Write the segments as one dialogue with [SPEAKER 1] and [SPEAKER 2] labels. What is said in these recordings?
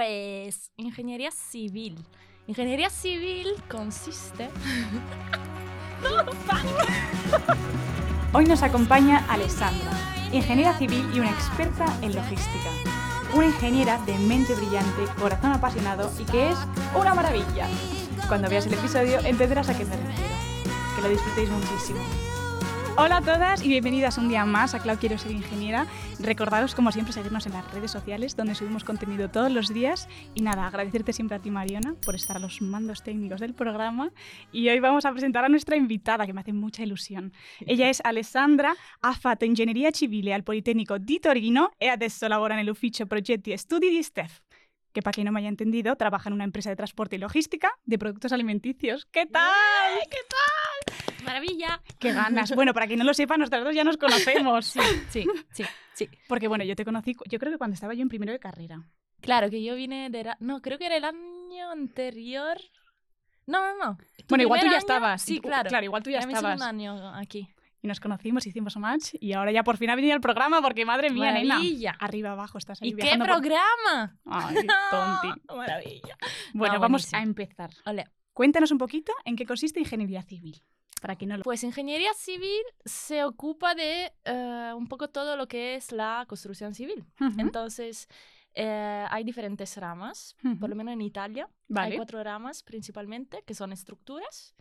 [SPEAKER 1] Pues ingeniería civil. Ingeniería civil consiste...
[SPEAKER 2] Hoy nos acompaña Alessandra, ingeniera civil y una experta en logística. Una ingeniera de mente brillante, corazón apasionado y que es una maravilla. Cuando veas el episodio entenderás a qué me refiero. Que lo disfrutéis muchísimo. Hola a todas y bienvenidas un día más a Clau Quiero Ser Ingeniera. Recordaros, como siempre, seguirnos en las redes sociales donde subimos contenido todos los días. Y nada, agradecerte siempre a ti, Mariona, por estar a los mandos técnicos del programa. Y hoy vamos a presentar a nuestra invitada, que me hace mucha ilusión. Ella es Alessandra Affato Ingegneria Civile al Politécnico di Torino e adesso lavora el ufficio Progetti e Studi di STEF. Que para quien no me haya entendido, trabaja en una empresa de transporte y logística de productos alimenticios. ¿Qué tal?
[SPEAKER 1] ¡Ay, qué tal! Maravilla.
[SPEAKER 2] ¡Qué ganas! Bueno, para quien no lo sepa, nosotras dos ya nos conocemos.
[SPEAKER 1] Sí, sí, sí.
[SPEAKER 2] Porque bueno, yo te conocí, cu- yo creo que cuando estaba yo en primero de carrera.
[SPEAKER 1] Claro, que yo vine de... la- No, creo que era el año anterior. No, no, no. ¿Tu
[SPEAKER 2] Bueno, igual
[SPEAKER 1] primer
[SPEAKER 2] tú
[SPEAKER 1] año?
[SPEAKER 2] ya estabas.
[SPEAKER 1] Sí,
[SPEAKER 2] tú-
[SPEAKER 1] claro.
[SPEAKER 2] Claro, igual tú ya
[SPEAKER 1] Era mi segundo
[SPEAKER 2] estabas.
[SPEAKER 1] año aquí.
[SPEAKER 2] Y nos conocimos, hicimos un match y ahora ya por fin ha venido al programa porque madre mía, nena.
[SPEAKER 1] Maravilla.
[SPEAKER 2] Arriba, abajo, estás ahí
[SPEAKER 1] ¿Y qué
[SPEAKER 2] viajando por-
[SPEAKER 1] programa? Ah,
[SPEAKER 2] Ay, tonti.
[SPEAKER 1] Maravilla.
[SPEAKER 2] Bueno,
[SPEAKER 1] No,
[SPEAKER 2] vamos
[SPEAKER 1] buenísimo.
[SPEAKER 2] a empezar.
[SPEAKER 1] Ole.
[SPEAKER 2] Cuéntanos un poquito en qué consiste ingeniería civil. Para quien no lo...
[SPEAKER 1] Pues ingeniería civil se ocupa de eh, un poco todo lo que es la construcción civil.
[SPEAKER 2] Ujú,
[SPEAKER 1] Entonces, eh, hay diferentes ramas, por lo menos en Italia. Hay
[SPEAKER 2] Vale.
[SPEAKER 1] cuatro ramas principalmente, que son estructuras,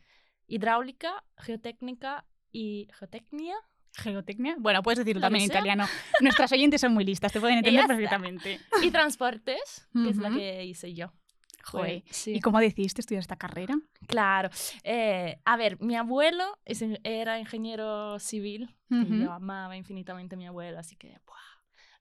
[SPEAKER 1] hidráulica, geotécnica y geotecnia.
[SPEAKER 2] Geotecnia. Bueno, puedes decirlo
[SPEAKER 1] Lo que
[SPEAKER 2] también en
[SPEAKER 1] sea.
[SPEAKER 2] italiano. Nuestras oyentes son muy listas, te pueden
[SPEAKER 1] ya
[SPEAKER 2] entender
[SPEAKER 1] está.
[SPEAKER 2] perfectamente.
[SPEAKER 1] Y transportes, que es la
[SPEAKER 2] Ujú.
[SPEAKER 1] que hice yo.
[SPEAKER 2] Joder.
[SPEAKER 1] Fue- sí.
[SPEAKER 2] ¿Y cómo decidiste estudiar esta carrera?
[SPEAKER 1] Claro. Eh, a ver, mi abuelo es in- era ingeniero civil
[SPEAKER 2] Ujú.
[SPEAKER 1] y yo amaba infinitamente a mi abuelo, así que, ¡buah!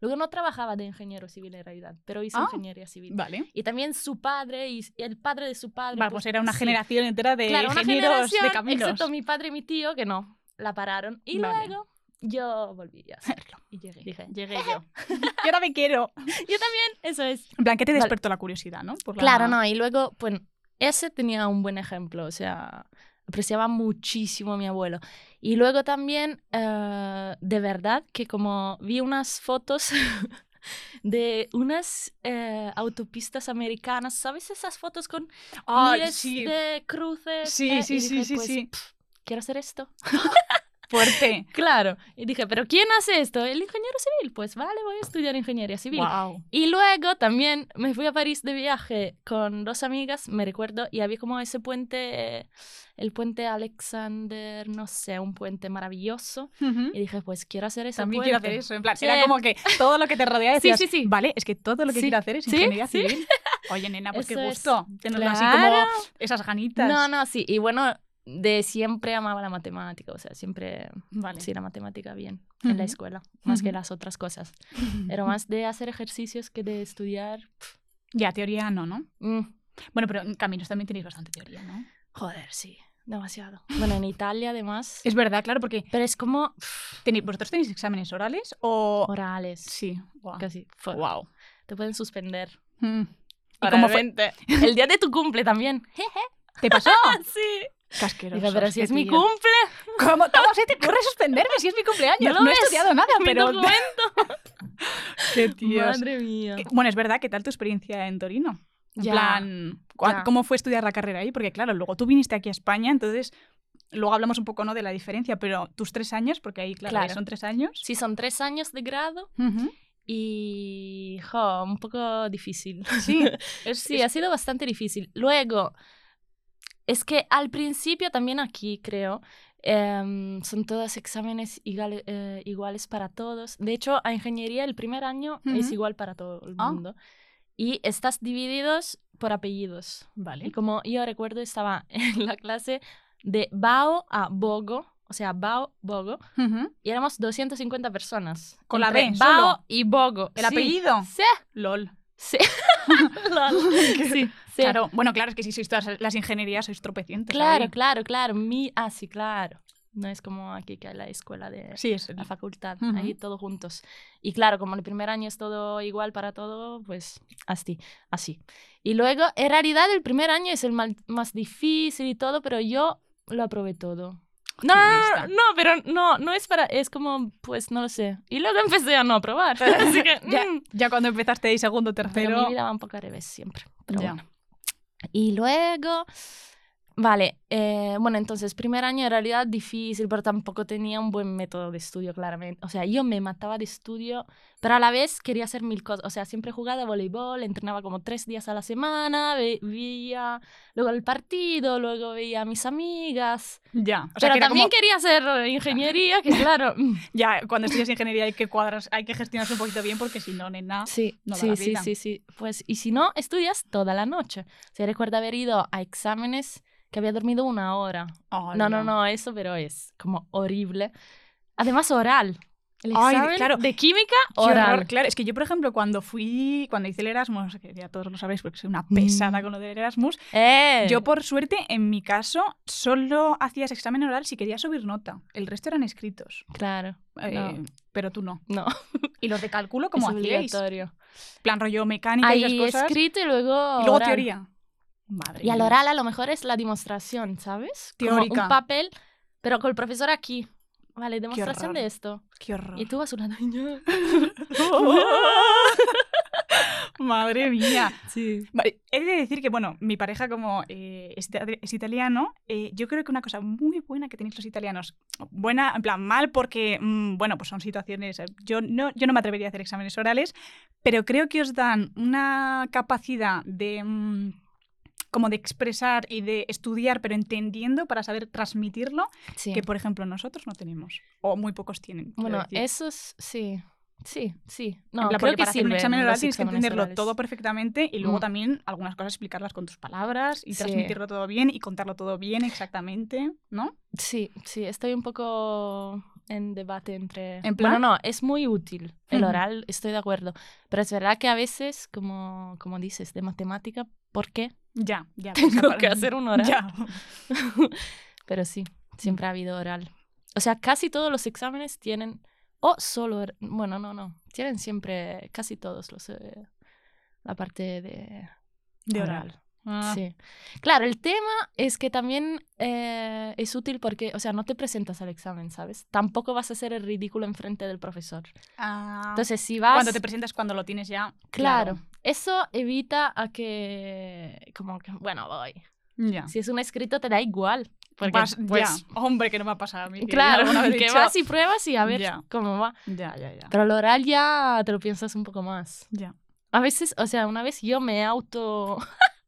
[SPEAKER 1] Luego no trabajaba de ingeniero civil en realidad, pero hice
[SPEAKER 2] Ah.
[SPEAKER 1] ingeniería civil.
[SPEAKER 2] Vale.
[SPEAKER 1] Y también su padre y s- el padre de su padre. pues
[SPEAKER 2] Vamos, pues era una
[SPEAKER 1] sí.
[SPEAKER 2] generación entera de
[SPEAKER 1] Claro, una
[SPEAKER 2] ingenieros de
[SPEAKER 1] generación,
[SPEAKER 2] caminos.
[SPEAKER 1] Excepto mi padre y mi tío, que no, la pararon. Y
[SPEAKER 2] Vale.
[SPEAKER 1] luego yo volví a hacerlo. Y llegué. Dije, llegué yo.
[SPEAKER 2] Yo ahora me quiero.
[SPEAKER 1] yo también, eso es.
[SPEAKER 2] En plan, que te
[SPEAKER 1] Vale.
[SPEAKER 2] despertó la curiosidad, ¿no? Por la-
[SPEAKER 1] Claro, no, y luego, pues, ese tenía un buen ejemplo, o sea, apreciaba muchísimo a mi abuelo. Y luego también, eh, de verdad, que como vi unas fotos de unas eh, autopistas americanas, ¿sabes esas fotos con
[SPEAKER 2] Ay,
[SPEAKER 1] miles
[SPEAKER 2] sí.
[SPEAKER 1] de cruces?
[SPEAKER 2] Sí,
[SPEAKER 1] eh?
[SPEAKER 2] sí,
[SPEAKER 1] Y
[SPEAKER 2] sí,
[SPEAKER 1] dije,
[SPEAKER 2] sí,
[SPEAKER 1] pues,
[SPEAKER 2] sí.
[SPEAKER 1] Quiero hacer esto.
[SPEAKER 2] Fuerte.
[SPEAKER 1] Claro. Y dije, ¿pero quién hace esto? El ingeniero civil. Pues vale, voy a estudiar ingeniería civil.
[SPEAKER 2] Wow.
[SPEAKER 1] Y luego también me fui a París de viaje con dos amigas, me recuerdo, y había como ese puente, el puente Alexander, no sé, un puente maravilloso. Y dije, pues quiero hacer ese
[SPEAKER 2] También
[SPEAKER 1] puente.
[SPEAKER 2] quiero hacer eso. En plan,
[SPEAKER 1] Sí. em.
[SPEAKER 2] era como que todo lo que te rodea
[SPEAKER 1] Sí,
[SPEAKER 2] decías,
[SPEAKER 1] sí, sí.
[SPEAKER 2] vale, es que todo lo que
[SPEAKER 1] Sí.
[SPEAKER 2] quiero hacer es
[SPEAKER 1] Sí,
[SPEAKER 2] ingeniería
[SPEAKER 1] sí.
[SPEAKER 2] civil. Oye, nena, pues
[SPEAKER 1] Eso
[SPEAKER 2] qué
[SPEAKER 1] es.
[SPEAKER 2] gusto. Tenerlo
[SPEAKER 1] Claro.
[SPEAKER 2] así como esas ganitas.
[SPEAKER 1] No, no, sí. Y bueno, de siempre amaba la matemática, o sea, siempre,
[SPEAKER 2] Vale.
[SPEAKER 1] sí, la matemática bien, en la
[SPEAKER 2] Ujú.
[SPEAKER 1] escuela, más que
[SPEAKER 2] Ujú.
[SPEAKER 1] las otras cosas. Era más de hacer ejercicios que de estudiar.
[SPEAKER 2] Ya, teoría no, ¿no?
[SPEAKER 1] Mm.
[SPEAKER 2] Bueno, pero en caminos también tenéis bastante teoría, ¿no?
[SPEAKER 1] Joder, sí, demasiado. Bueno, en Italia además.
[SPEAKER 2] Es verdad, claro, porque
[SPEAKER 1] Pero es como
[SPEAKER 2] tenéis- vosotros tenéis exámenes orales o...
[SPEAKER 1] orales.
[SPEAKER 2] Oh, Sí. Wow.
[SPEAKER 1] Casi. Fue-
[SPEAKER 2] wow.
[SPEAKER 1] Te pueden suspender.
[SPEAKER 2] Mm. ¿Y
[SPEAKER 1] Para
[SPEAKER 2] cómo fue?
[SPEAKER 1] vente. El día de tu cumple también. Jeje.
[SPEAKER 2] ¿Te pasó?
[SPEAKER 1] sí.
[SPEAKER 2] Casqueroso.
[SPEAKER 1] Dije, pero si es mi cumple.
[SPEAKER 2] ¿Cómo, ¿Cómo se te ocurre suspenderme si es mi
[SPEAKER 1] ¿No
[SPEAKER 2] cumpleaños?
[SPEAKER 1] lo
[SPEAKER 2] No, he
[SPEAKER 1] ves?
[SPEAKER 2] estudiado nada,
[SPEAKER 1] mi
[SPEAKER 2] pero...
[SPEAKER 1] documento.
[SPEAKER 2] ¡Qué
[SPEAKER 1] Madre mía.
[SPEAKER 2] Bueno, es verdad, ¿qué tal tu experiencia en Torino? En
[SPEAKER 1] Ya,
[SPEAKER 2] plan, cua-
[SPEAKER 1] ya.
[SPEAKER 2] ¿cómo fue estudiar la carrera ahí? Porque claro, luego tú viniste aquí a España, entonces luego hablamos un poco ¿no? de la diferencia, pero tus tres años, porque ahí, claro, ahí
[SPEAKER 1] Claro.
[SPEAKER 2] son tres años.
[SPEAKER 1] Sí, son tres años de grado
[SPEAKER 2] Ujú.
[SPEAKER 1] y. jo, un poco difícil.
[SPEAKER 2] Sí, es-
[SPEAKER 1] Sí,
[SPEAKER 2] es-
[SPEAKER 1] ha sido bastante difícil. Luego, es que al principio también aquí, creo, em, son todos exámenes igual- eh, iguales para todos. De hecho, a ingeniería el primer año es
[SPEAKER 2] Ujú.
[SPEAKER 1] igual para todo el
[SPEAKER 2] Ah.
[SPEAKER 1] mundo. Y estás divididos por apellidos. Y
[SPEAKER 2] Vale.
[SPEAKER 1] como yo recuerdo, estaba en la clase de Bao a Bogo, o sea, Bao, Bogo,
[SPEAKER 2] Ujú.
[SPEAKER 1] y éramos 250 personas.
[SPEAKER 2] Con la
[SPEAKER 1] entre
[SPEAKER 2] B
[SPEAKER 1] Bao
[SPEAKER 2] solo.
[SPEAKER 1] y Bogo. Sí,
[SPEAKER 2] ¿El apellido?
[SPEAKER 1] Sí,
[SPEAKER 2] LOL.
[SPEAKER 1] sí. Lol. sí, sí.
[SPEAKER 2] Claro, bueno, claro, es que si sois todas las ingenierías sois tropecientes.
[SPEAKER 1] Claro,
[SPEAKER 2] ahí.
[SPEAKER 1] claro, claro. Mi... Ah, sí, claro. No es como aquí que hay la escuela de
[SPEAKER 2] Sí, es
[SPEAKER 1] la facultad,
[SPEAKER 2] Ujú.
[SPEAKER 1] ahí todos juntos. Y claro, como el primer año es todo igual para todo, pues así, así. Y luego, en realidad, el primer año es el mal- más difícil y todo, pero yo lo aprobé todo. No, no, no, no, pero no, no es para, es como, pues no lo sé. Y luego empecé a no probar. Así que,
[SPEAKER 2] ya,
[SPEAKER 1] mm.
[SPEAKER 2] ya cuando empezaste ahí segundo,
[SPEAKER 1] pero
[SPEAKER 2] tercero.
[SPEAKER 1] mi vida va un poco al revés siempre. Pero
[SPEAKER 2] Ya.
[SPEAKER 1] bueno. Y luego, vale, eh, bueno, entonces primer año en realidad difícil, pero tampoco tenía un buen método de estudio, claramente. O sea, yo me mataba de estudio, pero a la vez quería hacer mil cosas. O sea, siempre jugaba voleibol, entrenaba como tres días a la semana, ve- veía luego el partido, luego veía a mis amigas.
[SPEAKER 2] Ya. O sea,
[SPEAKER 1] pero
[SPEAKER 2] que era
[SPEAKER 1] también
[SPEAKER 2] como-
[SPEAKER 1] quería hacer eh, ingeniería, que claro. mm,
[SPEAKER 2] ya cuando estudias ingeniería hay que cuadras, hay que gestionarse un poquito bien porque si no, nena.
[SPEAKER 1] Sí,
[SPEAKER 2] no da
[SPEAKER 1] sí,
[SPEAKER 2] la
[SPEAKER 1] sí,
[SPEAKER 2] vida.
[SPEAKER 1] sí, sí. Pues, y si no, estudias toda la noche. Se recuerda haber ido a exámenes que había dormido una hora. No, no, no, eso, pero es como horrible. Además, oral. El
[SPEAKER 2] Ay,
[SPEAKER 1] examen
[SPEAKER 2] claro.
[SPEAKER 1] de química
[SPEAKER 2] Qué horror,
[SPEAKER 1] oral.
[SPEAKER 2] claro. Es que yo, por ejemplo, cuando fui, cuando hice el Erasmus, que ya todos lo sabréis porque soy una pesada
[SPEAKER 1] Mm.
[SPEAKER 2] con lo del Erasmus,
[SPEAKER 1] Eh,
[SPEAKER 2] yo por suerte, en mi caso, solo hacías examen oral si querías subir nota. El resto eran escritos.
[SPEAKER 1] Claro,
[SPEAKER 2] Eh,
[SPEAKER 1] No.
[SPEAKER 2] pero tú no.
[SPEAKER 1] no,
[SPEAKER 2] Y los de cálculo,
[SPEAKER 1] es
[SPEAKER 2] ¿cómo hacíais?
[SPEAKER 1] obligatorio.
[SPEAKER 2] plan rollo mecánica y esas
[SPEAKER 1] Hay
[SPEAKER 2] cosas.
[SPEAKER 1] escrito y luego
[SPEAKER 2] y luego
[SPEAKER 1] oral.
[SPEAKER 2] teoría. Madre
[SPEAKER 1] Y al
[SPEAKER 2] mía.
[SPEAKER 1] oral a lo mejor es la demostración, ¿sabes? Como
[SPEAKER 2] Teórica.
[SPEAKER 1] un papel, pero con el profesor aquí. Vale, demostración
[SPEAKER 2] horror.
[SPEAKER 1] de esto.
[SPEAKER 2] Qué horror.
[SPEAKER 1] Y tú vas a un lado y-
[SPEAKER 2] Madre mía.
[SPEAKER 1] Sí.
[SPEAKER 2] Vale, Eh, he de decir que, bueno, mi pareja como eh, es, ita- es italiano, eh, yo creo que una cosa muy buena que tenéis los italianos, buena, en plan, mal porque, mm, bueno, pues son situaciones, eh, yo no, yo no me atrevería a hacer exámenes orales, pero creo que os dan una capacidad de... mm, como de expresar y de estudiar, pero entendiendo para saber transmitirlo,
[SPEAKER 1] Sí.
[SPEAKER 2] que por ejemplo nosotros no tenemos, o muy pocos tienen. quiero
[SPEAKER 1] Bueno,
[SPEAKER 2] decir.
[SPEAKER 1] esos sí. Sí, sí.
[SPEAKER 2] En
[SPEAKER 1] No,
[SPEAKER 2] plan,
[SPEAKER 1] creo
[SPEAKER 2] porque
[SPEAKER 1] que
[SPEAKER 2] para hacer un
[SPEAKER 1] sirven
[SPEAKER 2] examen oral
[SPEAKER 1] los
[SPEAKER 2] tienes que
[SPEAKER 1] exámenes
[SPEAKER 2] entenderlo
[SPEAKER 1] orales.
[SPEAKER 2] todo perfectamente y luego
[SPEAKER 1] Mm.
[SPEAKER 2] también algunas cosas explicarlas con tus palabras y
[SPEAKER 1] Sí.
[SPEAKER 2] transmitirlo todo bien y contarlo todo bien exactamente, ¿no?
[SPEAKER 1] Sí, sí, estoy un poco en debate entre...
[SPEAKER 2] ¿En plan?
[SPEAKER 1] Bueno, no, es muy útil el
[SPEAKER 2] Ujú.
[SPEAKER 1] oral, estoy de acuerdo. Pero es verdad que a veces, como, como dices, de matemática, ¿por qué?
[SPEAKER 2] Ya, ya.
[SPEAKER 1] Tengo
[SPEAKER 2] esa parte-
[SPEAKER 1] que hacer un oral.
[SPEAKER 2] Ya.
[SPEAKER 1] Pero sí, siempre ha habido oral. O sea, casi todos los exámenes tienen... O solo... or- Bueno, no, no. Tienen siempre, casi todos los... eh, la parte de
[SPEAKER 2] De oral.
[SPEAKER 1] oral.
[SPEAKER 2] Ah,
[SPEAKER 1] Sí. Claro, el tema es que también eh, es útil porque, o sea, no te presentas al examen, ¿sabes? Tampoco vas a hacer el ridículo enfrente del profesor.
[SPEAKER 2] ah,
[SPEAKER 1] Entonces, si vas...
[SPEAKER 2] cuando te presentas, cuando lo tienes ya.
[SPEAKER 1] claro, eso evita a que... Como que, bueno, voy.
[SPEAKER 2] Ya.
[SPEAKER 1] Si es un escrito, te da igual. Porque,
[SPEAKER 2] Ah. Vas-
[SPEAKER 1] pues,
[SPEAKER 2] ya. Hombre, que no me ha pasado a mí. que
[SPEAKER 1] claro,
[SPEAKER 2] alguna vez he
[SPEAKER 1] que
[SPEAKER 2] dicho-
[SPEAKER 1] vas y pruebas y a ver
[SPEAKER 2] Ya.
[SPEAKER 1] cómo va.
[SPEAKER 2] Ya, ya, ya.
[SPEAKER 1] Pero lo oral ya te lo piensas un poco más.
[SPEAKER 2] Ya.
[SPEAKER 1] A veces, o sea, una vez yo me auto...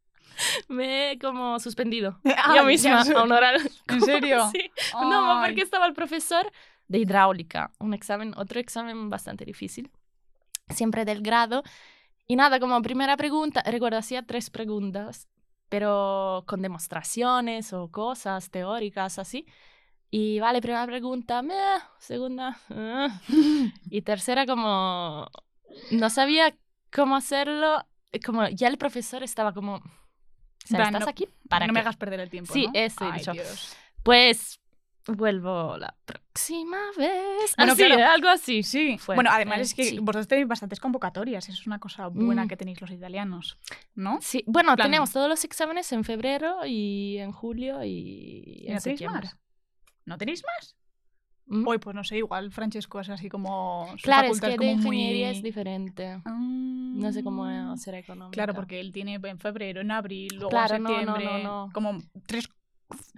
[SPEAKER 1] me he como suspendido.
[SPEAKER 2] Ah,
[SPEAKER 1] yo misma,
[SPEAKER 2] ya.
[SPEAKER 1] a un oral.
[SPEAKER 2] ¿En serio?
[SPEAKER 1] Sí. No,
[SPEAKER 2] Ay.
[SPEAKER 1] porque estaba el profesor de hidráulica, un examen, otro examen bastante difícil, siempre del grado. Y nada, como primera pregunta, recuerdo, hacía tres preguntas, pero con demostraciones o cosas teóricas así. Y vale, primera pregunta, meh, segunda, eh, y tercera como no sabía cómo hacerlo, como ya el profesor estaba como, o sea,
[SPEAKER 2] Dan,
[SPEAKER 1] estás
[SPEAKER 2] no-
[SPEAKER 1] aquí para
[SPEAKER 2] no
[SPEAKER 1] qué?
[SPEAKER 2] me hagas perder el tiempo.
[SPEAKER 1] Sí,
[SPEAKER 2] ¿no?
[SPEAKER 1] eso he
[SPEAKER 2] Ay,
[SPEAKER 1] dicho.
[SPEAKER 2] Dios.
[SPEAKER 1] Pues vuelvo la próxima vez.
[SPEAKER 2] Bueno,
[SPEAKER 1] Así,
[SPEAKER 2] claro.
[SPEAKER 1] algo así.
[SPEAKER 2] Sí,
[SPEAKER 1] fue,
[SPEAKER 2] bueno, además
[SPEAKER 1] eh,
[SPEAKER 2] es que
[SPEAKER 1] sí.
[SPEAKER 2] vosotros tenéis bastantes convocatorias, eso es una cosa buena
[SPEAKER 1] Mm.
[SPEAKER 2] que tenéis los italianos, ¿no?
[SPEAKER 1] Sí, bueno,
[SPEAKER 2] Plan-
[SPEAKER 1] tenemos todos los exámenes en febrero y en julio y
[SPEAKER 2] ¿Y
[SPEAKER 1] en
[SPEAKER 2] no tenéis
[SPEAKER 1] septiembre.
[SPEAKER 2] más? ¿No tenéis más?
[SPEAKER 1] Mm.
[SPEAKER 2] Hoy, pues no sé, igual Francesco es así como... su
[SPEAKER 1] Claro, es
[SPEAKER 2] facultad
[SPEAKER 1] que de
[SPEAKER 2] como muy-
[SPEAKER 1] ingeniería es diferente. No sé cómo
[SPEAKER 2] Mm.
[SPEAKER 1] será económica.
[SPEAKER 2] Claro, porque él tiene en febrero, en abril, luego
[SPEAKER 1] Claro,
[SPEAKER 2] en
[SPEAKER 1] no, no, no,
[SPEAKER 2] septiembre,
[SPEAKER 1] no.
[SPEAKER 2] como tres,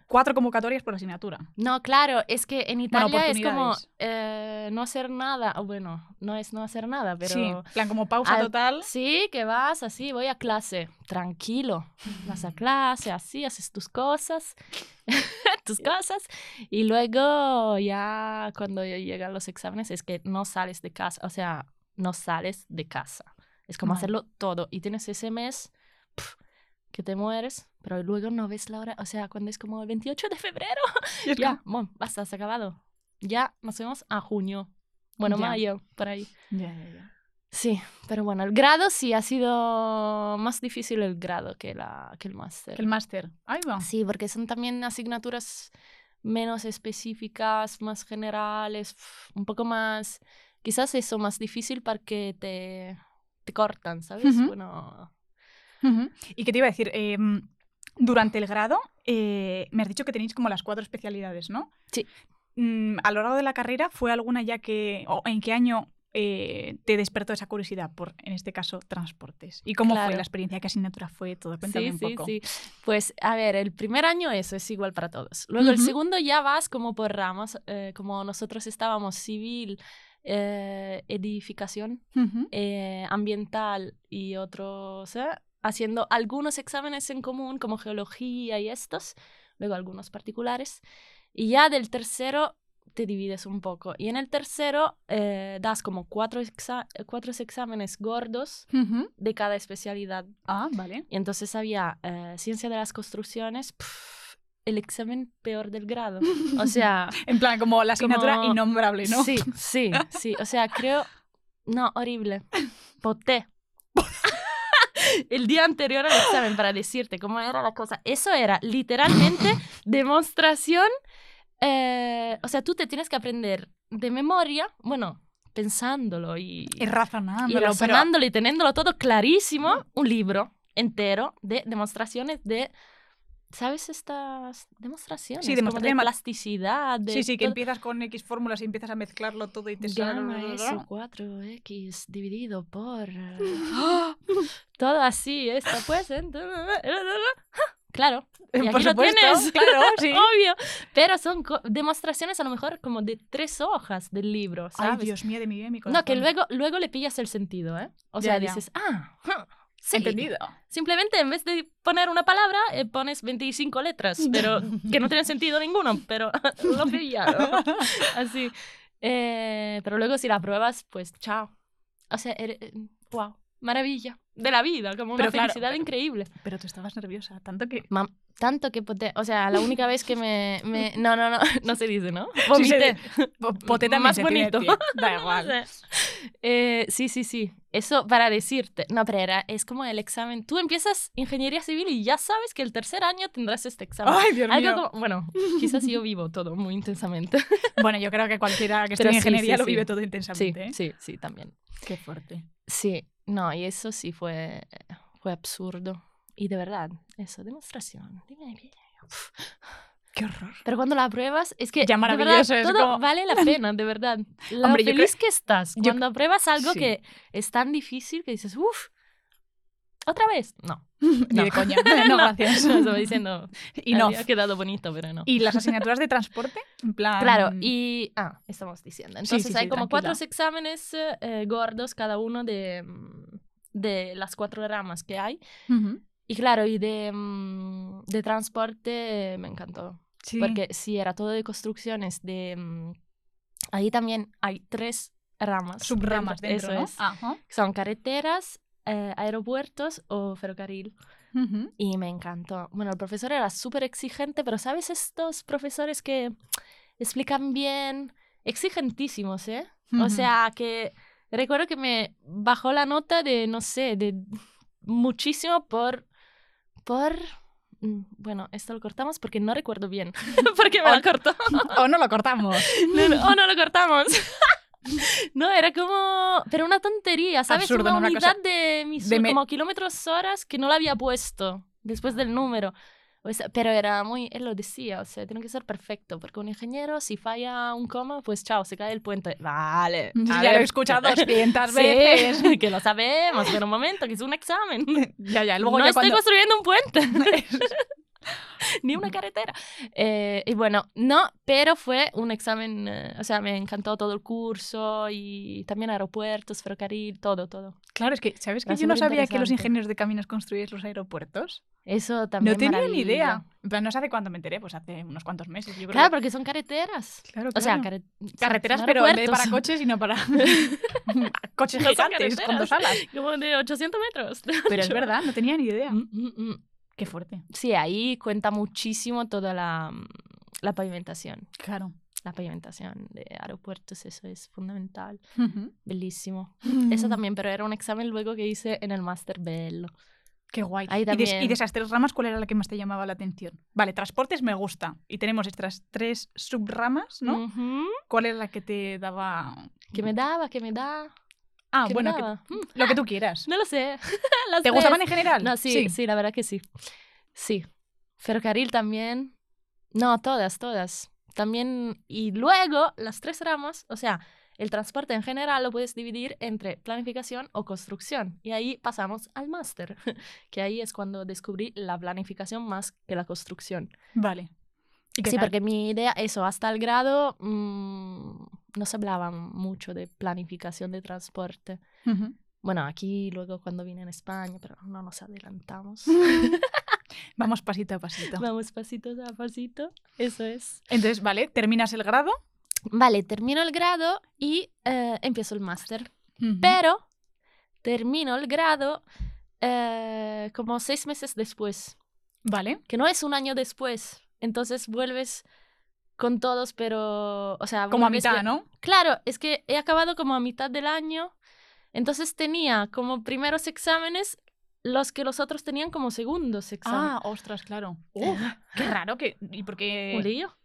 [SPEAKER 2] cuatro convocatorias por asignatura.
[SPEAKER 1] No, claro, es que en Italia es como
[SPEAKER 2] oportunidades.
[SPEAKER 1] eh, no hacer nada. o Bueno, no es no hacer nada, pero...
[SPEAKER 2] Sí, plan como pausa
[SPEAKER 1] Al-
[SPEAKER 2] total.
[SPEAKER 1] Sí, que vas así, voy a clase, tranquilo. Vas a clase, así, haces tus cosas, tus cosas. Y luego ya cuando ya llegan los exámenes es que no sales de casa, o sea, no sales de casa. Es como
[SPEAKER 2] Vale.
[SPEAKER 1] hacerlo todo. Y tienes ese mes pf, que te mueres, pero luego no ves la hora, o sea, cuando es como el 28 de febrero.
[SPEAKER 2] Y es
[SPEAKER 1] Ya, bueno, basta, se ha acabado. Ya nos vemos a junio. Bueno,
[SPEAKER 2] Ya.
[SPEAKER 1] mayo, por ahí.
[SPEAKER 2] como- Ya, ya, ya.
[SPEAKER 1] Sí, pero bueno, el grado sí ha sido más difícil el grado que, la, que el máster.
[SPEAKER 2] El máster, ahí va.
[SPEAKER 1] Sí, porque son también asignaturas menos específicas, más generales, pf, un poco más, quizás eso, más difícil porque te, te cortan, ¿sabes?
[SPEAKER 2] Ujú.
[SPEAKER 1] Bueno,
[SPEAKER 2] Ujú. Y que te iba a decir, eh, Durante el grado, eh, me has dicho que tenéis como las cuatro especialidades, ¿no?
[SPEAKER 1] Sí.
[SPEAKER 2] Mm, a lo largo de la carrera, ¿fue alguna ya que, o en qué año eh, te despertó esa curiosidad por, en este caso, transportes? ¿Y cómo
[SPEAKER 1] Claro.
[SPEAKER 2] fue la experiencia? ¿Qué asignatura fue? Todo, cuéntame
[SPEAKER 1] Sí,
[SPEAKER 2] un
[SPEAKER 1] sí,
[SPEAKER 2] poco.
[SPEAKER 1] sí. Pues a ver, el primer año eso es igual para todos. Luego el
[SPEAKER 2] Ujú.
[SPEAKER 1] segundo ya vas como por ramas, eh, como nosotros estábamos civil, eh, edificación,
[SPEAKER 2] Ujú.
[SPEAKER 1] eh, ambiental y otros, eh, haciendo algunos exámenes en común, como geología y estos, luego algunos particulares. Y ya del tercero te divides un poco. Y en el tercero eh, das como cuatro, exa- cuatro exámenes gordos
[SPEAKER 2] Ujú.
[SPEAKER 1] de cada especialidad.
[SPEAKER 2] Ah, vale.
[SPEAKER 1] Y entonces había eh, ciencia de las construcciones, pf, el examen peor del grado. O sea,
[SPEAKER 2] En plan, como la asignatura
[SPEAKER 1] como-
[SPEAKER 2] innombrable, ¿no?
[SPEAKER 1] sí, sí, sí. O sea, creo. No, horrible. Poté. El día anterior al examen para decirte cómo era la cosa. Eso era literalmente demostración. eh, o sea, tú te tienes que aprender de memoria, bueno, pensándolo y,
[SPEAKER 2] Y
[SPEAKER 1] y
[SPEAKER 2] razonándolo, pero
[SPEAKER 1] razonándolo y teniéndolo todo clarísimo, un libro entero de demostraciones de. ¿Sabes estas demostraciones?
[SPEAKER 2] Sí,
[SPEAKER 1] Como de
[SPEAKER 2] demostraciones ma-
[SPEAKER 1] plasticidad. De
[SPEAKER 2] Sí, sí, que
[SPEAKER 1] todo-
[SPEAKER 2] empiezas con X fórmulas y empiezas a mezclarlo todo y te sale...
[SPEAKER 1] Gamma S4X dividido por... eh, ¡ah! Todo así, esto pues... eh, Claro, y aquí
[SPEAKER 2] Por
[SPEAKER 1] lo
[SPEAKER 2] supuesto,
[SPEAKER 1] tienes.
[SPEAKER 2] claro, sí.
[SPEAKER 1] obvio. Pero son co- demostraciones a lo mejor como de tres hojas del libro,
[SPEAKER 2] Ay,
[SPEAKER 1] ¿sabes?
[SPEAKER 2] Dios mío, de mi vida y mi corazón.
[SPEAKER 1] no, que luego, luego le pillas el sentido, ¿eh? O
[SPEAKER 2] Ya,
[SPEAKER 1] sea,
[SPEAKER 2] ya.
[SPEAKER 1] dices, ah, huh, sí.
[SPEAKER 2] Entendido.
[SPEAKER 1] Simplemente en vez de poner una palabra, eh, pones 25 letras, pero que no tienen sentido ninguno, pero lo pillaron. Así. Eh, pero luego si la pruebas, pues chao. O sea, eres- wow, maravilla de la vida, como una
[SPEAKER 2] Pero claro,
[SPEAKER 1] felicidad
[SPEAKER 2] pero-
[SPEAKER 1] increíble.
[SPEAKER 2] Pero tú estabas nerviosa, tanto que...
[SPEAKER 1] Mam- tanto que poté, o sea, la única vez que me, me- no, no, no, no se dice, ¿no?
[SPEAKER 2] Sí, se-
[SPEAKER 1] Vomité.
[SPEAKER 2] po- Poteta
[SPEAKER 1] Más
[SPEAKER 2] me sentía,
[SPEAKER 1] bonito.
[SPEAKER 2] tía. Da
[SPEAKER 1] No
[SPEAKER 2] igual.
[SPEAKER 1] sé. Eh, sí, sí, sí. Eso para decirte. No, pero era, es como el examen. Tú empiezas ingeniería civil y ya sabes que el tercer año tendrás este examen.
[SPEAKER 2] Ay, Dios
[SPEAKER 1] Algo
[SPEAKER 2] mío.
[SPEAKER 1] como, bueno, quizás yo vivo todo muy intensamente.
[SPEAKER 2] Bueno, yo creo que cualquiera que
[SPEAKER 1] Pero
[SPEAKER 2] esté en
[SPEAKER 1] sí,
[SPEAKER 2] ingeniería
[SPEAKER 1] sí,
[SPEAKER 2] lo
[SPEAKER 1] sí.
[SPEAKER 2] vive todo
[SPEAKER 1] Sí,
[SPEAKER 2] intensamente. ¿eh?
[SPEAKER 1] sí, sí, también.
[SPEAKER 2] Qué fuerte.
[SPEAKER 1] Sí, no, y eso sí fue, fue absurdo. Y de verdad, eso, demostración. dime, dime.
[SPEAKER 2] Qué horror.
[SPEAKER 1] Pero cuando la pruebas, es que
[SPEAKER 2] Ya
[SPEAKER 1] de
[SPEAKER 2] maravilloso, es
[SPEAKER 1] verdad, todo
[SPEAKER 2] como-
[SPEAKER 1] vale la pena, de verdad. Lo
[SPEAKER 2] Hombre, yo creo-
[SPEAKER 1] feliz que estás
[SPEAKER 2] yo-
[SPEAKER 1] cuando pruebas algo
[SPEAKER 2] sí.
[SPEAKER 1] que es tan difícil que dices, uff, otra vez. No,
[SPEAKER 2] Ni
[SPEAKER 1] No.
[SPEAKER 2] de coña. No, gracias.
[SPEAKER 1] No, estaba diciendo,
[SPEAKER 2] Y no.
[SPEAKER 1] habría quedado bonito, pero no.
[SPEAKER 2] ¿Y las asignaturas de transporte? En plan...
[SPEAKER 1] Claro, y... Ah, estamos diciendo.
[SPEAKER 2] Sí, sí,
[SPEAKER 1] Entonces hay
[SPEAKER 2] sí,
[SPEAKER 1] como
[SPEAKER 2] tranquila.
[SPEAKER 1] cuatro exámenes eh, gordos, cada uno de, mm, de las cuatro ramas que hay.
[SPEAKER 2] Ujú.
[SPEAKER 1] Y claro, y de, mm, de transporte eh, me encantó.
[SPEAKER 2] Sí.
[SPEAKER 1] Porque sí, era todo de construcciones, de... mm, ahí también hay tres ramas.
[SPEAKER 2] Subramas dentro,
[SPEAKER 1] eso
[SPEAKER 2] ¿no? Ah.
[SPEAKER 1] es.
[SPEAKER 2] Ajá.
[SPEAKER 1] Son carreteras, eh, aeropuertos o ferrocarril.
[SPEAKER 2] Ujú.
[SPEAKER 1] Y me encantó. Bueno, el profesor era súper exigente, pero ¿sabes estos profesores que explican bien? Exigentísimos, ¿eh? O
[SPEAKER 2] Ujú.
[SPEAKER 1] sea, que recuerdo que me bajó la nota de, no sé, de muchísimo por... por... mm, Bueno, esto lo cortamos porque no recuerdo bien. porque me lo cortó.
[SPEAKER 2] O no lo cortamos.
[SPEAKER 1] No, no, oh, no lo cortamos. No, era como... Pero una tontería, ¿sabes?
[SPEAKER 2] Absurdo,
[SPEAKER 1] una
[SPEAKER 2] ¿no? Una
[SPEAKER 1] unidad de, mis,
[SPEAKER 2] de me-
[SPEAKER 1] como kilómetros horas que no la había puesto después del número. O sea, pero era muy... Él lo decía, o sea, tiene que ser perfecto. Porque un ingeniero, si falla un coma, pues chao, se cae el puente. Vale. a
[SPEAKER 2] ya lo
[SPEAKER 1] ver.
[SPEAKER 2] he escuchado 200
[SPEAKER 1] Sí,
[SPEAKER 2] veces.
[SPEAKER 1] que lo sabemos, pero un momento, que es un examen.
[SPEAKER 2] Ya, ya. Luego
[SPEAKER 1] no
[SPEAKER 2] ya
[SPEAKER 1] estoy
[SPEAKER 2] cuando...
[SPEAKER 1] construyendo un puente. Ni una carretera. Eh, y bueno, no, pero fue un examen, eh, o sea, me encantó todo el curso y también aeropuertos, ferrocarril, todo, todo.
[SPEAKER 2] Claro, es que, ¿sabes que
[SPEAKER 1] Era
[SPEAKER 2] yo no sabía que los
[SPEAKER 1] superinteresante.
[SPEAKER 2] ingenieros de caminos construían los aeropuertos?
[SPEAKER 1] Eso también.
[SPEAKER 2] no tenía ni
[SPEAKER 1] maravilla.
[SPEAKER 2] idea. En plan, no sé hace cuánto me enteré, pues hace unos cuantos meses. Yo creo
[SPEAKER 1] Claro,
[SPEAKER 2] que-
[SPEAKER 1] porque son carreteras.
[SPEAKER 2] Claro,
[SPEAKER 1] O sea,
[SPEAKER 2] claro.
[SPEAKER 1] carre- son-
[SPEAKER 2] carreteras,
[SPEAKER 1] son
[SPEAKER 2] pero en vez de
[SPEAKER 1] aeropuertos.
[SPEAKER 2] para coches, sino para coches
[SPEAKER 1] No son
[SPEAKER 2] gigantes con dos alas.
[SPEAKER 1] Como de 800 metros.
[SPEAKER 2] Pero es verdad, no tenía ni idea.
[SPEAKER 1] Mm, mm, mm.
[SPEAKER 2] Qué fuerte.
[SPEAKER 1] Sí, ahí cuenta muchísimo toda la, mm, la pavimentación.
[SPEAKER 2] Claro.
[SPEAKER 1] La pavimentación de aeropuertos, eso es fundamental. Bellísimo. Eso también, pero era un examen luego que hice en el máster bello.
[SPEAKER 2] Qué guay.
[SPEAKER 1] Ahí
[SPEAKER 2] Y des- Y, de,
[SPEAKER 1] también.
[SPEAKER 2] esas tres ramas, ¿cuál era la que más te llamaba la atención? Vale, transportes me gusta. Y tenemos estas tres subramas, ¿no?
[SPEAKER 1] Ujú.
[SPEAKER 2] ¿Cuál era la que te daba...?
[SPEAKER 1] Que me daba, que me da.
[SPEAKER 2] Ah,
[SPEAKER 1] que me
[SPEAKER 2] bueno, que-
[SPEAKER 1] daba. Mm,
[SPEAKER 2] lo que tú quieras.
[SPEAKER 1] no lo sé. Las
[SPEAKER 2] ¿Te
[SPEAKER 1] tres.
[SPEAKER 2] gustaban en general?
[SPEAKER 1] No, sí, sí, la verdad que sí. Sí. Ferrocarril también. No, todas, todas. También, y luego las tres ramas, o sea, el transporte en general lo puedes dividir entre planificación o construcción. Y ahí pasamos al máster, que ahí es cuando descubrí la planificación más que la construcción.
[SPEAKER 2] Vale. ¿Y qué
[SPEAKER 1] Sí,
[SPEAKER 2] tal?
[SPEAKER 1] porque mi idea, eso, hasta el grado mm, no se hablaba mucho de planificación de transporte.
[SPEAKER 2] Ujú.
[SPEAKER 1] Bueno, aquí luego cuando vine en España, pero no nos adelantamos.
[SPEAKER 2] Vamos pasito a pasito.
[SPEAKER 1] Vamos pasito a pasito, eso es.
[SPEAKER 2] Entonces, vale, terminas el grado.
[SPEAKER 1] Vale, termino el grado y eh, empiezo el máster.
[SPEAKER 2] Ujú.
[SPEAKER 1] Pero termino el grado eh, como seis meses después,
[SPEAKER 2] Vale.
[SPEAKER 1] que no es un año después. Entonces vuelves con todos, pero, o sea,
[SPEAKER 2] Como a
[SPEAKER 1] vuelves
[SPEAKER 2] mitad,
[SPEAKER 1] de-
[SPEAKER 2] ¿no?
[SPEAKER 1] Claro, es que he acabado como a mitad del año. Entonces tenía como primeros exámenes los que los otros tenían como segundos exámenes.
[SPEAKER 2] Ah, ostras, claro. Uf, eh. qué raro que. ¿Y por qué?
[SPEAKER 1] Un lío.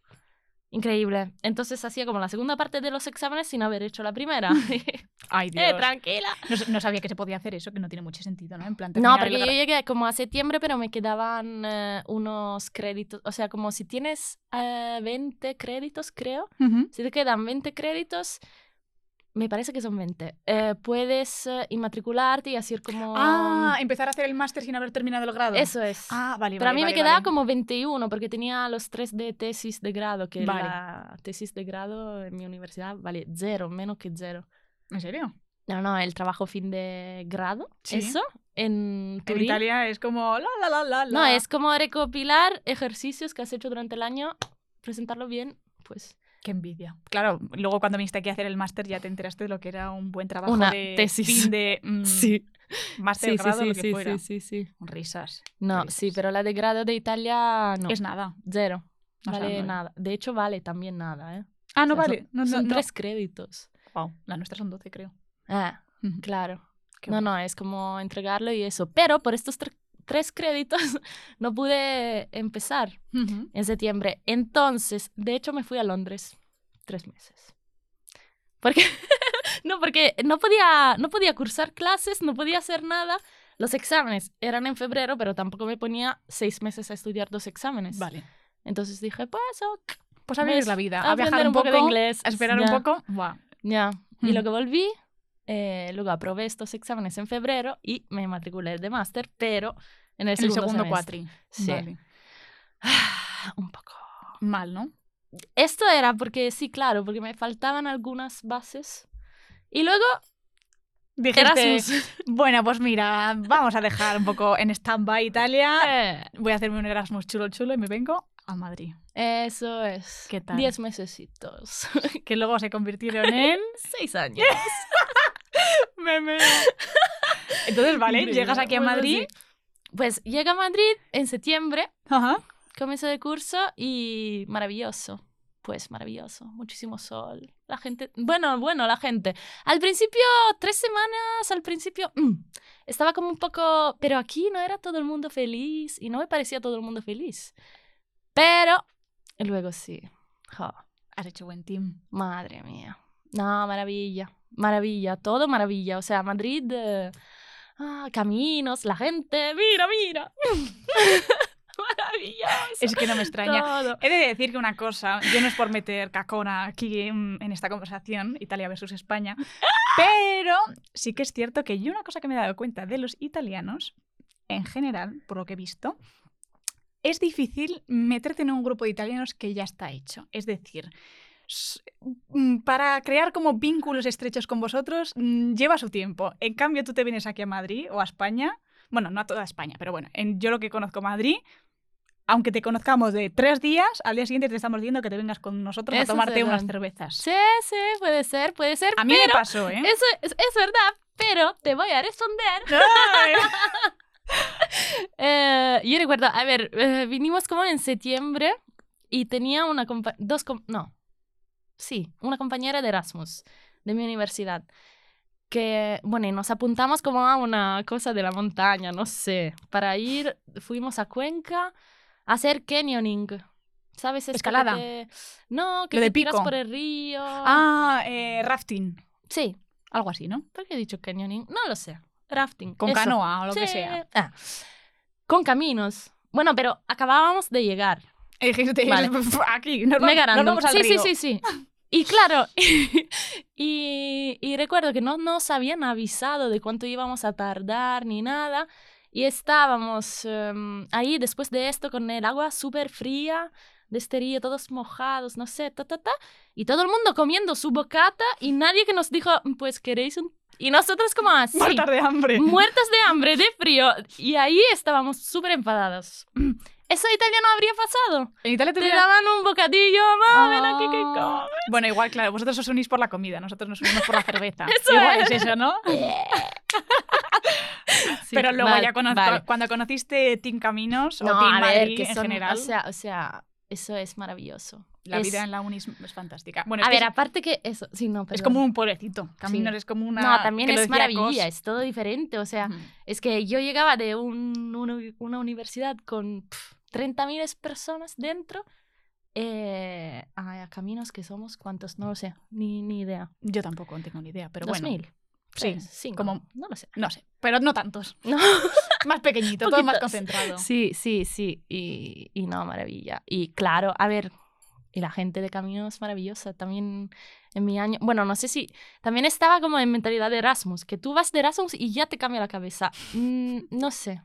[SPEAKER 1] Increíble. Entonces hacía como la segunda parte de los exámenes sin haber hecho la primera.
[SPEAKER 2] Ay, Dios.
[SPEAKER 1] eh, tranquila.
[SPEAKER 2] no, s- no sabía que se podía hacer eso, que no tiene mucho sentido, ¿no? En plan,
[SPEAKER 1] No,
[SPEAKER 2] terminar el
[SPEAKER 1] porque yo
[SPEAKER 2] gra-
[SPEAKER 1] llegué como a septiembre, pero me quedaban eh, unos créditos. O sea, como si tienes eh, 20 créditos, creo.
[SPEAKER 2] Ujú.
[SPEAKER 1] Si te quedan 20 créditos, me parece que son 20. eh, puedes eh, inmatricularte y hacer como...
[SPEAKER 2] Ah, empezar a hacer el máster sin haber terminado el grado.
[SPEAKER 1] Eso es.
[SPEAKER 2] Ah, vale,
[SPEAKER 1] pero a mí me quedaba como 21, porque tenía los tres de tesis de grado, que
[SPEAKER 2] Vale.
[SPEAKER 1] la tesis de grado en mi universidad vale cero, menos que cero.
[SPEAKER 2] ¿En serio?
[SPEAKER 1] No, no, el trabajo fin de grado,
[SPEAKER 2] Sí.
[SPEAKER 1] eso, en
[SPEAKER 2] En
[SPEAKER 1] Turín.
[SPEAKER 2] Italia es como la la la la la.
[SPEAKER 1] No, es como recopilar ejercicios que has hecho durante el año, presentarlo bien, pues
[SPEAKER 2] Qué envidia. Claro, luego cuando viniste aquí a hacer el máster ya te enteraste de lo que era un buen trabajo
[SPEAKER 1] Una
[SPEAKER 2] de
[SPEAKER 1] tesis.
[SPEAKER 2] fin de mm, máster grado lo que fuera.
[SPEAKER 1] sí, sí.
[SPEAKER 2] Risas.
[SPEAKER 1] No,
[SPEAKER 2] risas.
[SPEAKER 1] sí, pero la de grado de Italia no,
[SPEAKER 2] Es nada.
[SPEAKER 1] cero.
[SPEAKER 2] O sea,
[SPEAKER 1] Vale
[SPEAKER 2] no-
[SPEAKER 1] nada. De hecho, vale también nada, ¿eh?
[SPEAKER 2] Ah, no
[SPEAKER 1] O sea,
[SPEAKER 2] vale.
[SPEAKER 1] Son,
[SPEAKER 2] No, no,
[SPEAKER 1] son
[SPEAKER 2] no.
[SPEAKER 1] tres créditos.
[SPEAKER 2] Guau, la nuestra son 12, creo.
[SPEAKER 1] Ah,
[SPEAKER 2] Ujú.
[SPEAKER 1] claro.
[SPEAKER 2] Qué
[SPEAKER 1] No,
[SPEAKER 2] guay.
[SPEAKER 1] no, es como entregarlo y eso. Pero por estos tre- tres créditos no pude empezar
[SPEAKER 2] Ujú.
[SPEAKER 1] en septiembre. Entonces, de hecho, me fui a Londres tres meses. Porque no, porque no podía, no podía cursar clases, no podía hacer nada. Los exámenes eran en febrero, pero tampoco me ponía seis meses a estudiar dos exámenes.
[SPEAKER 2] Vale.
[SPEAKER 1] Entonces dije, pues, ok,
[SPEAKER 2] Pues a vivir
[SPEAKER 1] Pues,
[SPEAKER 2] la vida.
[SPEAKER 1] a
[SPEAKER 2] A viajar
[SPEAKER 1] aprender
[SPEAKER 2] un
[SPEAKER 1] un
[SPEAKER 2] poco,
[SPEAKER 1] poco de inglés.
[SPEAKER 2] A esperar
[SPEAKER 1] Ya.
[SPEAKER 2] un poco. Buah.
[SPEAKER 1] ya. Y
[SPEAKER 2] Ujú.
[SPEAKER 1] luego volví, eh, luego aprobé estos exámenes en febrero y me matriculé de máster, pero en el
[SPEAKER 2] En el
[SPEAKER 1] segundo,
[SPEAKER 2] segundo
[SPEAKER 1] semestre.
[SPEAKER 2] cuatri.
[SPEAKER 1] Sí. Ah,
[SPEAKER 2] Vale.
[SPEAKER 1] Un poco.
[SPEAKER 2] Mal, ¿no?
[SPEAKER 1] Esto era porque, sí, claro, porque me faltaban algunas bases. Y luego este,
[SPEAKER 2] Dijiste,
[SPEAKER 1] Erasmus.
[SPEAKER 2] bueno, pues mira, vamos a dejar un poco en stand-by Italia.
[SPEAKER 1] Eh,
[SPEAKER 2] Voy a hacerme un Erasmus chulo chulo y me vengo a Madrid.
[SPEAKER 1] Eso es.
[SPEAKER 2] ¿Qué tal?
[SPEAKER 1] Diez mesecitos.
[SPEAKER 2] Que luego se convirtieron en...
[SPEAKER 1] Seis años.
[SPEAKER 2] Meme. Entonces, vale,
[SPEAKER 1] Increíble.
[SPEAKER 2] llegas aquí a
[SPEAKER 1] Bueno,
[SPEAKER 2] Madrid.
[SPEAKER 1] sí. Pues llega a Madrid en septiembre,
[SPEAKER 2] Ajá.
[SPEAKER 1] comienzo de curso y maravilloso. Pues maravilloso, muchísimo sol. La gente, bueno, bueno, la gente. Al principio, tres semanas, al principio, mm, estaba como un poco, pero aquí no era todo el mundo feliz y no me parecía todo el mundo feliz. Pero luego sí. Ja.
[SPEAKER 2] Has hecho buen team.
[SPEAKER 1] Madre mía. No, maravilla. Maravilla, todo maravilla. O sea, Madrid, eh, ah, caminos, la gente. Mira, mira. Maravilloso.
[SPEAKER 2] Es que no me extraña.
[SPEAKER 1] Todo.
[SPEAKER 2] He de decir que una cosa, yo no es por meter cacona aquí en, en esta conversación, Italia versus España, pero sí que es cierto que yo una cosa que me he dado cuenta de los italianos, en general, por lo que he visto, es difícil meterte en un grupo de italianos que ya está hecho. Es decir, s- mm, para crear como vínculos estrechos con vosotros mm, lleva su tiempo. En cambio, tú te vienes aquí a Madrid o a España, bueno, no a toda España, pero bueno, en, yo lo que conozco Madrid, aunque te conozcamos de tres días, al día siguiente te estamos diciendo que te vengas con nosotros
[SPEAKER 1] Eso
[SPEAKER 2] a
[SPEAKER 1] es
[SPEAKER 2] tomarte
[SPEAKER 1] verdad.
[SPEAKER 2] unas cervezas.
[SPEAKER 1] Sí, sí, puede ser, puede ser.
[SPEAKER 2] A mí
[SPEAKER 1] pero
[SPEAKER 2] me pasó, ¿eh?
[SPEAKER 1] eso es, es verdad, pero te voy a responder.
[SPEAKER 2] Ay.
[SPEAKER 1] Eh, yo recuerdo, a ver, eh, vinimos como en septiembre y tenía una compa- dos com- no, sí, una compañera de Erasmus de mi universidad que, bueno, y nos apuntamos como a una cosa de la montaña, no sé, para ir, fuimos a Cuenca a hacer canyoning, ¿sabes? Esto que
[SPEAKER 2] Escalada.
[SPEAKER 1] te- no, que te
[SPEAKER 2] Lo de
[SPEAKER 1] tiras
[SPEAKER 2] pico.
[SPEAKER 1] por el río.
[SPEAKER 2] Ah, eh, rafting,
[SPEAKER 1] Sí,
[SPEAKER 2] algo así, ¿no?
[SPEAKER 1] ¿por qué he dicho canyoning? No lo sé, rafting.
[SPEAKER 2] Con
[SPEAKER 1] eso.
[SPEAKER 2] canoa o lo que
[SPEAKER 1] Sí.
[SPEAKER 2] sea.
[SPEAKER 1] Ah, Con caminos. Bueno, pero acabábamos de llegar.
[SPEAKER 2] Y dijiste,
[SPEAKER 1] Vale.
[SPEAKER 2] aquí, nos vamos,
[SPEAKER 1] Mega
[SPEAKER 2] nos
[SPEAKER 1] random.
[SPEAKER 2] vamos al
[SPEAKER 1] sí,
[SPEAKER 2] río.
[SPEAKER 1] sí, sí, sí. Y claro, y, y recuerdo que no nos habían avisado de cuánto íbamos a tardar ni nada. Y estábamos em, ahí después de esto con el agua súper fría de este río, todos mojados, no sé, ta, ta, ta. Y todo el mundo comiendo su bocata y nadie que nos dijo, pues queréis un... Y nosotros como así
[SPEAKER 2] Muertas de hambre.
[SPEAKER 1] muertas de hambre, de frío. Y ahí estábamos súper enfadados. Eso a Italia no habría pasado.
[SPEAKER 2] En Italia te
[SPEAKER 1] Te
[SPEAKER 2] dirán,
[SPEAKER 1] daban un bocadillo, mamá, ven aquí que
[SPEAKER 2] "Ah".
[SPEAKER 1] como.
[SPEAKER 2] Bueno, igual, claro, vosotros os unís por la comida, nosotros nos unimos por la cerveza.
[SPEAKER 1] Eso
[SPEAKER 2] igual
[SPEAKER 1] es.
[SPEAKER 2] es eso, ¿no?
[SPEAKER 1] Sí,
[SPEAKER 2] Pero luego
[SPEAKER 1] vale,
[SPEAKER 2] ya cono-
[SPEAKER 1] vale.
[SPEAKER 2] cuando conociste Team Caminos
[SPEAKER 1] No,
[SPEAKER 2] o Team
[SPEAKER 1] a ver,
[SPEAKER 2] Madrid
[SPEAKER 1] que
[SPEAKER 2] en
[SPEAKER 1] son-
[SPEAKER 2] general,
[SPEAKER 1] O sea, o sea, eso es maravilloso.
[SPEAKER 2] la
[SPEAKER 1] es-
[SPEAKER 2] vida en la uni es, es fantástica. Bueno,
[SPEAKER 1] a
[SPEAKER 2] es, que
[SPEAKER 1] ver,
[SPEAKER 2] es-
[SPEAKER 1] aparte que eso, sí, no,
[SPEAKER 2] es
[SPEAKER 1] perdón.
[SPEAKER 2] como un pueblecito. Caminos es como una...
[SPEAKER 1] No, también
[SPEAKER 2] que lo
[SPEAKER 1] es
[SPEAKER 2] decía Cos.
[SPEAKER 1] maravilla, es todo diferente. O sea,
[SPEAKER 2] Ujú.
[SPEAKER 1] es que yo llegaba de un- una, una universidad con pf, 30.000 personas dentro eh, a, a caminos que somos, ¿cuántos? No lo sé, ni, ni idea.
[SPEAKER 2] Yo tampoco tengo ni idea, pero
[SPEAKER 1] ¿Dos
[SPEAKER 2] bueno.
[SPEAKER 1] mil?
[SPEAKER 2] Sí,
[SPEAKER 1] ¿Tres? ¿Cinco?
[SPEAKER 2] como-
[SPEAKER 1] No lo sé.
[SPEAKER 2] No sé, pero no tantos.
[SPEAKER 1] No.
[SPEAKER 2] Más pequeñito, todo más
[SPEAKER 1] Poquitos.
[SPEAKER 2] concentrado.
[SPEAKER 1] Sí, sí, sí. Y, y no, maravilla. Y claro, a ver, y la gente de Camino es maravillosa. También en mi año, bueno, no sé si, también estaba como en mentalidad de Erasmus, que tú vas de Erasmus y ya te cambia la cabeza. Mm, no sé.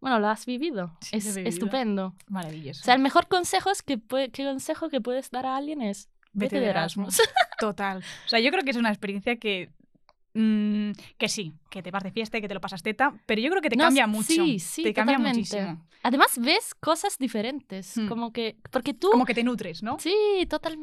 [SPEAKER 1] Bueno, lo has vivido.
[SPEAKER 2] Sí, lo he
[SPEAKER 1] es
[SPEAKER 2] vivido.
[SPEAKER 1] estupendo.
[SPEAKER 2] Maravilloso.
[SPEAKER 1] O sea, el mejor consejo es que, pue- que consejo que puedes dar a alguien es vete, de Erasmus.
[SPEAKER 2] Total. O sea, yo creo que es una experiencia que. mm, que sí, que te vas de fiesta y que te lo pasas teta, pero yo creo que te
[SPEAKER 1] No,
[SPEAKER 2] cambia mucho.
[SPEAKER 1] sí, sí,
[SPEAKER 2] te cambia
[SPEAKER 1] totalmente.
[SPEAKER 2] muchísimo.
[SPEAKER 1] Además ves cosas diferentes,
[SPEAKER 2] Hmm.
[SPEAKER 1] como que porque tú
[SPEAKER 2] Como que te nutres, ¿no? Hmm.
[SPEAKER 1] Sí,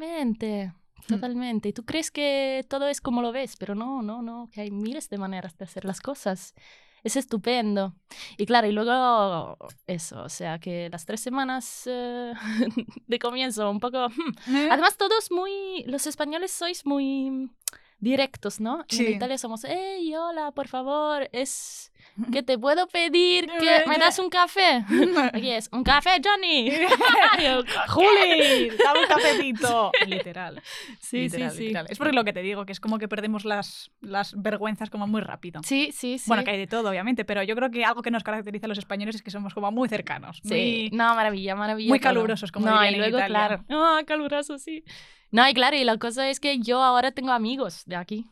[SPEAKER 1] totalmente. Totalmente. Y tú crees que todo es como lo ves, pero no, no, no, que hay miles de maneras de hacer las cosas. Es estupendo. Y claro, y luego eso, o sea, que las tres semanas eh, de comienzo, un poco... hmm.
[SPEAKER 2] ¿Eh?
[SPEAKER 1] Además, todos muy... Los españoles sois muy mm, directos, ¿no? Y
[SPEAKER 2] Sí.
[SPEAKER 1] en Italia somos, hey, hola, por favor, es... que te puedo pedir?
[SPEAKER 2] Eh,
[SPEAKER 1] que ¿Me das un café? Aquí es, un café, Johnny. Yo,
[SPEAKER 2] ¡Juli! ¡Dame un cafecito! Literal.
[SPEAKER 1] Sí,
[SPEAKER 2] literal,
[SPEAKER 1] sí, sí.
[SPEAKER 2] literal. Es por lo que te digo, que es como que perdemos las, las vergüenzas como muy rápido.
[SPEAKER 1] Sí, sí, sí.
[SPEAKER 2] Bueno, que hay de todo, obviamente, pero yo creo que algo que nos caracteriza a los españoles es que somos como muy cercanos.
[SPEAKER 1] Sí.
[SPEAKER 2] muy-
[SPEAKER 1] No, maravilla, maravilla.
[SPEAKER 2] muy
[SPEAKER 1] todo.
[SPEAKER 2] calurosos, como
[SPEAKER 1] No,
[SPEAKER 2] dirían
[SPEAKER 1] y
[SPEAKER 2] en
[SPEAKER 1] luego,
[SPEAKER 2] Italia.
[SPEAKER 1] claro. Ah, caluroso, sí. No, y claro, y la cosa es que yo ahora tengo amigos de aquí,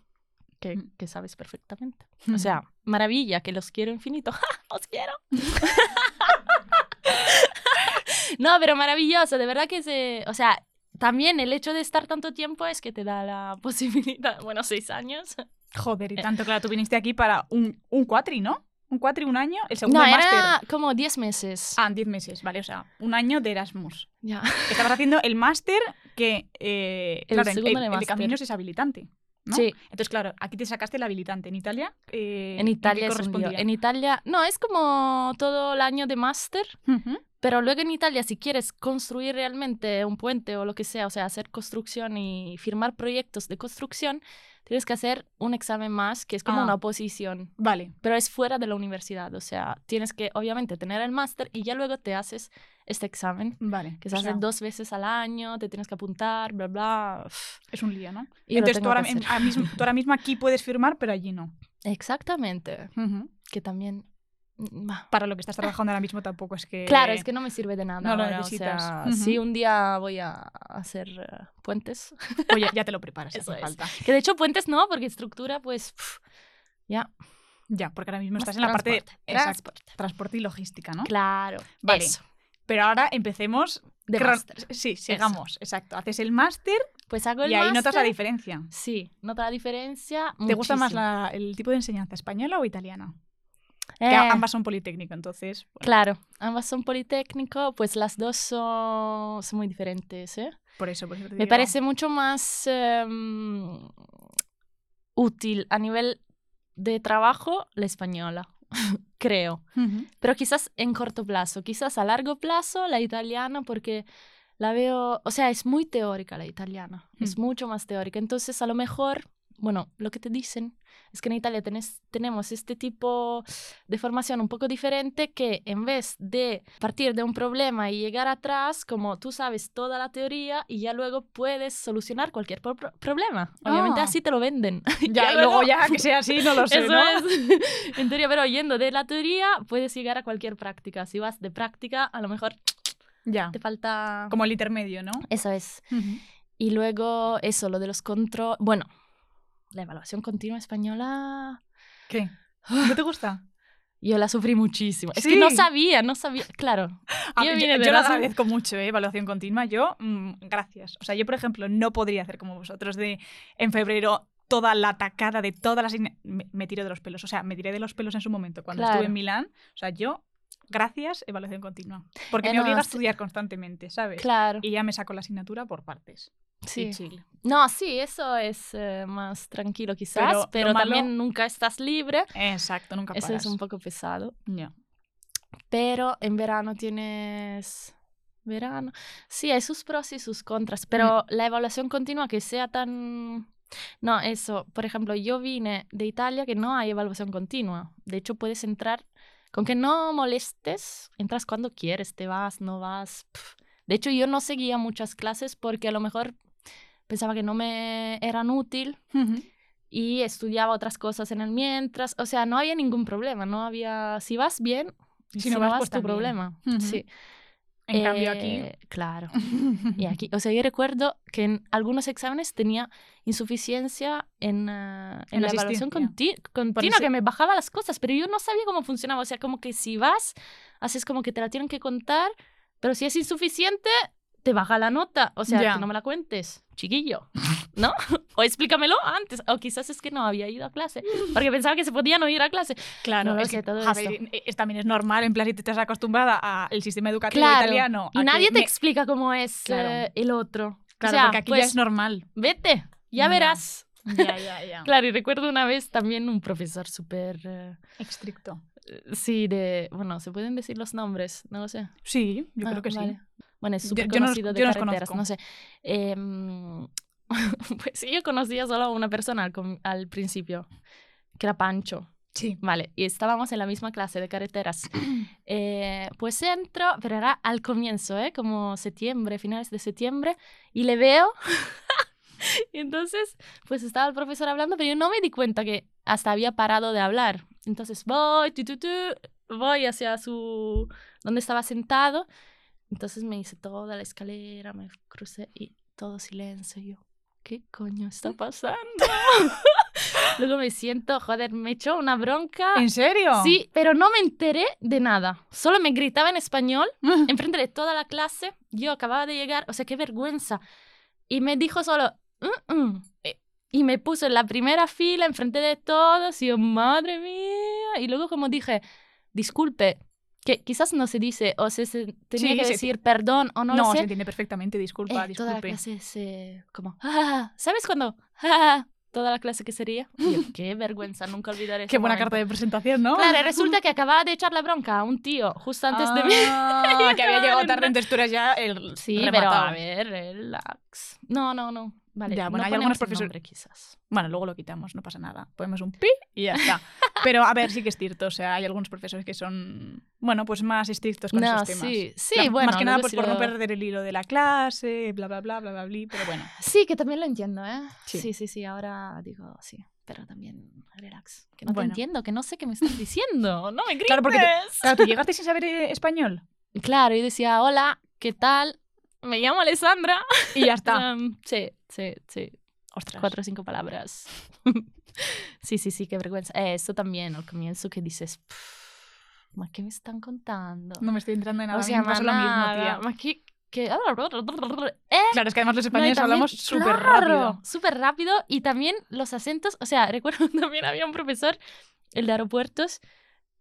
[SPEAKER 1] que,
[SPEAKER 2] Mm.
[SPEAKER 1] que sabes perfectamente. O sea, maravilla, que los quiero infinito. ¡Os quiero! no, pero maravilloso, de verdad que se... O sea, también el hecho de estar tanto tiempo es que te da la posibilidad, bueno, seis años.
[SPEAKER 2] Joder, y
[SPEAKER 1] Eh.
[SPEAKER 2] tanto, claro, tú viniste aquí para un, un cuatri, ¿no? Un cuatri, un año, el segundo
[SPEAKER 1] No,
[SPEAKER 2] máster.
[SPEAKER 1] era como diez meses.
[SPEAKER 2] Ah, 10 meses, vale, o sea, un año de Erasmus.
[SPEAKER 1] Ya.
[SPEAKER 2] Estabas haciendo el máster que, eh,
[SPEAKER 1] El
[SPEAKER 2] claro, en-
[SPEAKER 1] segundo de
[SPEAKER 2] el, el de
[SPEAKER 1] máster.
[SPEAKER 2] Caminos es habilitante. ¿no?
[SPEAKER 1] Sí.
[SPEAKER 2] Entonces, claro, aquí te sacaste el habilitante. En Italia, eh,
[SPEAKER 1] En
[SPEAKER 2] ¿qué
[SPEAKER 1] Italia es un lío.
[SPEAKER 2] correspondía?
[SPEAKER 1] En Italia, no, es como todo el año de máster,
[SPEAKER 2] Ujú.
[SPEAKER 1] pero luego en Italia si quieres construir realmente un puente o lo que sea, o sea, hacer construcción y firmar proyectos de construcción, tienes que hacer un examen más, que es como
[SPEAKER 2] Ah.
[SPEAKER 1] una oposición,
[SPEAKER 2] Vale,
[SPEAKER 1] pero es fuera de la universidad, o sea, tienes que obviamente tener el máster y ya luego te haces este examen,
[SPEAKER 2] vale.
[SPEAKER 1] que
[SPEAKER 2] o
[SPEAKER 1] se hace
[SPEAKER 2] sea,
[SPEAKER 1] dos veces al año, te tienes que apuntar, bla, bla. uf.
[SPEAKER 2] Es un lío, ¿no?
[SPEAKER 1] Y lo
[SPEAKER 2] Entonces, tú
[SPEAKER 1] tengo
[SPEAKER 2] ahora,
[SPEAKER 1] que
[SPEAKER 2] en-
[SPEAKER 1] hacer.
[SPEAKER 2] a mismo- tú ahora mismo aquí puedes firmar, pero allí no.
[SPEAKER 1] Exactamente,
[SPEAKER 2] Ujú.
[SPEAKER 1] que también... mm, bah,
[SPEAKER 2] Para lo que estás trabajando ahora mismo tampoco es que...
[SPEAKER 1] Claro, es que no me sirve de nada.
[SPEAKER 2] Eh, no lo
[SPEAKER 1] ahora,
[SPEAKER 2] necesitas.
[SPEAKER 1] O sea,
[SPEAKER 2] Ujú.
[SPEAKER 1] sí, un día voy a hacer eh, puentes.
[SPEAKER 2] Oye, ya te lo preparas, si
[SPEAKER 1] Eso
[SPEAKER 2] hace
[SPEAKER 1] es.
[SPEAKER 2] falta.
[SPEAKER 1] Que de hecho puentes no, porque estructura, pues pf, ya.
[SPEAKER 2] Ya, porque ahora mismo
[SPEAKER 1] más
[SPEAKER 2] estás en la parte de
[SPEAKER 1] transporte,
[SPEAKER 2] Exacto.
[SPEAKER 1] transporte.
[SPEAKER 2] transporte y logística, ¿no?
[SPEAKER 1] Claro.
[SPEAKER 2] Vale.
[SPEAKER 1] Eso.
[SPEAKER 2] Pero ahora empecemos.
[SPEAKER 1] De
[SPEAKER 2] cron-
[SPEAKER 1] máster.
[SPEAKER 2] Sí, sigamos. Exacto. Haces el máster
[SPEAKER 1] Pues hago el
[SPEAKER 2] y ahí notas la
[SPEAKER 1] máster.
[SPEAKER 2] diferencia.
[SPEAKER 1] Sí, nota la diferencia.
[SPEAKER 2] ¿Te gusta más
[SPEAKER 1] muchísimo.
[SPEAKER 2] la- el tipo de enseñanza, española o italiana? Que
[SPEAKER 1] Eh,
[SPEAKER 2] ambas son politécnico, entonces. bueno,
[SPEAKER 1] Claro, ambas son politécnico, pues las dos son, son muy diferentes, ¿eh?
[SPEAKER 2] Por eso, por eso te
[SPEAKER 1] Me
[SPEAKER 2] digo.
[SPEAKER 1] parece mucho más em, útil a nivel de trabajo la española, creo.
[SPEAKER 2] Ujú.
[SPEAKER 1] Pero quizás en corto plazo, quizás a largo plazo la italiana, porque la veo, o sea, es muy teórica la italiana, es
[SPEAKER 2] Mm.
[SPEAKER 1] mucho más teórica. Entonces, a lo mejor bueno, lo que te dicen es que en Italia tenés- tenemos este tipo de formación un poco diferente que en vez de partir de un problema y llegar atrás, como tú sabes toda la teoría y ya luego puedes solucionar cualquier pro- pro- problema. Obviamente
[SPEAKER 2] Ah.
[SPEAKER 1] así te lo venden.
[SPEAKER 2] Ya, y luego ya que sea así, no lo sé,
[SPEAKER 1] Eso
[SPEAKER 2] ¿no?
[SPEAKER 1] es. En teoría, pero yendo de la teoría puedes llegar a cualquier práctica. Si vas de práctica, a lo mejor
[SPEAKER 2] Ya.
[SPEAKER 1] te falta...
[SPEAKER 2] Ah. Como el intermedio, ¿no?
[SPEAKER 1] Eso es. Y luego eso, lo de los controles... Bueno, la evaluación continua española...
[SPEAKER 2] ¿Qué?
[SPEAKER 1] Ah.
[SPEAKER 2] ¿No te gusta?
[SPEAKER 1] Yo la sufrí muchísimo. Es
[SPEAKER 2] Sí.
[SPEAKER 1] que no sabía, no sabía. Claro.
[SPEAKER 2] Ah,
[SPEAKER 1] Yo
[SPEAKER 2] yo
[SPEAKER 1] vine de
[SPEAKER 2] yo lo
[SPEAKER 1] Erasmus.
[SPEAKER 2] agradezco mucho, ¿eh? evaluación continua. Yo, mm, gracias. O sea, yo, por ejemplo, no podría hacer como vosotros de en febrero toda la tacada de todas las... asigne- Me, me tiro de los pelos. O sea, me tiré de los pelos en su momento cuando
[SPEAKER 1] Claro.
[SPEAKER 2] estuve en Milán. O sea, yo, gracias, evaluación continua. Porque
[SPEAKER 1] Eh,
[SPEAKER 2] me
[SPEAKER 1] no,
[SPEAKER 2] obliga a
[SPEAKER 1] sí.
[SPEAKER 2] estudiar constantemente, ¿sabes?
[SPEAKER 1] Claro.
[SPEAKER 2] Eh, Y ya me saco la asignatura por partes.
[SPEAKER 1] Sí.
[SPEAKER 2] Y chill.
[SPEAKER 1] No, sí, eso es eh, más tranquilo quizás,
[SPEAKER 2] Pero
[SPEAKER 1] pero,
[SPEAKER 2] lo malo-
[SPEAKER 1] también nunca estás libre.
[SPEAKER 2] Exacto, nunca
[SPEAKER 1] Eso
[SPEAKER 2] paras.
[SPEAKER 1] es un poco pesado.
[SPEAKER 2] Ya.
[SPEAKER 1] Pero en verano tienes... Verano. Sí, hay sus pros y sus contras, pero la evaluación continua que sea tan... No, eso, por ejemplo, yo vine de Italia que no hay evaluación continua. De hecho, puedes entrar, con que no molestes, entras cuando quieres, te vas, no vas. pf. De hecho, yo no seguía muchas clases porque a lo mejor pensaba que no me eran útil
[SPEAKER 2] Ujú.
[SPEAKER 1] y estudiaba otras cosas en el mientras. O sea, no había ningún problema, no había... Si vas bien,
[SPEAKER 2] Si
[SPEAKER 1] si,
[SPEAKER 2] no
[SPEAKER 1] no,
[SPEAKER 2] vas,
[SPEAKER 1] vas,
[SPEAKER 2] pues
[SPEAKER 1] tu
[SPEAKER 2] también.
[SPEAKER 1] problema.
[SPEAKER 2] Ujú.
[SPEAKER 1] Sí.
[SPEAKER 2] En cambio
[SPEAKER 1] Eh, Claro.
[SPEAKER 2] aquí...
[SPEAKER 1] Y aquí, o sea, yo recuerdo que en algunos exámenes tenía insuficiencia en, eh, en
[SPEAKER 2] En
[SPEAKER 1] la evaluación
[SPEAKER 2] asistencia.
[SPEAKER 1] conti- continua,
[SPEAKER 2] eso-
[SPEAKER 1] que me bajaba las cosas, pero yo no sabía cómo funcionaba. O sea, como que si vas, haces como que te la tienen que contar, pero si es insuficiente, te baja la nota. O sea,
[SPEAKER 2] Ya.
[SPEAKER 1] que no me la cuentes, chiquillo, ¿no? o explícamelo antes. O quizás es que no había ido a clase, porque pensaba que se podía no ir a clase.
[SPEAKER 2] Claro,
[SPEAKER 1] No lo
[SPEAKER 2] es
[SPEAKER 1] sé,
[SPEAKER 2] que,
[SPEAKER 1] todo
[SPEAKER 2] a ver, eh,
[SPEAKER 1] esto.
[SPEAKER 2] es- también es normal, en plan, si te estás acostumbrada al sistema educativo
[SPEAKER 1] Claro.
[SPEAKER 2] italiano.
[SPEAKER 1] Y
[SPEAKER 2] a que
[SPEAKER 1] nadie te
[SPEAKER 2] me-
[SPEAKER 1] explica cómo es
[SPEAKER 2] Claro.
[SPEAKER 1] eh, el otro.
[SPEAKER 2] Claro,
[SPEAKER 1] o sea,
[SPEAKER 2] porque aquí
[SPEAKER 1] pues,
[SPEAKER 2] ya es normal.
[SPEAKER 1] vete,
[SPEAKER 2] Ya.
[SPEAKER 1] ya verás.
[SPEAKER 2] Ya, ya, ya.
[SPEAKER 1] Claro, y recuerdo una vez también un profesor súper... eh,
[SPEAKER 2] Estricto.
[SPEAKER 1] sí, de... Bueno, ¿se pueden decir los nombres? No lo sé.
[SPEAKER 2] Sí, yo
[SPEAKER 1] Ah,
[SPEAKER 2] creo que
[SPEAKER 1] vale.
[SPEAKER 2] sí.
[SPEAKER 1] Bueno, es
[SPEAKER 2] Yo-
[SPEAKER 1] súper
[SPEAKER 2] yo no los-
[SPEAKER 1] conocido de
[SPEAKER 2] yo no los
[SPEAKER 1] carreteras,
[SPEAKER 2] conozco.
[SPEAKER 1] no sé. Em, pues sí, yo conocía solo a una persona al, com- al principio, que era Pancho.
[SPEAKER 2] Sí.
[SPEAKER 1] Vale, y estábamos en la misma clase de carreteras. Eh, pues entro, pero era al comienzo, ¿eh? Como septiembre, finales de septiembre, y le veo. y entonces, pues estaba el profesor hablando, pero yo no me di cuenta que hasta había parado de hablar. Entonces voy, tu, tu, tu, voy hacia su. donde estaba sentado. Entonces me hice toda la escalera, me crucé y todo silencio. Y yo, ¿qué coño está pasando? Luego me siento, joder, me echó una bronca.
[SPEAKER 2] ¿En serio?
[SPEAKER 1] Sí, pero no me enteré de nada. Solo me gritaba en español, enfrente de toda la clase. Yo acababa de llegar, o sea, qué vergüenza. Y me dijo solo, "Mm, mm". Eh, y me puso en la primera fila, enfrente de todos, y yo, madre mía. Y luego como dije, disculpe, que quizás no se dice, o se, se- tenía
[SPEAKER 2] Sí,
[SPEAKER 1] que
[SPEAKER 2] sí.
[SPEAKER 1] decir perdón, o no,
[SPEAKER 2] No,
[SPEAKER 1] lo sé.
[SPEAKER 2] se entiende perfectamente, disculpa,
[SPEAKER 1] Eh, Toda la
[SPEAKER 2] disculpe.
[SPEAKER 1] clase se... como... "Ah", ¿Sabes cuando? "Ah", toda la clase que sería. Qué vergüenza, nunca olvidaré
[SPEAKER 2] Qué buena carta de presentación, ¿no?
[SPEAKER 1] Claro, resulta que acababa de echar la bronca a un tío justo antes
[SPEAKER 2] Ah.
[SPEAKER 1] de mí.
[SPEAKER 2] mí. que había
[SPEAKER 1] acababa
[SPEAKER 2] llegado
[SPEAKER 1] de entrar.
[SPEAKER 2] tarde en texturas ya el
[SPEAKER 1] Sí, pero
[SPEAKER 2] rematado.
[SPEAKER 1] a ver, relax. No, no, no. Vale,
[SPEAKER 2] Ya,
[SPEAKER 1] no
[SPEAKER 2] bueno, hay
[SPEAKER 1] ponemos
[SPEAKER 2] algunos
[SPEAKER 1] el
[SPEAKER 2] profesor-
[SPEAKER 1] nombre, quizás.
[SPEAKER 2] Bueno, luego lo quitamos, no pasa nada. Ponemos un pi y ya está. Pero a ver, sí que es cierto. O sea, hay algunos profesores que son, bueno, pues más estrictos con
[SPEAKER 1] No,
[SPEAKER 2] esos temas.
[SPEAKER 1] sí, sí,
[SPEAKER 2] Claro,
[SPEAKER 1] bueno,
[SPEAKER 2] Más que nada
[SPEAKER 1] luego
[SPEAKER 2] pues,
[SPEAKER 1] si
[SPEAKER 2] por no
[SPEAKER 1] lo-
[SPEAKER 2] perder el hilo de la clase, bla, bla, bla, bla, bla, bla. Pero bueno,
[SPEAKER 1] Sí, que también lo entiendo, ¿eh?
[SPEAKER 2] Sí.
[SPEAKER 1] Sí, sí, sí, ahora digo sí. Pero también, relax. Que no
[SPEAKER 2] Bueno.
[SPEAKER 1] te entiendo, que no sé qué me estás diciendo. No me grites.
[SPEAKER 2] Claro, porque tú- claro, tú llegaste sin saber eh, español
[SPEAKER 1] Claro, y decía, hola, ¿qué tal? Me llamo Alessandra.
[SPEAKER 2] y ya está.
[SPEAKER 1] Um, sí, sí, sí.
[SPEAKER 2] Ostras.
[SPEAKER 1] cuatro o cinco palabras. sí, sí, sí, qué vergüenza. Eh, eso también, al comienzo que dices, "Pff, ¿ma qué me están contando?
[SPEAKER 2] No me estoy entrando en nada.
[SPEAKER 1] o
[SPEAKER 2] a mí
[SPEAKER 1] sea,
[SPEAKER 2] me pasa lo mismo,
[SPEAKER 1] manada,
[SPEAKER 2] tía.
[SPEAKER 1] ma qué- qué- ¿Eh?
[SPEAKER 2] Claro, es que además los
[SPEAKER 1] No, y
[SPEAKER 2] españoles
[SPEAKER 1] también-
[SPEAKER 2] hablamos súper
[SPEAKER 1] claro,
[SPEAKER 2] rápido.
[SPEAKER 1] Súper rápido y también los acentos, o sea, recuerdo también había un profesor, el de aeropuertos,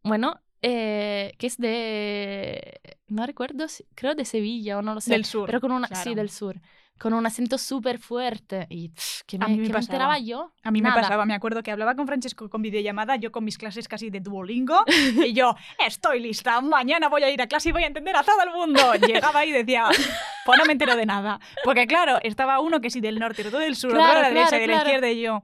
[SPEAKER 1] bueno, eh, que es de, no recuerdo, si- creo de Sevilla o no lo sé.
[SPEAKER 2] Del sur,
[SPEAKER 1] Pero con una,
[SPEAKER 2] claro.
[SPEAKER 1] sí, del sur. Con un acento súper fuerte y pff, que me,
[SPEAKER 2] A mí me
[SPEAKER 1] que me
[SPEAKER 2] pasaba.
[SPEAKER 1] enteraba yo.
[SPEAKER 2] A mí me
[SPEAKER 1] Nada.
[SPEAKER 2] pasaba, me acuerdo que hablaba con Francesco con videollamada, yo con mis clases casi de Duolingo, y yo, estoy lista, mañana voy a ir a clase y voy a entender a todo el mundo. Llegaba y decía, pues no me entero de nada. Porque claro, estaba uno que sí del norte, otro del sur,
[SPEAKER 1] Claro,
[SPEAKER 2] otro de la derecha,
[SPEAKER 1] claro,
[SPEAKER 2] de la
[SPEAKER 1] claro.
[SPEAKER 2] izquierda, y yo,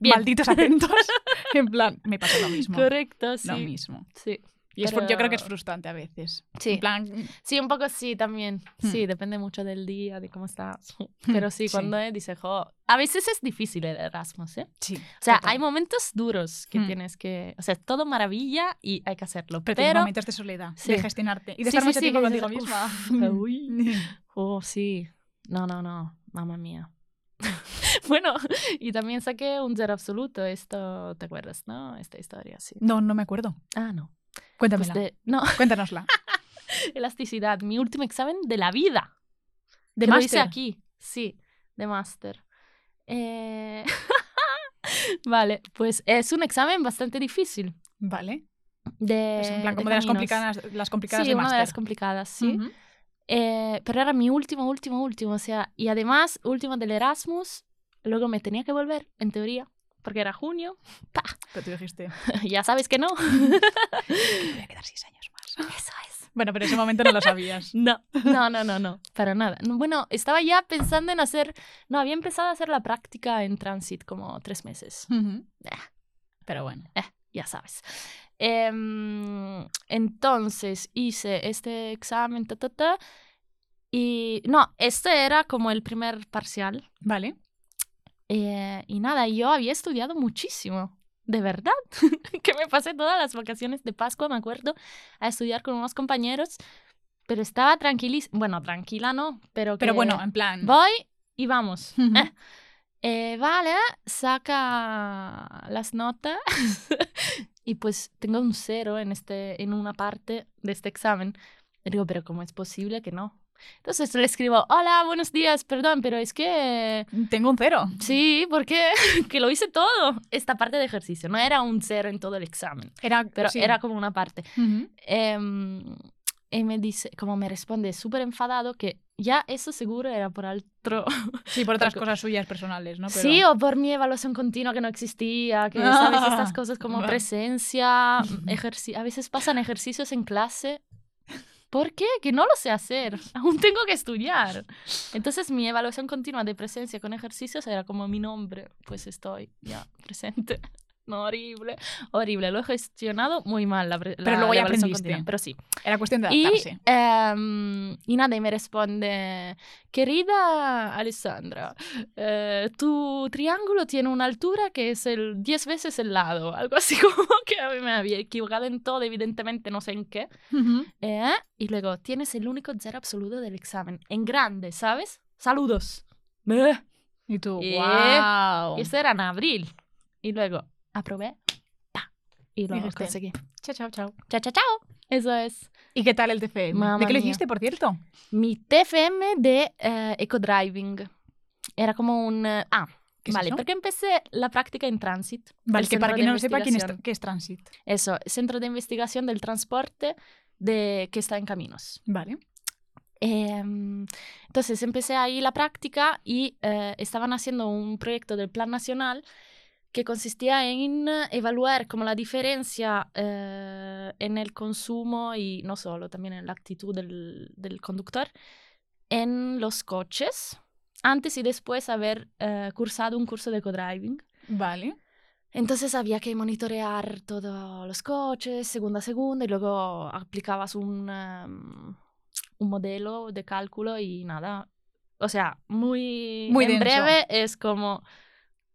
[SPEAKER 1] Bien.
[SPEAKER 2] malditos atentos. en plan, me pasa lo mismo.
[SPEAKER 1] Correcto, sí.
[SPEAKER 2] Lo mismo.
[SPEAKER 1] Sí.
[SPEAKER 2] Y es por- yo creo que es
[SPEAKER 1] Pero-
[SPEAKER 2] frustrante a veces. En
[SPEAKER 1] Sí.
[SPEAKER 2] plan, mm,
[SPEAKER 1] sí, un poco sí también.
[SPEAKER 2] Hmm.
[SPEAKER 1] Sí, depende mucho del día, de cómo estás. Pero sí,
[SPEAKER 2] Sí.
[SPEAKER 1] cuando es, dice, jo, a veces es difícil el Erasmus, ¿eh?
[SPEAKER 2] sí.
[SPEAKER 1] O sea,
[SPEAKER 2] total.
[SPEAKER 1] hay momentos duros que
[SPEAKER 2] Hmm.
[SPEAKER 1] tienes que... O sea, todo maravilla y hay que hacerlo. Pero...
[SPEAKER 2] pero, tienes momentos de soledad, de
[SPEAKER 1] Sí.
[SPEAKER 2] gestionarte y de
[SPEAKER 1] Sí,
[SPEAKER 2] estar
[SPEAKER 1] sí,
[SPEAKER 2] mucho
[SPEAKER 1] sí,
[SPEAKER 2] tiempo
[SPEAKER 1] que
[SPEAKER 2] contigo
[SPEAKER 1] dices,
[SPEAKER 2] misma.
[SPEAKER 1] "Uf, uy". Oh, sí. No, no, no. Mamma mía. bueno, y también saqué un cero absoluto. Esto, ¿te acuerdas, no? Esta historia, sí.
[SPEAKER 2] No, no me acuerdo.
[SPEAKER 1] Ah, no. Pues
[SPEAKER 2] Cuéntamela.
[SPEAKER 1] de- no,
[SPEAKER 2] Cuéntanosla.
[SPEAKER 1] elasticidad. Mi último examen de la vida.
[SPEAKER 2] De
[SPEAKER 1] que lo hice
[SPEAKER 2] máster.
[SPEAKER 1] aquí. Sí, de máster. Eh, vale, pues es un examen bastante difícil.
[SPEAKER 2] Vale.
[SPEAKER 1] De,
[SPEAKER 2] Es en plan
[SPEAKER 1] de
[SPEAKER 2] como de las
[SPEAKER 1] caminos.
[SPEAKER 2] complicadas, las complicadas
[SPEAKER 1] Sí,
[SPEAKER 2] de
[SPEAKER 1] una de
[SPEAKER 2] máster.
[SPEAKER 1] las complicadas, sí.
[SPEAKER 2] Ujú.
[SPEAKER 1] Eh, pero era mi último, último, último. O sea, y además, último del Erasmus. Luego me tenía que volver, en teoría, porque era junio.
[SPEAKER 2] Pero tú dijiste,
[SPEAKER 1] ya sabes que no.
[SPEAKER 2] me voy a quedar seis años más.
[SPEAKER 1] Eso es.
[SPEAKER 2] Bueno, pero en ese momento no lo sabías.
[SPEAKER 1] No, no, no, no, no, para nada. No, Bueno, estaba ya pensando en hacer. No, había empezado a hacer la práctica en Transit como tres meses.
[SPEAKER 2] Ujú.
[SPEAKER 1] Pero bueno, eh, ya sabes. Em, entonces hice este examen, ta, ta, ta. Y no, este era como el primer parcial.
[SPEAKER 2] Vale.
[SPEAKER 1] Eh, y nada, yo había estudiado muchísimo, de verdad, que me pasé todas las vacaciones de Pascua, me acuerdo, a estudiar con unos compañeros, pero estaba tranquilísima, bueno, tranquila no, pero que
[SPEAKER 2] Pero bueno, en plan...
[SPEAKER 1] voy y vamos.
[SPEAKER 2] Mm. Ujú.
[SPEAKER 1] Eh, eh, vale, saca las notas y pues tengo un cero en, este, en una parte de este examen. Y digo, pero ¿cómo es posible que no? Entonces le escribo, hola, buenos días, perdón, pero es que...
[SPEAKER 2] Tengo un cero.
[SPEAKER 1] Sí, porque que lo hice todo. Esta parte de ejercicio. No era un cero en todo el examen,
[SPEAKER 2] Era,
[SPEAKER 1] pero
[SPEAKER 2] sí.
[SPEAKER 1] era como una parte.
[SPEAKER 2] Ujú.
[SPEAKER 1] Em, y me dice, como me responde súper enfadado, que ya eso seguro era por otro.
[SPEAKER 2] Sí, por otras
[SPEAKER 1] Porque-
[SPEAKER 2] cosas suyas personales, ¿no? Pero-
[SPEAKER 1] Sí, o por mi evaluación continua que no existía, que sabes estas cosas como
[SPEAKER 2] Ah.
[SPEAKER 1] presencia, mm, ejerci- a veces pasan ejercicios en clase. ¿Por qué? Que no lo sé hacer. Aún tengo que estudiar. Entonces mi evaluación continua de presencia con ejercicios era como mi nombre. Pues estoy ya presente. No, horrible. Horrible. Lo he gestionado muy mal la, pre-
[SPEAKER 2] Pero
[SPEAKER 1] la-
[SPEAKER 2] luego
[SPEAKER 1] la
[SPEAKER 2] ya
[SPEAKER 1] evaluación
[SPEAKER 2] aprendiste.
[SPEAKER 1] continua, Pero sí.
[SPEAKER 2] Era cuestión de
[SPEAKER 1] Y,
[SPEAKER 2] adaptarse.
[SPEAKER 1] ehm, y nada, y me responde, querida Alessandra, eh, tu triángulo tiene una altura que es el 10 veces el lado, algo así como que a mí me había equivocado en todo, evidentemente no sé en qué.
[SPEAKER 2] Ujú.
[SPEAKER 1] Eh, y luego, tienes el único cero absoluto del examen, en grande, ¿sabes? Saludos. Meh.
[SPEAKER 2] Y tú,
[SPEAKER 1] Eh,
[SPEAKER 2] wow.
[SPEAKER 1] Y esto era en abril. Y luego, aprobé. pa, Y lo
[SPEAKER 2] Dijiste,
[SPEAKER 1] conseguí.
[SPEAKER 2] Chao, chao, chao.
[SPEAKER 1] Chao, chao, chao. Eso es.
[SPEAKER 2] ¿Y qué tal el TFM?
[SPEAKER 1] Mamma
[SPEAKER 2] ¿De qué lo
[SPEAKER 1] mía.
[SPEAKER 2] hiciste, por cierto?
[SPEAKER 1] Mi TFM de eh, ecodriving. Era como un... eh, ah,
[SPEAKER 2] ¿Qué es
[SPEAKER 1] vale,
[SPEAKER 2] eso?
[SPEAKER 1] porque empecé la práctica en Transit.
[SPEAKER 2] Vale,
[SPEAKER 1] el
[SPEAKER 2] que
[SPEAKER 1] centro
[SPEAKER 2] para quien
[SPEAKER 1] de
[SPEAKER 2] no lo sepa, ¿quién es,
[SPEAKER 1] investigación.
[SPEAKER 2] ¿qué es Transit?
[SPEAKER 1] Eso, Centro de Investigación del Transporte de, que está en Caminos.
[SPEAKER 2] Vale.
[SPEAKER 1] Em, entonces empecé ahí la práctica y eh, estaban haciendo un proyecto del Plan Nacional que consistía en eh, evaluar como la diferencia eh, en el consumo y no solo, también en la actitud del, del conductor en los coches antes y después haber eh, cursado un curso de co-driving.
[SPEAKER 2] Vale.
[SPEAKER 1] Entonces había que monitorear todos los coches, segunda a segunda, y luego aplicabas un, em, un modelo de cálculo y nada. O sea, muy,
[SPEAKER 2] Muy
[SPEAKER 1] en
[SPEAKER 2] denso.
[SPEAKER 1] breve es como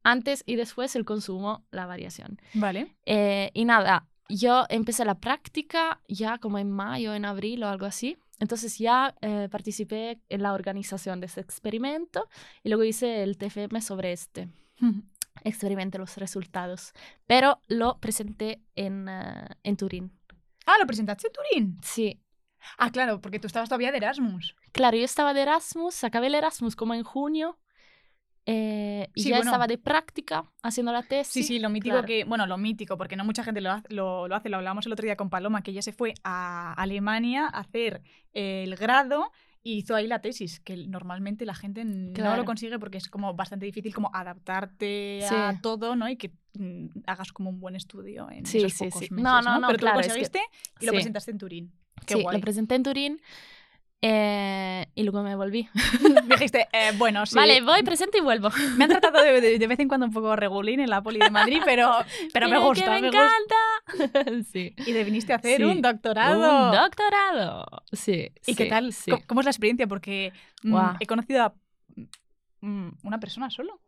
[SPEAKER 1] antes y después el consumo, la variación.
[SPEAKER 2] Vale.
[SPEAKER 1] Eh, y nada, yo empecé la práctica ya como en mayo, en abril o algo así. Entonces ya eh, participé en la organización de ese experimento y luego hice el TFM sobre este
[SPEAKER 2] Ujú.
[SPEAKER 1] experimenté los resultados, pero lo presenté en, eh, en Turín.
[SPEAKER 2] Ah, ¿lo presentaste en Turín?
[SPEAKER 1] Sí.
[SPEAKER 2] Ah, claro, porque tú estabas todavía de Erasmus.
[SPEAKER 1] Claro, yo estaba de Erasmus, acabé el Erasmus como en junio eh, y
[SPEAKER 2] Sí,
[SPEAKER 1] ya
[SPEAKER 2] bueno.
[SPEAKER 1] estaba de práctica haciendo la tesis.
[SPEAKER 2] Sí, sí, lo mítico
[SPEAKER 1] claro.
[SPEAKER 2] que... Bueno, lo mítico, porque no mucha gente lo, ha- lo, lo hace. Lo hablábamos el otro día con Paloma, que ella se fue a Alemania a hacer el grado y hizo ahí la tesis, que normalmente la gente no lo
[SPEAKER 1] Claro.
[SPEAKER 2] consigue porque es como bastante difícil como adaptarte
[SPEAKER 1] Sí.
[SPEAKER 2] a todo, ¿no? Y que mm, hagas como un buen estudio en
[SPEAKER 1] Sí,
[SPEAKER 2] esos
[SPEAKER 1] sí,
[SPEAKER 2] pocos
[SPEAKER 1] sí.
[SPEAKER 2] meses,
[SPEAKER 1] No, no, no,
[SPEAKER 2] Pero tú
[SPEAKER 1] claro,
[SPEAKER 2] lo
[SPEAKER 1] es que-
[SPEAKER 2] conseguiste y lo
[SPEAKER 1] sí.
[SPEAKER 2] presentaste en Turín. Qué
[SPEAKER 1] sí,
[SPEAKER 2] guay.
[SPEAKER 1] lo presenté en Turín Eh, y luego me volví.
[SPEAKER 2] Dijiste, eh, bueno, sí.
[SPEAKER 1] Vale, voy, presento y vuelvo.
[SPEAKER 2] Me han tratado de, de- de vez en cuando un poco regulín en la poli de Madrid, pero, pero me
[SPEAKER 1] Mira que
[SPEAKER 2] gusta,
[SPEAKER 1] me
[SPEAKER 2] me gusta.
[SPEAKER 1] encanta. sí.
[SPEAKER 2] Y te viniste a hacer
[SPEAKER 1] Sí.
[SPEAKER 2] un doctorado.
[SPEAKER 1] Un doctorado. Sí.
[SPEAKER 2] ¿Y qué
[SPEAKER 1] sí,
[SPEAKER 2] tal?
[SPEAKER 1] Sí.
[SPEAKER 2] ¿Cómo, cómo es la experiencia? Porque mm,
[SPEAKER 1] Guau.
[SPEAKER 2] he conocido a mm, una persona solo.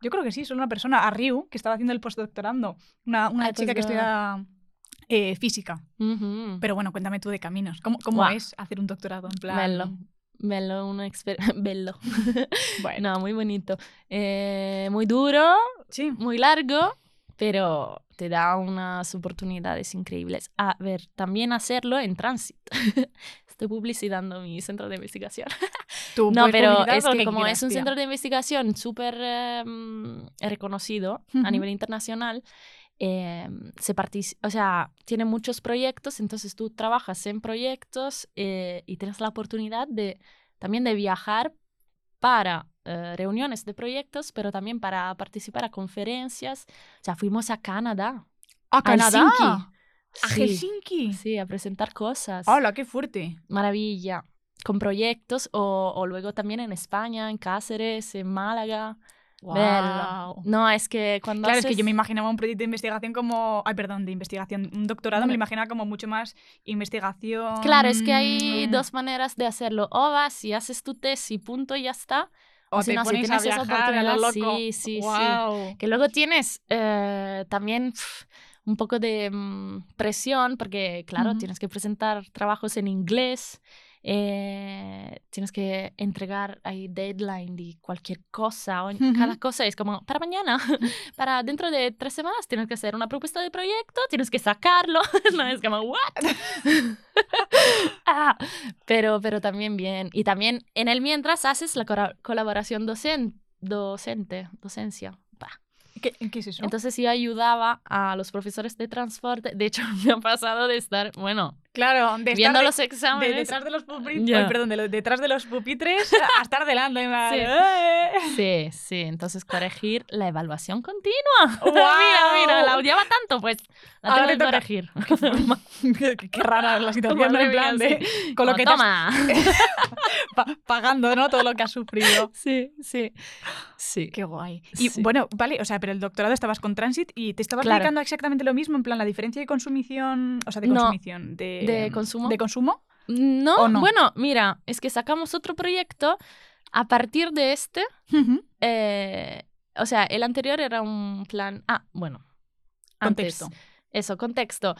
[SPEAKER 2] Yo creo que sí, solo una persona, a Ryu, que estaba haciendo el postdoctorando. Una, una
[SPEAKER 1] Ay, pues
[SPEAKER 2] chica que estudia eh, física.
[SPEAKER 1] Ujú.
[SPEAKER 2] Pero bueno, cuéntame tú de caminos. ¿Cómo, cómo
[SPEAKER 1] Guau.
[SPEAKER 2] es hacer un doctorado? En plan...
[SPEAKER 1] Bello. Bello, una exper- Bello.
[SPEAKER 2] Bueno,
[SPEAKER 1] no, muy bonito. Eh, muy duro,
[SPEAKER 2] sí.
[SPEAKER 1] muy largo, pero te da unas oportunidades increíbles. A ver, también hacerlo en tránsito. Estoy publicitando mi centro de investigación.
[SPEAKER 2] Tú
[SPEAKER 1] No,
[SPEAKER 2] puedes
[SPEAKER 1] pero
[SPEAKER 2] publicitar
[SPEAKER 1] es
[SPEAKER 2] lo
[SPEAKER 1] que como
[SPEAKER 2] quieras,
[SPEAKER 1] es un
[SPEAKER 2] tía.
[SPEAKER 1] centro de investigación súper eh, mm, reconocido
[SPEAKER 2] Ujú.
[SPEAKER 1] a nivel internacional, eh, se partici- o sea, tiene muchos proyectos, entonces tú trabajas en proyectos eh, y tienes la oportunidad de también de viajar para eh, reuniones de proyectos, pero también para participar a conferencias. O sea, fuimos a Canadá.
[SPEAKER 2] ¡A
[SPEAKER 1] Canadá!
[SPEAKER 2] Helsinki! ¡A
[SPEAKER 1] Ah, Sí,
[SPEAKER 2] Helsinki!
[SPEAKER 1] sí, a presentar cosas.
[SPEAKER 2] ¡Hola, qué fuerte!
[SPEAKER 1] Maravilla. Con proyectos o, o luego también en España, en Cáceres, en Málaga. Bello.
[SPEAKER 2] Guau.
[SPEAKER 1] No, es que cuando
[SPEAKER 2] Claro, es que
[SPEAKER 1] haces-
[SPEAKER 2] yo me imaginaba un proyecto de investigación como. Ay, perdón, de investigación. Un doctorado me lo
[SPEAKER 1] Vale.
[SPEAKER 2] imaginaba como mucho más investigación.
[SPEAKER 1] Claro, es que hay
[SPEAKER 2] Mm.
[SPEAKER 1] dos maneras de hacerlo. O vas y haces tu tesis y punto y ya está.
[SPEAKER 2] O,
[SPEAKER 1] o
[SPEAKER 2] te
[SPEAKER 1] si no, si
[SPEAKER 2] pones
[SPEAKER 1] tienes
[SPEAKER 2] a
[SPEAKER 1] esa
[SPEAKER 2] viajar a lo
[SPEAKER 1] oportunidad,
[SPEAKER 2] loco.
[SPEAKER 1] sí, sí, sí.
[SPEAKER 2] Guau.
[SPEAKER 1] Que luego tienes eh, también pf, un poco de mm, presión porque, claro,
[SPEAKER 2] Ujú.
[SPEAKER 1] tienes que presentar trabajos en inglés. eh, tienes que entregar ahí deadline de cualquier cosa o en-
[SPEAKER 2] Ujú. Mm.
[SPEAKER 1] cada cosa es como para mañana para dentro de tres semanas tienes que hacer una propuesta de proyecto, tienes que sacarlo. no es como, ¿what? Ah, pero, pero también bien. Y también en el mientras haces la cora- colaboración docen- docente, docencia. Bah.
[SPEAKER 2] ¿Qué, qué es eso?
[SPEAKER 1] Entonces yo ayudaba a los profesores de transporte. De hecho, me ha pasado de estar, bueno,
[SPEAKER 2] claro, de estar
[SPEAKER 1] viendo
[SPEAKER 2] de-
[SPEAKER 1] los
[SPEAKER 2] de
[SPEAKER 1] exámenes.
[SPEAKER 2] detrás de los pupitres.
[SPEAKER 1] Ya.
[SPEAKER 2] perdón, de lo- detrás de los pupitres a estar delante. en plan,
[SPEAKER 1] Sí.
[SPEAKER 2] ¡eh!
[SPEAKER 1] Sí, sí, entonces corregir la evaluación continua.
[SPEAKER 2] ¡Guau!
[SPEAKER 1] mira, mira, la odiaba tanto, pues la
[SPEAKER 2] Ahora
[SPEAKER 1] tengo que
[SPEAKER 2] te toca.
[SPEAKER 1] corregir.
[SPEAKER 2] qué, qué rara la situación, ¿no?
[SPEAKER 1] Madre
[SPEAKER 2] en plan
[SPEAKER 1] mía,
[SPEAKER 2] de. Con lo
[SPEAKER 1] Como,
[SPEAKER 2] que te has-
[SPEAKER 1] Oh, toma.
[SPEAKER 2] pa- pagando, ¿no? Todo lo que has sufrido.
[SPEAKER 1] Sí, sí. Sí.
[SPEAKER 2] Qué guay. Y
[SPEAKER 1] Sí.
[SPEAKER 2] bueno, vale, o sea, pero el doctorado estabas con Transit y te estabas
[SPEAKER 1] Claro.
[SPEAKER 2] dedicando a exactamente lo mismo, en plan la diferencia de consumición, o sea, de
[SPEAKER 1] No.
[SPEAKER 2] consumición, de,
[SPEAKER 1] ¿De consumo?
[SPEAKER 2] De consumo. ¿O
[SPEAKER 1] No,
[SPEAKER 2] no?
[SPEAKER 1] bueno, mira, es que sacamos otro proyecto a partir de este.
[SPEAKER 2] Ujú.
[SPEAKER 1] eh, o sea, el anterior era un plan. Ah, bueno. antes.
[SPEAKER 2] Contexto.
[SPEAKER 1] Eso, contexto.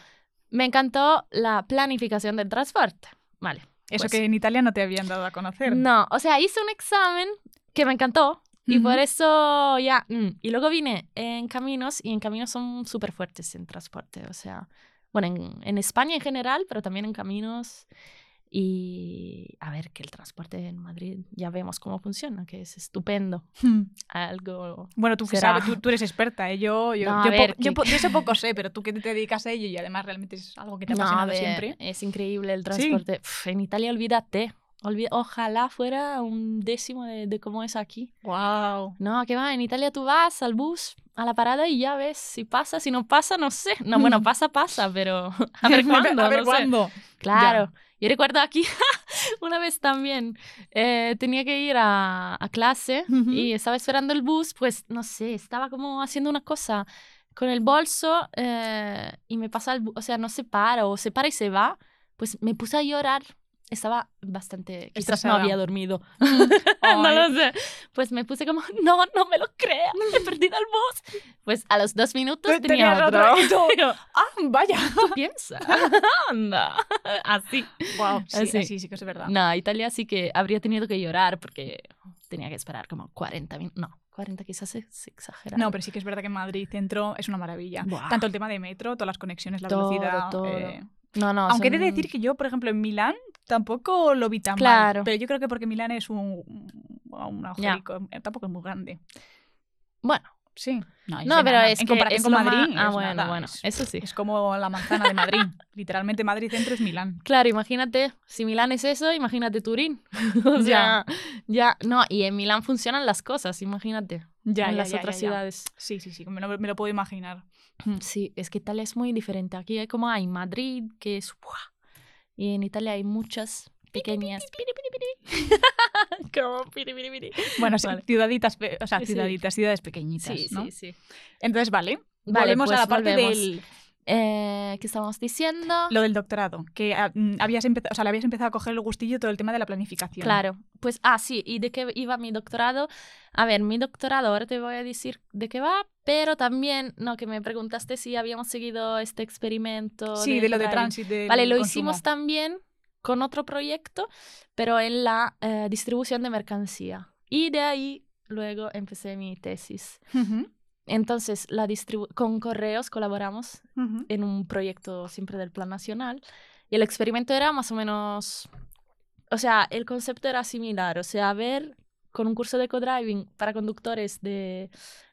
[SPEAKER 1] Me encantó la planificación del transporte. Vale.
[SPEAKER 2] Eso
[SPEAKER 1] pues.
[SPEAKER 2] que en Italia no te habían dado a conocer.
[SPEAKER 1] No, o sea, hice un examen que me encantó y
[SPEAKER 2] Ujú.
[SPEAKER 1] por e- eso ya. mm. Y luego vine en caminos y en caminos son súper fuertes en transporte. O sea, bueno, en, en España en general, pero también en caminos. Y a ver, que el transporte en Madrid ya vemos cómo funciona, que es estupendo.
[SPEAKER 2] Hmm.
[SPEAKER 1] Algo.
[SPEAKER 2] Bueno, tú que
[SPEAKER 1] Será.
[SPEAKER 2] sabes, tú, tú eres experta, ¿eh? yo, yo,
[SPEAKER 1] No, a
[SPEAKER 2] yo,
[SPEAKER 1] ver,
[SPEAKER 2] po- yo
[SPEAKER 1] que-
[SPEAKER 2] po- yo eso poco sé, pero tú que te dedicas a ello y además realmente es algo que te ha
[SPEAKER 1] No, a
[SPEAKER 2] apasionado
[SPEAKER 1] ver,
[SPEAKER 2] siempre.
[SPEAKER 1] Es increíble el
[SPEAKER 2] Sí.
[SPEAKER 1] transporte. Uf, en Italia, olvídate. Olvi- Ojalá fuera un décimo de- de cómo es aquí.
[SPEAKER 2] Wow.
[SPEAKER 1] No, que va, en Italia tú vas al bus, a la parada y ya ves si pasa, si no pasa, no sé. No, bueno, pasa, pasa, pero a ver cuándo,
[SPEAKER 2] a ver
[SPEAKER 1] no sé.
[SPEAKER 2] cuándo.
[SPEAKER 1] Claro. Yo recuerdo aquí una vez también eh, tenía que ir a, a clase
[SPEAKER 2] Ujú.
[SPEAKER 1] y estaba esperando el bus, pues no sé, estaba como haciendo una cosa con el bolso eh, y me pasa el bus, o sea, no se para o se para y se va, pues me puse a llorar. Estaba bastante, quizás no
[SPEAKER 2] Estresada.
[SPEAKER 1] había dormido, no
[SPEAKER 2] Ay.
[SPEAKER 1] lo sé. Pues me puse como, no, no me lo creas, he perdido el bus. Pues a los dos minutos
[SPEAKER 2] Tú
[SPEAKER 1] tenía
[SPEAKER 2] tenías
[SPEAKER 1] otro.
[SPEAKER 2] otro. Y tú,
[SPEAKER 1] Yo,
[SPEAKER 2] ah, vaya.
[SPEAKER 1] "¿Tú piensas? Anda, así.
[SPEAKER 2] Wow, sí,
[SPEAKER 1] Así.
[SPEAKER 2] así sí que es verdad.
[SPEAKER 1] No, Italia sí que habría tenido que llorar porque tenía que esperar como 40 minutos. No, 40 quizás es exagerado.
[SPEAKER 2] No, pero sí que es verdad que Madrid Centro es una maravilla.
[SPEAKER 1] Buah.
[SPEAKER 2] Tanto el tema de metro, todas las conexiones, la
[SPEAKER 1] Todo,
[SPEAKER 2] velocidad.
[SPEAKER 1] todo.
[SPEAKER 2] eh,
[SPEAKER 1] no, no,
[SPEAKER 2] Aunque he de
[SPEAKER 1] son-
[SPEAKER 2] decir que yo, por ejemplo, en Milán tampoco lo vi tan mal.
[SPEAKER 1] Claro.
[SPEAKER 2] Pero yo creo que porque Milán es un, un agujerico, eh, tampoco es muy grande.
[SPEAKER 1] Bueno,
[SPEAKER 2] Sí. No,
[SPEAKER 1] no, pero es
[SPEAKER 2] en
[SPEAKER 1] que
[SPEAKER 2] comparación
[SPEAKER 1] es
[SPEAKER 2] con
[SPEAKER 1] lo más-
[SPEAKER 2] Madrid.
[SPEAKER 1] Ah,
[SPEAKER 2] es
[SPEAKER 1] bueno,
[SPEAKER 2] nada,
[SPEAKER 1] bueno,
[SPEAKER 2] es-
[SPEAKER 1] eso sí.
[SPEAKER 2] es como la manzana de Madrid. Literalmente Madrid Centro es Milán.
[SPEAKER 1] Claro, imagínate, si Milán es eso, imagínate Turín. o sea, ya. no, y en Milán funcionan las cosas, imagínate.
[SPEAKER 2] Ya,
[SPEAKER 1] en
[SPEAKER 2] ya,
[SPEAKER 1] las
[SPEAKER 2] ya,
[SPEAKER 1] otras
[SPEAKER 2] ya, ya.
[SPEAKER 1] ciudades.
[SPEAKER 2] Sí, sí, sí, me lo, me lo puedo imaginar.
[SPEAKER 1] Sí, es que Italia es muy diferente. Aquí hay como hay Madrid, que es... ¡buah! Y en Italia hay muchas pequeñas. Piri, piri, piri. Como piri, piri, piri.
[SPEAKER 2] Bueno, sí,
[SPEAKER 1] Vale.
[SPEAKER 2] ciudaditas, pe- o sea,
[SPEAKER 1] Sí.
[SPEAKER 2] ciudaditas, ciudades pequeñitas,
[SPEAKER 1] Sí,
[SPEAKER 2] ¿no?
[SPEAKER 1] sí, sí.
[SPEAKER 2] Entonces, vale.
[SPEAKER 1] Vale,
[SPEAKER 2] volvemos
[SPEAKER 1] pues
[SPEAKER 2] a la parte
[SPEAKER 1] volvemos.
[SPEAKER 2] del
[SPEAKER 1] Eh, ¿Qué estábamos diciendo?
[SPEAKER 2] lo del doctorado, que ah, mm, habías empezado, o sea, le habías empezado a coger el gustillo todo el tema de la planificación.
[SPEAKER 1] Claro, pues, ah, sí, ¿y de qué iba mi doctorado? A ver, mi doctorado, ahora te voy a decir de qué va, pero también, no, que me preguntaste si habíamos seguido este experimento.
[SPEAKER 2] Sí, de lo de
[SPEAKER 1] Harari.
[SPEAKER 2] tránsito. del
[SPEAKER 1] Vale, lo
[SPEAKER 2] consumo.
[SPEAKER 1] hicimos también con otro proyecto, pero en la eh, distribución de mercancía. Y de ahí luego empecé mi tesis.
[SPEAKER 2] Ujú,
[SPEAKER 1] Entonces, la distribu- con correos colaboramos
[SPEAKER 2] ujú.
[SPEAKER 1] en un proyecto siempre del Plan Nacional y el experimento era más o menos, o sea, el concepto era similar, o sea, ver con un curso de co-driving para conductores de,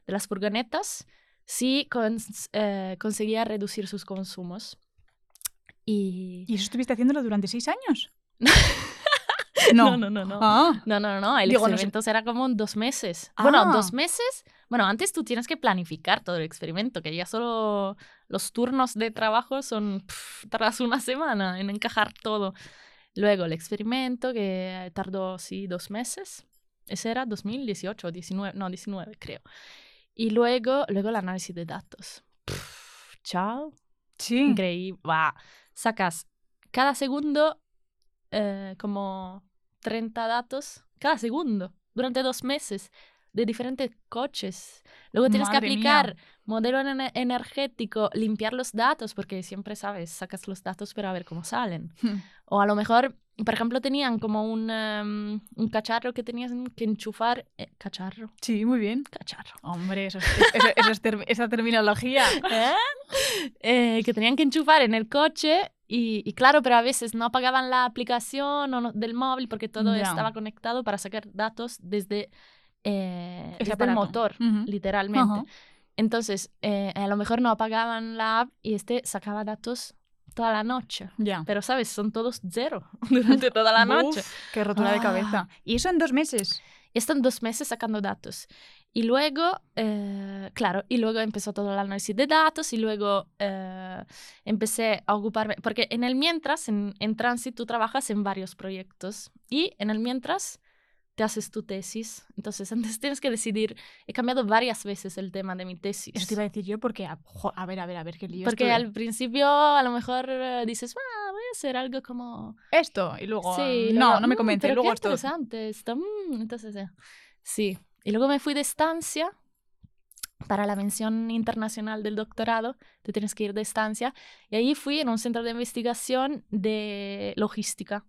[SPEAKER 1] de las furgonetas si cons- eh, conseguía reducir sus consumos. Y...
[SPEAKER 2] ¿Y eso estuviste haciéndolo durante seis años?
[SPEAKER 1] no, no, no. no.
[SPEAKER 2] Ah,
[SPEAKER 1] No, no, no, el
[SPEAKER 2] Digo, no sé.
[SPEAKER 1] experimento será como en dos meses. Bueno,
[SPEAKER 2] Ah.
[SPEAKER 1] dos meses. Bueno, antes tú tienes que planificar todo el experimento, que ya solo los turnos de trabajo son pf, tras una semana en encajar todo. Luego el experimento, que tardó, sí, dos meses. Ese era 2018 o 19, no, 19 creo. Y luego, luego el análisis de datos. Pf, chao.
[SPEAKER 2] sí.
[SPEAKER 1] Increíble. Va. Sacas cada segundo eh, como 30 datos, cada segundo, durante dos meses, de diferentes coches. Luego tienes
[SPEAKER 2] Madre
[SPEAKER 1] que
[SPEAKER 2] mía.
[SPEAKER 1] aplicar modelo ene- energético, limpiar los datos, porque siempre sabes, sacas los datos para ver cómo salen. O a lo mejor, por ejemplo, tenían como un, em, un cacharro que tenías que enchufar. eh, cacharro,
[SPEAKER 2] Sí, muy bien.
[SPEAKER 1] cacharro.
[SPEAKER 2] Hombre, esos- eso- esos term- esa terminología.
[SPEAKER 1] ¿Eh? Eh, que tenían que enchufar en el coche y, y claro, pero a veces no apagaban la aplicación o no- del móvil porque todo
[SPEAKER 2] Ya.
[SPEAKER 1] estaba conectado para sacar datos desde, eh,
[SPEAKER 2] Ese
[SPEAKER 1] desde el
[SPEAKER 2] aparato.
[SPEAKER 1] motor,
[SPEAKER 2] Ujú.
[SPEAKER 1] literalmente.
[SPEAKER 2] Ajá.
[SPEAKER 1] Entonces, eh, a lo mejor no apagaban la app y este sacaba datos toda la noche.
[SPEAKER 2] Ya.
[SPEAKER 1] Pero, ¿sabes? Son todos cero durante toda la
[SPEAKER 2] Buf,
[SPEAKER 1] noche.
[SPEAKER 2] Qué rotura de
[SPEAKER 1] Ah.
[SPEAKER 2] cabeza. Y eso en dos meses.
[SPEAKER 1] Y están dos meses sacando datos. Y luego, eh, claro, y luego empezó todo el análisis de datos y luego eh, empecé a ocuparme, porque en el mientras, en, en Transit, tú trabajas en varios proyectos y en el mientras te haces tu tesis. Entonces, antes tienes que decidir, he cambiado varias veces el tema de mi tesis.
[SPEAKER 2] Eso te iba a decir yo porque, a, jo, a ver, a ver, a ver, qué lío.
[SPEAKER 1] porque
[SPEAKER 2] esto de-
[SPEAKER 1] al principio a lo mejor eh, dices, "Ah, voy a hacer algo como
[SPEAKER 2] Esto, y luego...
[SPEAKER 1] Sí,
[SPEAKER 2] mm,
[SPEAKER 1] luego,
[SPEAKER 2] no, no me
[SPEAKER 1] "Mm,
[SPEAKER 2] convence.
[SPEAKER 1] pero
[SPEAKER 2] luego
[SPEAKER 1] qué
[SPEAKER 2] esto...
[SPEAKER 1] interesante esto. mm", entonces, eh, sí. Y luego me fui de estancia para la mención internacional del doctorado. Tú tienes que ir de estancia. Y ahí fui en un centro de investigación de logística.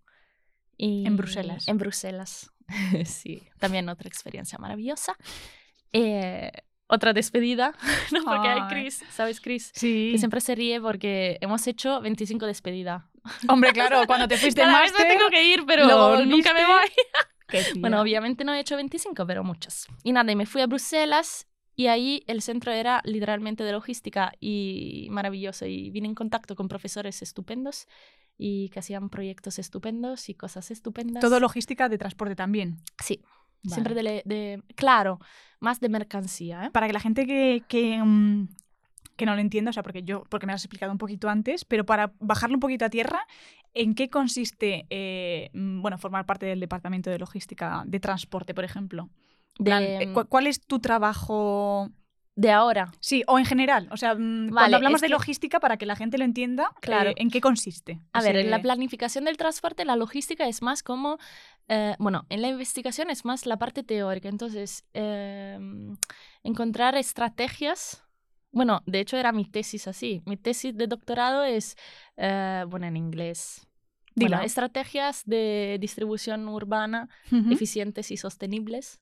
[SPEAKER 1] Y-
[SPEAKER 2] En Bruselas.
[SPEAKER 1] En Bruselas. sí. También otra experiencia maravillosa. Eh, otra despedida, ¿no? Porque hay
[SPEAKER 2] Ay.
[SPEAKER 1] Chris, ¿sabes, Chris?
[SPEAKER 2] Sí.
[SPEAKER 1] Que siempre se ríe porque hemos hecho 25 despedidas.
[SPEAKER 2] Hombre, claro, cuando te fuiste al
[SPEAKER 1] Cada vez me
[SPEAKER 2] máster...
[SPEAKER 1] tengo que ir, pero
[SPEAKER 2] luego
[SPEAKER 1] nunca me
[SPEAKER 2] volviste.
[SPEAKER 1] voy.
[SPEAKER 2] Qué tía.
[SPEAKER 1] Bueno, obviamente no he hecho 25, pero muchas. Y nada, y me fui a Bruselas y ahí el centro era literalmente de logística y maravilloso. Y vine en contacto con profesores estupendos y que hacían proyectos estupendos y cosas estupendas.
[SPEAKER 2] Todo logística de transporte también.
[SPEAKER 1] Sí,
[SPEAKER 2] Vale.
[SPEAKER 1] siempre de, le- de- Claro, más de mercancía, ¿eh?
[SPEAKER 2] Para que la gente que, que, mm, que no lo entienda, o sea, porque yo, porque me lo has explicado un poquito antes, pero para bajarlo un poquito a tierra, ¿en qué consiste, eh, mm, bueno, formar parte del departamento de logística de transporte, por ejemplo? En plan,
[SPEAKER 1] De,
[SPEAKER 2] eh, cu- ¿Cuál es tu trabajo?
[SPEAKER 1] de ahora.
[SPEAKER 2] Sí, o en general. O sea, mm,
[SPEAKER 1] Vale,
[SPEAKER 2] cuando hablamos
[SPEAKER 1] es
[SPEAKER 2] de
[SPEAKER 1] que-
[SPEAKER 2] logística, para que la gente lo entienda,
[SPEAKER 1] Claro.
[SPEAKER 2] eh, ¿en qué consiste?
[SPEAKER 1] A ver,
[SPEAKER 2] Ese-
[SPEAKER 1] en la planificación del transporte, la logística es más como, eh, bueno, en la investigación es más la parte teórica, entonces eh, encontrar estrategias, bueno, de hecho era mi tesis así, mi tesis de doctorado es, eh, bueno, en inglés,
[SPEAKER 2] Dilo.
[SPEAKER 1] bueno, estrategias de distribución urbana
[SPEAKER 2] Ujú.
[SPEAKER 1] eficientes y sostenibles,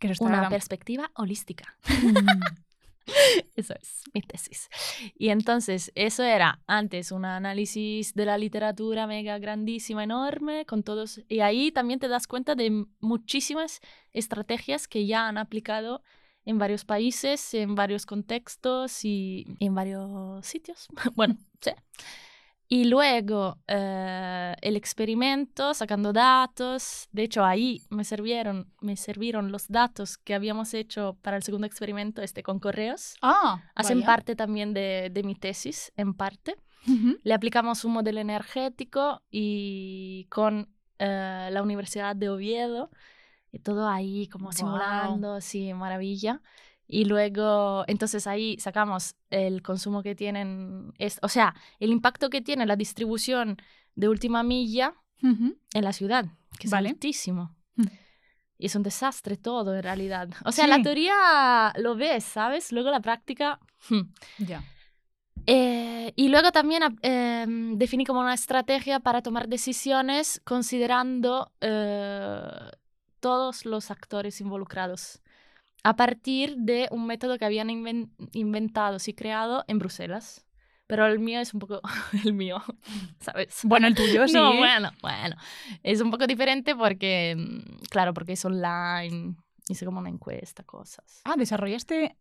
[SPEAKER 2] que eso está
[SPEAKER 1] una
[SPEAKER 2] ahora-
[SPEAKER 1] perspectiva holística. Eso es mi tesis. Y entonces, eso era antes un análisis de la literatura mega grandísima, enorme, con todos. Y ahí también te das cuenta de m- muchísimas estrategias que ya han aplicado en varios países, en varios contextos y en varios sitios. bueno, sí. Y luego eh, el experimento, sacando datos. De hecho, ahí me sirvieron, me sirvieron los datos que habíamos hecho para el segundo experimento, este con correos
[SPEAKER 2] Ah,
[SPEAKER 1] hacen
[SPEAKER 2] vaya.
[SPEAKER 1] parte también de, de mi tesis, en parte.
[SPEAKER 2] Ujú.
[SPEAKER 1] Le aplicamos un modelo energético y con eh, la Universidad de Oviedo, y todo ahí como
[SPEAKER 2] Guau.
[SPEAKER 1] simulando, sí, maravilla. Y luego, entonces ahí sacamos el consumo que tienen, es, o sea, el impacto que tiene la distribución de última milla
[SPEAKER 2] Ujú.
[SPEAKER 1] en la ciudad, que es
[SPEAKER 2] Vale.
[SPEAKER 1] altísimo.
[SPEAKER 2] Mm.
[SPEAKER 1] Y es un desastre todo, en realidad. O sea, la
[SPEAKER 2] Sí.
[SPEAKER 1] teoría lo ves, ¿sabes? Luego la práctica... hmm.
[SPEAKER 2] Ya.
[SPEAKER 1] Eh, y luego también ah, em, definí como una estrategia para tomar decisiones considerando eh, todos los actores involucrados a partir de un método que habían inven- inventado y creado en Bruselas. Pero el mío es un poco el mío, ¿sabes?
[SPEAKER 2] Bueno, el tuyo sí.
[SPEAKER 1] No, bueno, bueno. Es un poco diferente porque, mm, claro, porque es online. Hice como una encuesta, cosas.
[SPEAKER 2] Ah, desarrollaste.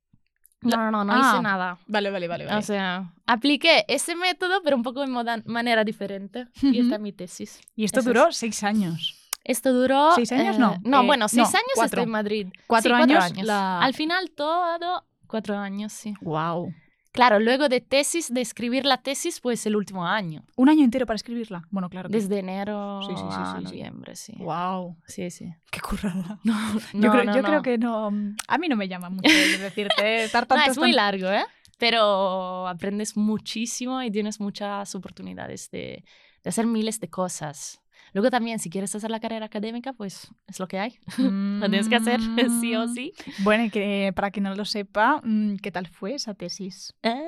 [SPEAKER 1] No, no, no, no
[SPEAKER 2] Ah.
[SPEAKER 1] hice nada.
[SPEAKER 2] Vale, vale, vale.
[SPEAKER 1] O sea, apliqué ese método, pero un poco de moda- manera diferente. Y esta
[SPEAKER 2] Ujú.
[SPEAKER 1] es mi tesis.
[SPEAKER 2] y esto
[SPEAKER 1] eso
[SPEAKER 2] duró seis años.
[SPEAKER 1] Esto duró...
[SPEAKER 2] ¿Seis años? No,
[SPEAKER 1] No,
[SPEAKER 2] eh,
[SPEAKER 1] bueno, seis
[SPEAKER 2] no,
[SPEAKER 1] años
[SPEAKER 2] cuatro.
[SPEAKER 1] estoy en Madrid. Sí,
[SPEAKER 2] Cuatro años la-
[SPEAKER 1] Al final todo, cuatro años, sí.
[SPEAKER 2] Wow.
[SPEAKER 1] Claro, luego de tesis, de escribir la tesis, pues el último año.
[SPEAKER 2] Un año entero para escribirla. Bueno, claro. Que...
[SPEAKER 1] Desde enero
[SPEAKER 2] Sí, sí, sí,
[SPEAKER 1] a
[SPEAKER 2] sí, sí.
[SPEAKER 1] noviembre, sí.
[SPEAKER 2] Wow.
[SPEAKER 1] Sí, sí.
[SPEAKER 2] Qué currada. yo
[SPEAKER 1] No,
[SPEAKER 2] creo,
[SPEAKER 1] no,
[SPEAKER 2] yo creo
[SPEAKER 1] no.
[SPEAKER 2] que no. A mí no me llama mucho el decirte estar
[SPEAKER 1] No,
[SPEAKER 2] tanto.
[SPEAKER 1] es muy largo, ¿eh? Pero aprendes muchísimo y tienes muchas oportunidades de, de hacer miles de cosas. Luego también, si quieres hacer la carrera académica, pues es lo que hay. Lo tienes que hacer, sí o sí.
[SPEAKER 2] Mm. Bueno, y que para quien no lo sepa, mm, ¿qué tal fue esa tesis?
[SPEAKER 1] Ah,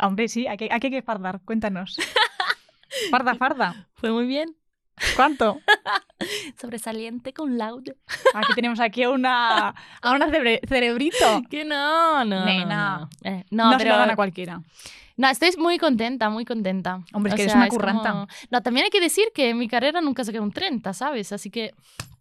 [SPEAKER 2] Hombre, sí, aquí, aquí hay que fardar. Cuéntanos. Farda, farda.
[SPEAKER 1] Fue muy bien.
[SPEAKER 2] ¿Cuánto?
[SPEAKER 1] Sobresaliente con laude.
[SPEAKER 2] Aquí tenemos aquí a una, a una cebre- cerebrito.
[SPEAKER 1] Que no, no. no,
[SPEAKER 2] Nena.
[SPEAKER 1] No, Eh,
[SPEAKER 2] No,
[SPEAKER 1] no,
[SPEAKER 2] se
[SPEAKER 1] pero-
[SPEAKER 2] lo dan a cualquiera.
[SPEAKER 1] no, estoy muy contenta, muy contenta.
[SPEAKER 2] Hombre, es
[SPEAKER 1] O
[SPEAKER 2] que eres
[SPEAKER 1] sea,
[SPEAKER 2] una
[SPEAKER 1] como-
[SPEAKER 2] curranta.
[SPEAKER 1] No, también hay que decir que en mi carrera nunca saqué un 30, ¿sabes? Así que,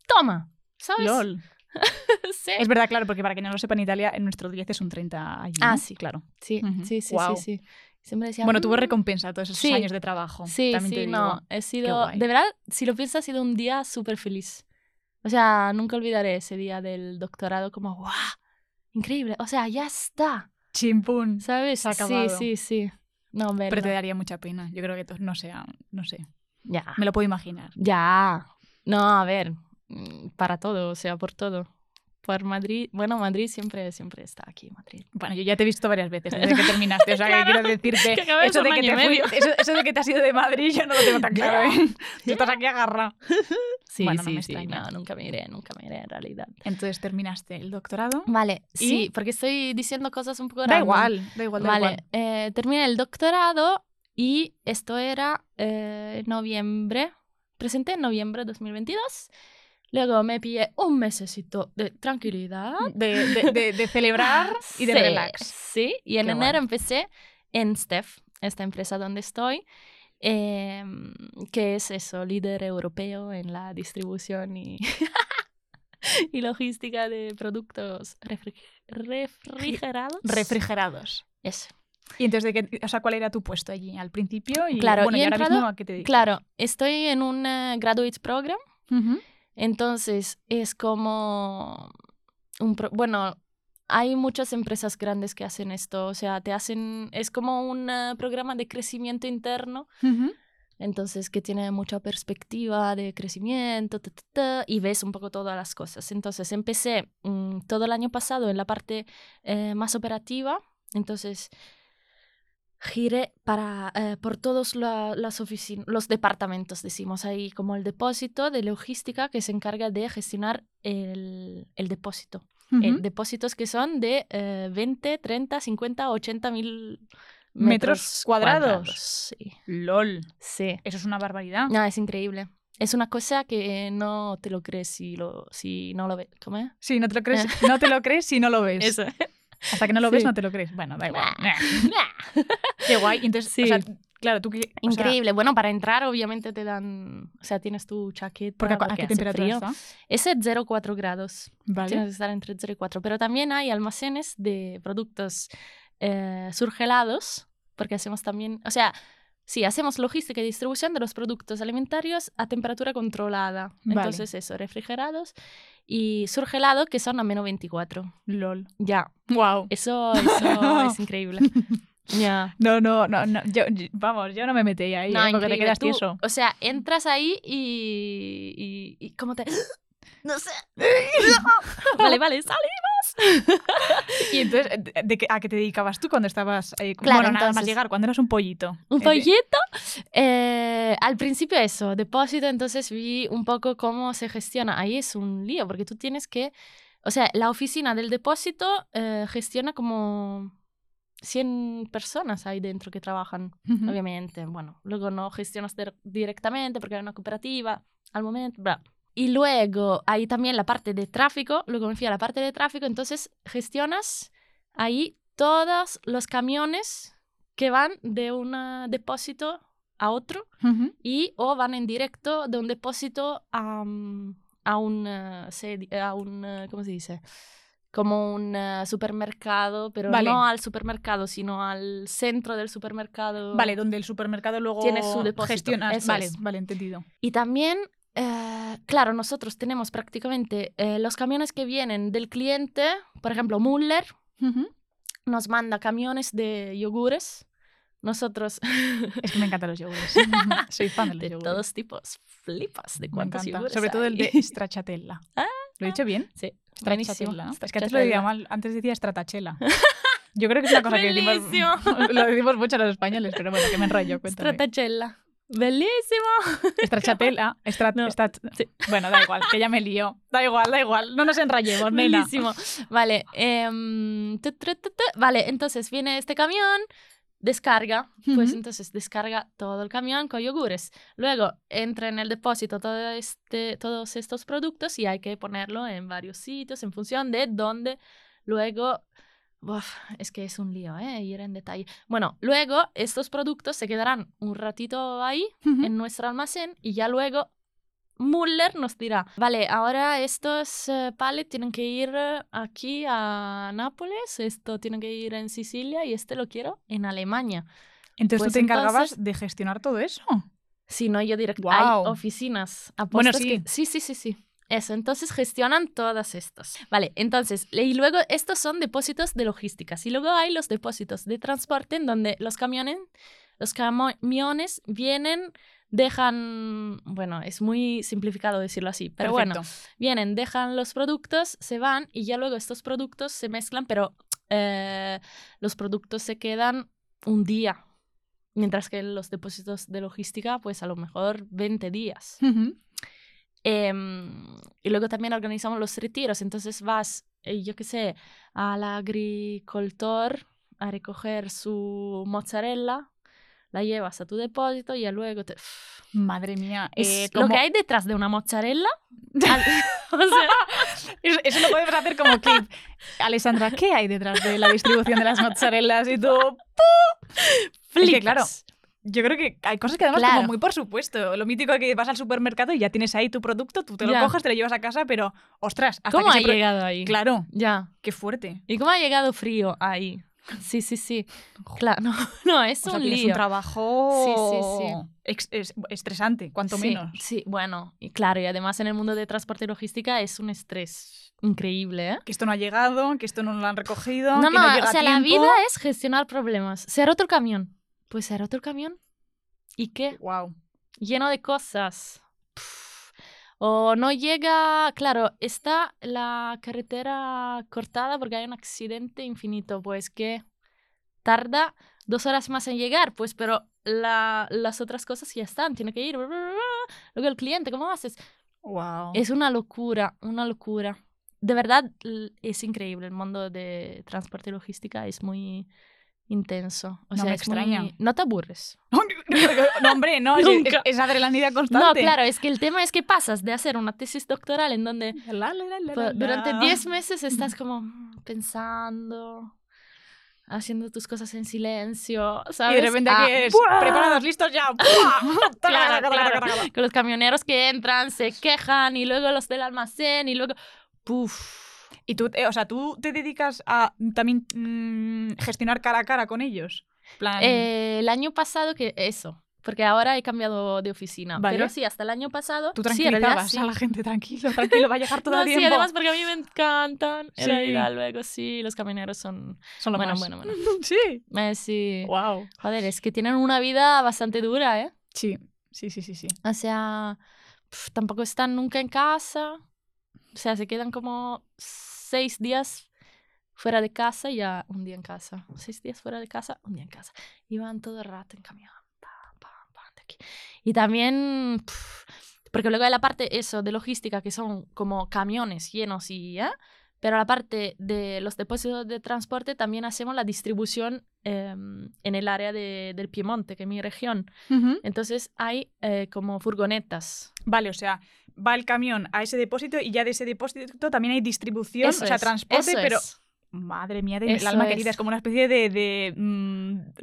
[SPEAKER 1] toma, ¿sabes?
[SPEAKER 2] LOL.
[SPEAKER 1] Sí.
[SPEAKER 2] Es verdad, claro, porque para quien no lo sepa en Italia, en nuestro 10 es un 30 allí. ¿no?
[SPEAKER 1] Ah, sí.
[SPEAKER 2] claro.
[SPEAKER 1] Sí,
[SPEAKER 2] Ujú.
[SPEAKER 1] sí, sí,
[SPEAKER 2] Guau.
[SPEAKER 1] sí, sí. Siempre decía,
[SPEAKER 2] Bueno, tuvo
[SPEAKER 1] "Mm".
[SPEAKER 2] recompensa todos esos
[SPEAKER 1] Sí.
[SPEAKER 2] años de trabajo.
[SPEAKER 1] Sí,
[SPEAKER 2] también
[SPEAKER 1] sí,
[SPEAKER 2] te digo.
[SPEAKER 1] no. He sido,
[SPEAKER 2] guay.
[SPEAKER 1] de verdad, si lo piensas, ha sido un día súper feliz. O sea, nunca olvidaré ese día del doctorado como, ¡guau! Increíble. O sea, ya está.
[SPEAKER 2] Chimpún.
[SPEAKER 1] ¿Sabes?
[SPEAKER 2] Se ha acabado.
[SPEAKER 1] Sí, sí, sí. No, hombre.
[SPEAKER 2] Pero te daría mucha pena. Yo creo que to- no sea, no sé.
[SPEAKER 1] Ya.
[SPEAKER 2] Me lo puedo imaginar.
[SPEAKER 1] Ya. No, a ver. mm, Para todo, o sea, por todo. Por Madrid. Bueno, Madrid siempre, siempre está aquí, Madrid.
[SPEAKER 2] Bueno, yo ya te he visto varias veces desde que terminaste. O sea,
[SPEAKER 1] Claro.
[SPEAKER 2] que quiero decirte.
[SPEAKER 1] Que acabé
[SPEAKER 2] eso,
[SPEAKER 1] hace
[SPEAKER 2] de
[SPEAKER 1] un
[SPEAKER 2] que te
[SPEAKER 1] año y medio.
[SPEAKER 2] fuiste- eso, eso de que te has ido de Madrid, yo no lo tengo tan claro. ¿eh? Tú
[SPEAKER 1] Ya.
[SPEAKER 2] estás aquí agarrada.
[SPEAKER 1] Sí,
[SPEAKER 2] Bueno, no
[SPEAKER 1] sí,
[SPEAKER 2] me
[SPEAKER 1] sí.
[SPEAKER 2] extraña.
[SPEAKER 1] No, nunca me iré, nunca me iré en realidad.
[SPEAKER 2] Entonces terminaste el doctorado.
[SPEAKER 1] Vale,
[SPEAKER 2] ¿Y?
[SPEAKER 1] sí, porque estoy diciendo cosas un poco
[SPEAKER 2] Da
[SPEAKER 1] random.
[SPEAKER 2] igual, da igual, da igual.
[SPEAKER 1] Vale, eh, terminé el doctorado y esto era eh, en noviembre. Presenté en noviembre de 2022. Luego me pillé un mesecito de tranquilidad. Ah,
[SPEAKER 2] De, de- de- de celebrar y de
[SPEAKER 1] Sí,
[SPEAKER 2] relax.
[SPEAKER 1] Sí, y en
[SPEAKER 2] Qué
[SPEAKER 1] enero
[SPEAKER 2] guay.
[SPEAKER 1] empecé en Steph, esta empresa donde estoy, eh, que es eso, líder europeo en la distribución y, y logística de productos refri- refrigerados.
[SPEAKER 2] Refrigerados.
[SPEAKER 1] Eso.
[SPEAKER 2] Y entonces, ¿de qué- o sea, ¿cuál era tu puesto allí al principio? Y,
[SPEAKER 1] Claro,
[SPEAKER 2] bueno,
[SPEAKER 1] y
[SPEAKER 2] y
[SPEAKER 1] he
[SPEAKER 2] ahora
[SPEAKER 1] entrado-
[SPEAKER 2] mismo a qué te dedicas?
[SPEAKER 1] Claro, estoy en un eh, graduate program,
[SPEAKER 2] Ujú.
[SPEAKER 1] entonces es como un pro- bueno, hay muchas empresas grandes que hacen esto, o sea, te hacen es como un eh, programa de crecimiento interno,
[SPEAKER 2] Ujú.
[SPEAKER 1] entonces que tiene mucha perspectiva de crecimiento ta, ta, ta, y ves un poco todas las cosas. Entonces empecé mm, todo el año pasado en la parte eh, más operativa, entonces giré para, eh, por todos la- las oficinas, los departamentos, decimos ahí, como el depósito de logística que se encarga de gestionar el, el depósito. Eh,
[SPEAKER 2] Ujú.
[SPEAKER 1] depósitos que son de eh, 20, 30, 50, 80 mil metros,
[SPEAKER 2] Metros cuadrados.
[SPEAKER 1] Sí.
[SPEAKER 2] LOL.
[SPEAKER 1] sí.
[SPEAKER 2] Eso es una barbaridad.
[SPEAKER 1] No, es increíble. Es una cosa que no te lo crees si, lo, si no lo ves. ¿Cómo es?
[SPEAKER 2] Sí, no te lo crees, no te lo crees si no lo ves. Hasta que no lo
[SPEAKER 1] Sí.
[SPEAKER 2] ves, no te lo crees. Bueno, da igual.
[SPEAKER 1] Nah.
[SPEAKER 2] Qué guay. Y Entonces,
[SPEAKER 1] Sí.
[SPEAKER 2] o sea, claro, tú que. o sea,
[SPEAKER 1] Increíble. bueno, para entrar obviamente te dan, o sea, tienes tu chaqueta.
[SPEAKER 2] porque a, cu- a qué
[SPEAKER 1] hace
[SPEAKER 2] temperatura
[SPEAKER 1] frío.
[SPEAKER 2] está.
[SPEAKER 1] Ese es 0,4 grados. Tienes
[SPEAKER 2] Vale.
[SPEAKER 1] que estar entre 0 y 4. Pero también hay almacenes de productos eh, surgelados, porque hacemos también, o sea, sí, hacemos logística y distribución de los productos alimentarios a temperatura controlada.
[SPEAKER 2] Vale.
[SPEAKER 1] Entonces, eso, refrigerados y surgelados que son a menos 24.
[SPEAKER 2] LOL.
[SPEAKER 1] Ya,
[SPEAKER 2] Wow.
[SPEAKER 1] eso, eso es increíble. Ya.
[SPEAKER 2] No, no, no, no. Yo, yo- vamos, yo no me metí ahí,
[SPEAKER 1] No,
[SPEAKER 2] ¿eh? porque te
[SPEAKER 1] increíble.
[SPEAKER 2] quedas
[SPEAKER 1] Tú,
[SPEAKER 2] tieso.
[SPEAKER 1] O sea, entras ahí y. y, y como te. No sé. vale, vale, sale.
[SPEAKER 2] Y entonces, ¿de- de qué- ¿a qué te dedicabas tú cuando estabas, eh,
[SPEAKER 1] Claro,
[SPEAKER 2] bueno, nada más
[SPEAKER 1] entonces-
[SPEAKER 2] llegar, cuando eras un pollito?
[SPEAKER 1] Un
[SPEAKER 2] Eh, de-
[SPEAKER 1] pollito. Eh, al principio eso, depósito, entonces vi un poco cómo se gestiona. Ahí es un lío, porque tú tienes que... O sea, la oficina del depósito eh, gestiona como 100 personas ahí dentro que trabajan,
[SPEAKER 2] Ujú.
[SPEAKER 1] obviamente. Bueno, luego no gestionas dir- directamente porque hay una cooperativa al momento, bla. Y luego hay también la parte de tráfico, luego me fui a la parte de tráfico, entonces gestionas ahí todos los camiones que van de un eh, depósito a otro
[SPEAKER 2] Ujú.
[SPEAKER 1] y o van en directo de un depósito a, mm, a un, eh, se di- a un eh, ¿cómo se dice? Como un eh, supermercado, pero
[SPEAKER 2] Vale.
[SPEAKER 1] no al supermercado, sino al centro del supermercado.
[SPEAKER 2] Vale, donde el supermercado luego
[SPEAKER 1] Tiene su depósito,
[SPEAKER 2] gestionas.
[SPEAKER 1] eso
[SPEAKER 2] vale,
[SPEAKER 1] es.
[SPEAKER 2] vale, entendido.
[SPEAKER 1] Y también, eh, claro, nosotros tenemos prácticamente eh, los camiones que vienen del cliente, por ejemplo, Müller
[SPEAKER 2] Ujú.
[SPEAKER 1] nos manda camiones de yogures. Nosotros
[SPEAKER 2] Es que me encantan los yogures. Soy fan de los
[SPEAKER 1] de
[SPEAKER 2] yogures.
[SPEAKER 1] todos tipos flipas de
[SPEAKER 2] me
[SPEAKER 1] cuántos
[SPEAKER 2] encanta.
[SPEAKER 1] yogures
[SPEAKER 2] Sobre todo el de
[SPEAKER 1] hay.
[SPEAKER 2] stracciatella.
[SPEAKER 1] Ah.
[SPEAKER 2] ¿Lo he dicho bien?
[SPEAKER 1] Sí, buenísimo.
[SPEAKER 2] Stracciatella. ¿no? Es que antes lo decía
[SPEAKER 1] Stracciatella.
[SPEAKER 2] mal. Antes decía estratachela. Yo creo que es una cosa que decimos,
[SPEAKER 1] Buenísimo.
[SPEAKER 2] lo decimos mucho los españoles, pero bueno, que me enrollo. Cuéntame.
[SPEAKER 1] Stracciatella. Bellísimo.
[SPEAKER 2] Stracciatella. estrat-
[SPEAKER 1] No,
[SPEAKER 2] estrat-
[SPEAKER 1] sí.
[SPEAKER 2] Bueno, da igual, que ya me lío. Da igual, da igual. No nos enrayemos, nena.
[SPEAKER 1] Bellísimo. Vale. em, tu, tu, tu, tu. Vale, entonces viene este camión, descarga. Pues
[SPEAKER 2] Ujú.
[SPEAKER 1] entonces descarga todo el camión con yogures. Luego entra en el depósito todo este, todos estos productos y hay que ponerlo en varios sitios en función de dónde luego... Buah, es que es un lío, ¿eh? Ir en detalle. Bueno, luego estos productos se quedarán un ratito ahí
[SPEAKER 2] Ujú.
[SPEAKER 1] en nuestro almacén y ya luego Müller nos dirá, vale, ahora estos eh, pallets tienen que ir eh, aquí a Nápoles, esto tiene que ir en Sicilia y este lo quiero en Alemania.
[SPEAKER 2] Entonces
[SPEAKER 1] Pues
[SPEAKER 2] tú te encargabas
[SPEAKER 1] entonces-
[SPEAKER 2] de gestionar todo eso.
[SPEAKER 1] Si no, yo directo.
[SPEAKER 2] Guau.
[SPEAKER 1] Hay oficinas.
[SPEAKER 2] Bueno,
[SPEAKER 1] apostas
[SPEAKER 2] sí.
[SPEAKER 1] que- sí, sí, sí, sí. Eso, entonces gestionan todas estas. Vale, entonces, le- y luego estos son depósitos de logísticas. Y luego hay los depósitos de transporte en donde los camiones, los camiones vienen, dejan, bueno, es muy simplificado decirlo así, pero bueno,
[SPEAKER 2] Perfecto.
[SPEAKER 1] vienen, dejan los productos, se van y ya luego estos productos se mezclan, pero eh, los productos se quedan un día. Mientras que los depósitos de logística, pues a lo mejor 20 días.
[SPEAKER 2] Ujú.
[SPEAKER 1] Em, y luego también organizamos los retiros. Entonces vas, eh, yo qué sé, al agricultor a recoger su mozzarella, la llevas a tu depósito y ya luego te...
[SPEAKER 2] Madre mía. eh,
[SPEAKER 1] Es
[SPEAKER 2] como-
[SPEAKER 1] Lo que hay detrás de una mozzarella... al- o sea,
[SPEAKER 2] Eso, eso lo podemos hacer como clip. Alessandra, ¿qué hay detrás de la distribución de las mozzarellas y tú? que,
[SPEAKER 1] flipas.
[SPEAKER 2] claro, Yo creo que hay cosas que además
[SPEAKER 1] Claro.
[SPEAKER 2] como muy por supuesto. Lo mítico que vas al supermercado y ya tienes ahí tu producto, tú te lo
[SPEAKER 1] Ya.
[SPEAKER 2] coges, te lo llevas a casa, pero ostras, hasta
[SPEAKER 1] ¿Cómo
[SPEAKER 2] que
[SPEAKER 1] ha
[SPEAKER 2] se pro-
[SPEAKER 1] llegado ahí?
[SPEAKER 2] Claro,
[SPEAKER 1] Ya.
[SPEAKER 2] qué fuerte.
[SPEAKER 1] ¿Y cómo ha llegado frío ahí? Sí, sí, sí. Claro, no, no, es
[SPEAKER 2] O sea,
[SPEAKER 1] un
[SPEAKER 2] tienes
[SPEAKER 1] lío.
[SPEAKER 2] un trabajo
[SPEAKER 1] Sí, sí,
[SPEAKER 2] ex- es- estresante, cuanto
[SPEAKER 1] sí,
[SPEAKER 2] menos.
[SPEAKER 1] Sí, bueno, y claro, y además en el mundo de transporte y logística es un estrés increíble, ¿eh?
[SPEAKER 2] Que esto no ha llegado, que esto no lo han recogido,
[SPEAKER 1] No,
[SPEAKER 2] que no
[SPEAKER 1] no,
[SPEAKER 2] llega
[SPEAKER 1] o sea,
[SPEAKER 2] a
[SPEAKER 1] la
[SPEAKER 2] tiempo.
[SPEAKER 1] vida es gestionar problemas. Se ha roto el camión. Pues se ha roto el camión. ¿Y qué?
[SPEAKER 2] Wow.
[SPEAKER 1] Lleno de cosas. Pff. O no llega, claro, está la carretera cortada porque hay un accidente infinito, pues que tarda dos horas más en llegar, pues, pero la- las otras cosas ya están, tiene que ir. bla, bla, bla, bla. Luego el cliente, ¿cómo haces?
[SPEAKER 2] Wow.
[SPEAKER 1] Es una locura, una locura. De verdad, l- es increíble. El mundo de transporte y logística es muy intenso. O
[SPEAKER 2] No
[SPEAKER 1] sea,
[SPEAKER 2] me
[SPEAKER 1] es muy-
[SPEAKER 2] extraña.
[SPEAKER 1] No te aburres.
[SPEAKER 2] no, hombre, no, es,
[SPEAKER 1] Nunca.
[SPEAKER 2] es adrenalina constante.
[SPEAKER 1] No, claro, es que el tema es que pasas de hacer una tesis doctoral en donde
[SPEAKER 2] La, la, la, la,
[SPEAKER 1] pa-
[SPEAKER 2] la,
[SPEAKER 1] Pues durante
[SPEAKER 2] la.
[SPEAKER 1] 10 meses estás como mm, pensando, haciendo tus cosas en silencio,
[SPEAKER 2] Y
[SPEAKER 1] ¿sabes?
[SPEAKER 2] de repente aquí
[SPEAKER 1] Ah,
[SPEAKER 2] es,
[SPEAKER 1] ¡buah!
[SPEAKER 2] preparados, listos ya. ¡buah!
[SPEAKER 1] Claro, claro. Con los camioneros que entran, se quejan, y luego los del almacén, y luego... ¡Puf!
[SPEAKER 2] Y tú, eh, o sea, tú te dedicas a también mm, gestionar cara a cara con ellos. Plan,
[SPEAKER 1] Eh, el año pasado que eso, Porque ahora he cambiado de oficina.
[SPEAKER 2] Vale.
[SPEAKER 1] Pero sí, hasta el año pasado.
[SPEAKER 2] Tú
[SPEAKER 1] sí, en realidad
[SPEAKER 2] tranquilizabas
[SPEAKER 1] sí.
[SPEAKER 2] a la gente, tranquilo, tranquilo, va a llegar todo
[SPEAKER 1] No,
[SPEAKER 2] el
[SPEAKER 1] sí,
[SPEAKER 2] tiempo.
[SPEAKER 1] además porque a mí me encantan. Era
[SPEAKER 2] Sí.
[SPEAKER 1] ir a luego, sí, los camioneros son...
[SPEAKER 2] Son lo
[SPEAKER 1] bueno,
[SPEAKER 2] más.
[SPEAKER 1] bueno, bueno,
[SPEAKER 2] Sí.
[SPEAKER 1] Eh, sí.
[SPEAKER 2] Wow.
[SPEAKER 1] Joder, es que tienen una vida bastante dura, ¿eh?
[SPEAKER 2] Sí, sí, sí, sí, sí.
[SPEAKER 1] O sea, pf, tampoco están nunca en casa. O sea, se quedan como seis días fuera de casa y ya un día en casa. Seis días fuera de casa, un día en casa. Y van todo el rato en camión. pam, pam, pam, de aquí. Y también, pf, porque luego hay la parte eso de logística, que son como camiones llenos y ya. Pero la parte de los depósitos de transporte también hacemos la distribución em, en el área de- del Piemonte, que es mi región. Entonces hay eh, como furgonetas.
[SPEAKER 2] Vale, o sea, va el camión a ese depósito y ya de ese depósito también hay distribución,
[SPEAKER 1] Eso
[SPEAKER 2] o sea,
[SPEAKER 1] es,
[SPEAKER 2] transporte,
[SPEAKER 1] eso
[SPEAKER 2] pero...
[SPEAKER 1] es.
[SPEAKER 2] Madre mía, de, el
[SPEAKER 1] Eso
[SPEAKER 2] alma
[SPEAKER 1] es.
[SPEAKER 2] querida, es como una especie de, de, mm,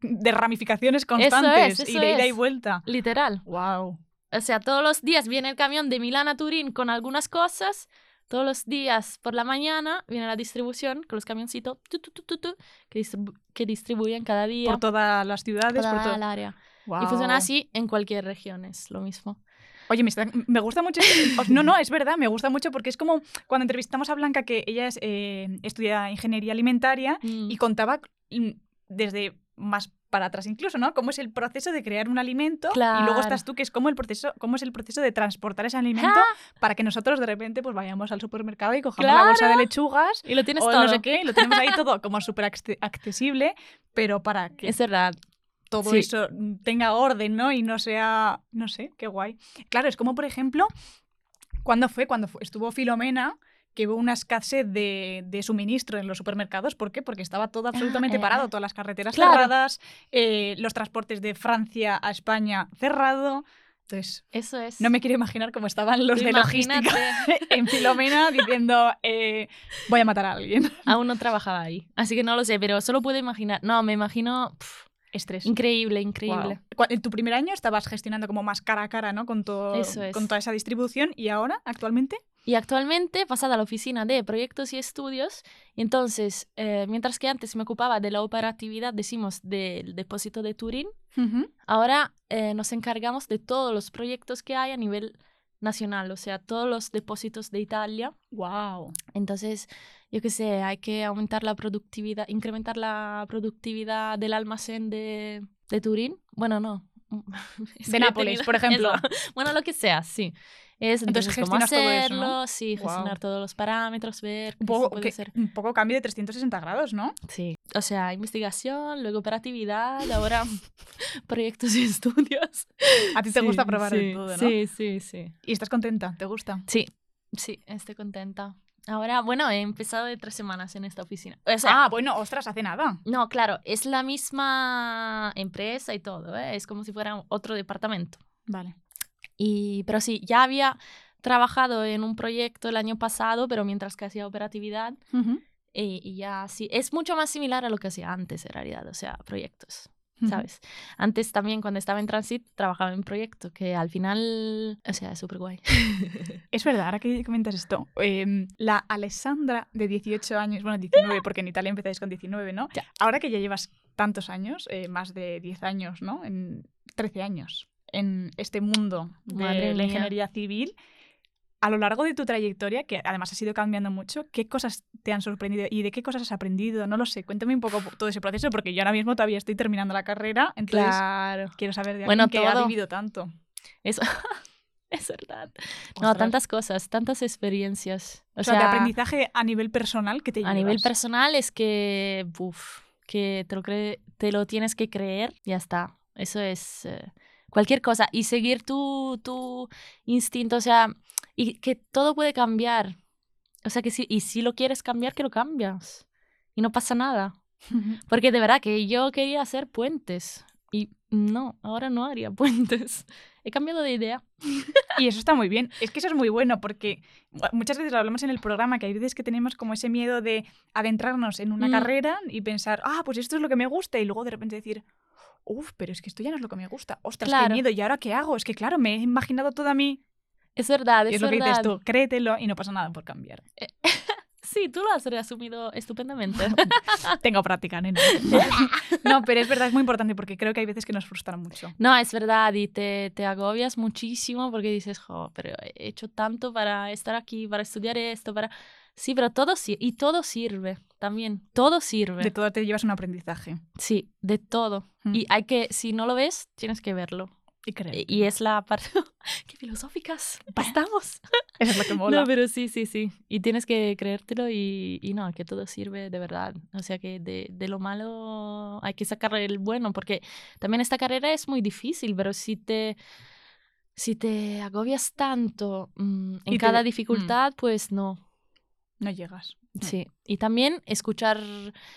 [SPEAKER 2] de ramificaciones constantes y
[SPEAKER 1] eso
[SPEAKER 2] de ida y
[SPEAKER 1] es.
[SPEAKER 2] vuelta.
[SPEAKER 1] Literal.
[SPEAKER 2] Wow.
[SPEAKER 1] O sea, todos los días viene el camión de Milán a Turín con algunas cosas. Todos los días por la mañana viene la distribución con los camioncitos tu, tu, tu, tu, tu, que, distribu- que distribuyen cada día
[SPEAKER 2] Por todas las ciudades,
[SPEAKER 1] toda
[SPEAKER 2] por todo.
[SPEAKER 1] el área.
[SPEAKER 2] Guau.
[SPEAKER 1] Y funciona así en cualquier región, es lo mismo.
[SPEAKER 2] Oye, me, está- me gusta mucho. este- os- No, no, es verdad, me gusta mucho porque es como cuando entrevistamos a Blanca, que ella es, eh, estudia ingeniería alimentaria
[SPEAKER 1] Mm.
[SPEAKER 2] y contaba mm, desde más para atrás incluso, ¿no? Cómo es el proceso de crear un alimento y luego
[SPEAKER 1] Claro.
[SPEAKER 2] estás tú, que es como el proceso, cómo es el proceso de transportar ese alimento
[SPEAKER 1] ¡Ah!
[SPEAKER 2] para que nosotros de repente pues vayamos al supermercado y cojamos la bolsa de lechugas
[SPEAKER 1] Y lo tienes
[SPEAKER 2] o
[SPEAKER 1] todo.
[SPEAKER 2] no sé qué, y lo tenemos ahí todo como súper acce- accesible, pero para que
[SPEAKER 1] Es verdad.
[SPEAKER 2] todo
[SPEAKER 1] Sí.
[SPEAKER 2] eso mm, tenga orden, ¿no? Y no sea, no sé, qué guay. Claro, es como, por ejemplo, cuando fue, cuando fu- estuvo Filomena, que hubo una escasez de, de suministro en los supermercados. ¿Por qué? Porque estaba todo absolutamente
[SPEAKER 1] eh,
[SPEAKER 2] parado,
[SPEAKER 1] eh.
[SPEAKER 2] todas las carreteras
[SPEAKER 1] Claro.
[SPEAKER 2] cerradas, eh, los transportes de Francia a España cerrado. Entonces,
[SPEAKER 1] Eso es.
[SPEAKER 2] no me quiero imaginar cómo estaban los
[SPEAKER 1] Tú
[SPEAKER 2] de logística
[SPEAKER 1] imagínate,
[SPEAKER 2] en Filomena diciendo, eh, voy a matar a alguien.
[SPEAKER 1] Aún no trabajaba ahí. Así que no lo sé, pero solo puedo imaginar. No, me imagino. pf,
[SPEAKER 2] Estrés.
[SPEAKER 1] increíble, increíble.
[SPEAKER 2] Cua- En tu primer año estabas gestionando como más cara a cara, ¿no? Con, todo,
[SPEAKER 1] Eso es.
[SPEAKER 2] con toda esa distribución y ahora, actualmente,
[SPEAKER 1] Y actualmente pasada a la oficina de proyectos y estudios. Entonces, eh, mientras que antes me ocupaba de la operatividad, decimos, del depósito de Turín, ahora eh, nos encargamos de todos los proyectos que hay a nivel nacional, o sea, todos los depósitos de Italia.
[SPEAKER 2] wow.
[SPEAKER 1] Entonces, yo qué sé, hay que aumentar la productividad, incrementar la productividad del almacén de, de Turín. Bueno, no. Es que
[SPEAKER 2] De
[SPEAKER 1] he
[SPEAKER 2] Nápoles,
[SPEAKER 1] tenido-
[SPEAKER 2] por ejemplo.
[SPEAKER 1] eso. Bueno, lo que sea, sí. Es,
[SPEAKER 2] Entonces,
[SPEAKER 1] entonces, cómo
[SPEAKER 2] gestionas todo eso,
[SPEAKER 1] hacerlo, sí,
[SPEAKER 2] Guau.
[SPEAKER 1] gestionar todos los parámetros, ver qué
[SPEAKER 2] Un
[SPEAKER 1] se
[SPEAKER 2] poco,
[SPEAKER 1] puede
[SPEAKER 2] que-
[SPEAKER 1] hacer.
[SPEAKER 2] un poco cambio de 360 grados, ¿no?
[SPEAKER 1] Sí. O sea, investigación, luego operatividad, ahora proyectos y estudios.
[SPEAKER 2] A ti te
[SPEAKER 1] Sí,
[SPEAKER 2] gusta probar de
[SPEAKER 1] sí,
[SPEAKER 2] todo, ¿no?
[SPEAKER 1] Sí, sí, sí.
[SPEAKER 2] Y estás contenta, te gusta.
[SPEAKER 1] Sí, sí, estoy contenta. Ahora, bueno, he empezado de tres semanas en esta oficina. O sea,
[SPEAKER 2] ah, bueno, ostras, hace nada.
[SPEAKER 1] no, claro, es la misma empresa y todo, ¿eh? es como si fuera otro departamento.
[SPEAKER 2] Vale.
[SPEAKER 1] Y, pero sí, ya había trabajado en un proyecto el año pasado, pero mientras que hacía operatividad, eh, y, y ya sí, es mucho más similar a lo que hacía antes en realidad, o sea, proyectos. ¿Sabes? Antes también cuando estaba en Transit trabajaba en proyecto que al final, o sea, es súper guay.
[SPEAKER 2] Es verdad, ahora que comentas esto, eh, la Alessandra de 18 años, bueno, 19, porque en Italia empezáis con 19, ¿no?
[SPEAKER 1] ¡Ah! Ya.
[SPEAKER 2] Ahora que ya llevas tantos años, eh, más de 10 años, ¿no? En 13 años en este mundo de
[SPEAKER 1] Madre
[SPEAKER 2] la
[SPEAKER 1] mía.
[SPEAKER 2] ingeniería civil, a lo largo de tu trayectoria, que además ha ido cambiando mucho, ¿qué cosas te han sorprendido y de qué cosas has aprendido? No lo sé, cuéntame un poco todo ese proceso, porque yo ahora mismo todavía estoy terminando la carrera, entonces
[SPEAKER 1] Claro.
[SPEAKER 2] quiero saber de
[SPEAKER 1] Bueno,
[SPEAKER 2] alguien que ha
[SPEAKER 1] todo.
[SPEAKER 2] vivido tanto.
[SPEAKER 1] Eso. es verdad. No,
[SPEAKER 2] Ostras.
[SPEAKER 1] tantas cosas, tantas experiencias. O,
[SPEAKER 2] O sea, de
[SPEAKER 1] sea,
[SPEAKER 2] aprendizaje a nivel personal que te
[SPEAKER 1] a nivel
[SPEAKER 2] llevas.
[SPEAKER 1] personal es que, buf, que te lo, cre- te lo tienes que creer, ya está. Eso es eh, cualquier cosa. Y seguir tu, tu instinto, o sea, y que todo puede cambiar. O sea, que si, y si lo quieres cambiar, que lo cambias. Y no pasa nada. Porque de verdad que yo quería hacer puentes. Y no, ahora no haría puentes. He cambiado de idea.
[SPEAKER 2] Y eso está muy bien. Es que eso es muy bueno porque bu- muchas veces lo hablamos en el programa, que hay veces que tenemos como ese miedo de adentrarnos en una
[SPEAKER 1] Mm.
[SPEAKER 2] carrera y pensar, ah, pues esto es lo que me gusta, y luego de repente decir, uff, pero es que esto ya no es lo que me gusta. Ostras, qué
[SPEAKER 1] Claro.
[SPEAKER 2] miedo, ¿y ahora qué hago? Es que claro, me he imaginado toda mi...
[SPEAKER 1] Es verdad,
[SPEAKER 2] Y
[SPEAKER 1] es,
[SPEAKER 2] es lo que
[SPEAKER 1] verdad.
[SPEAKER 2] dices tú, créetelo y no pasa nada por cambiar.
[SPEAKER 1] Sí, tú lo has reasumido estupendamente.
[SPEAKER 2] Tengo práctica, nena. No, pero es verdad, es muy importante porque creo que hay veces que nos frustran mucho.
[SPEAKER 1] No, es verdad, y te, te agobias muchísimo porque dices, jo, pero he hecho tanto para estar aquí, para estudiar esto, para... Sí, pero todo sirve, y todo sirve también, todo sirve.
[SPEAKER 2] De todo te llevas un aprendizaje.
[SPEAKER 1] Sí, de todo.
[SPEAKER 2] Mm.
[SPEAKER 1] Y hay que, si no lo ves, tienes que verlo.
[SPEAKER 2] Y creer.
[SPEAKER 1] Y y es la parte... ¡Qué filosóficas! ¡Estamos!
[SPEAKER 2] Eso es lo que mola.
[SPEAKER 1] No, pero sí, sí, sí. Y tienes que creértelo y, y no, que todo sirve de verdad. O sea que de, de lo malo hay que sacar el bueno, porque también esta carrera es muy difícil, pero si te, si te agobias tanto mm, en
[SPEAKER 2] Y te-
[SPEAKER 1] cada dificultad, pues no.
[SPEAKER 2] No llegas. Mm.
[SPEAKER 1] Sí, y también escuchar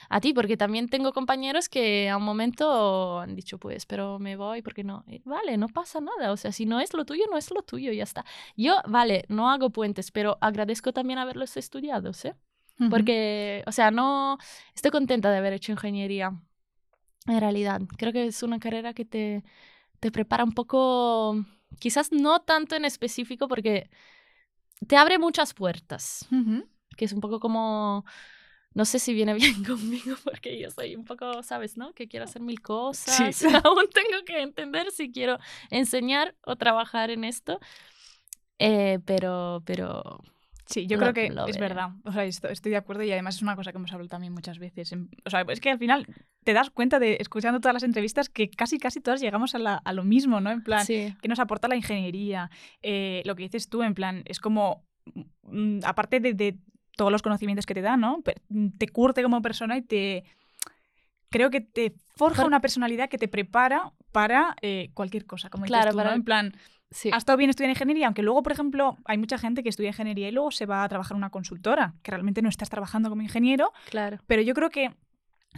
[SPEAKER 1] a ti, porque también tengo compañeros que a un momento han dicho, pues, pero me voy porque no, Eh, vale, no pasa nada, o sea, si no es lo tuyo, no es lo tuyo, ya está. Yo, vale, no hago puentes, pero agradezco también haberlos estudiado, ¿sí?
[SPEAKER 2] Ujú.
[SPEAKER 1] Porque, o sea, no, estoy contenta de haber hecho ingeniería, en realidad. Creo que es una carrera que te, te prepara un poco, quizás no tanto en específico, porque te abre muchas puertas
[SPEAKER 2] Ujú.
[SPEAKER 1] que es un poco como, no sé si viene bien conmigo porque yo soy un poco, sabes, ¿no? Que quiero hacer mil cosas.
[SPEAKER 2] Sí.
[SPEAKER 1] Aún tengo que entender si quiero enseñar o trabajar en esto. Eh, pero, pero,
[SPEAKER 2] Sí, yo
[SPEAKER 1] Lo-
[SPEAKER 2] creo que
[SPEAKER 1] lo
[SPEAKER 2] es
[SPEAKER 1] veré.
[SPEAKER 2] verdad. O sea, esto- estoy de acuerdo y además es una cosa que hemos hablado también muchas veces. En- O sea, es que al final te das cuenta de, escuchando todas las entrevistas, que casi, casi todas llegamos a, la- a lo mismo, ¿no? En plan,
[SPEAKER 1] sí.
[SPEAKER 2] ¿qué nos aporta la ingeniería? Eh, lo que dices tú, en plan, es como, mm, aparte de, de todos los conocimientos que te da, ¿no? Pe- mm, Te curte como persona y te... Creo que te forja
[SPEAKER 1] Por-
[SPEAKER 2] una personalidad que te prepara para eh, cualquier cosa, como dices
[SPEAKER 1] Claro,
[SPEAKER 2] tú,
[SPEAKER 1] para-
[SPEAKER 2] ¿no? En plan,
[SPEAKER 1] sí.
[SPEAKER 2] ha estado bien estudiar ingeniería, aunque luego, por ejemplo, hay mucha gente que estudia ingeniería y luego se va a trabajar en una consultora, que realmente no estás trabajando como ingeniero,
[SPEAKER 1] claro.
[SPEAKER 2] pero yo creo que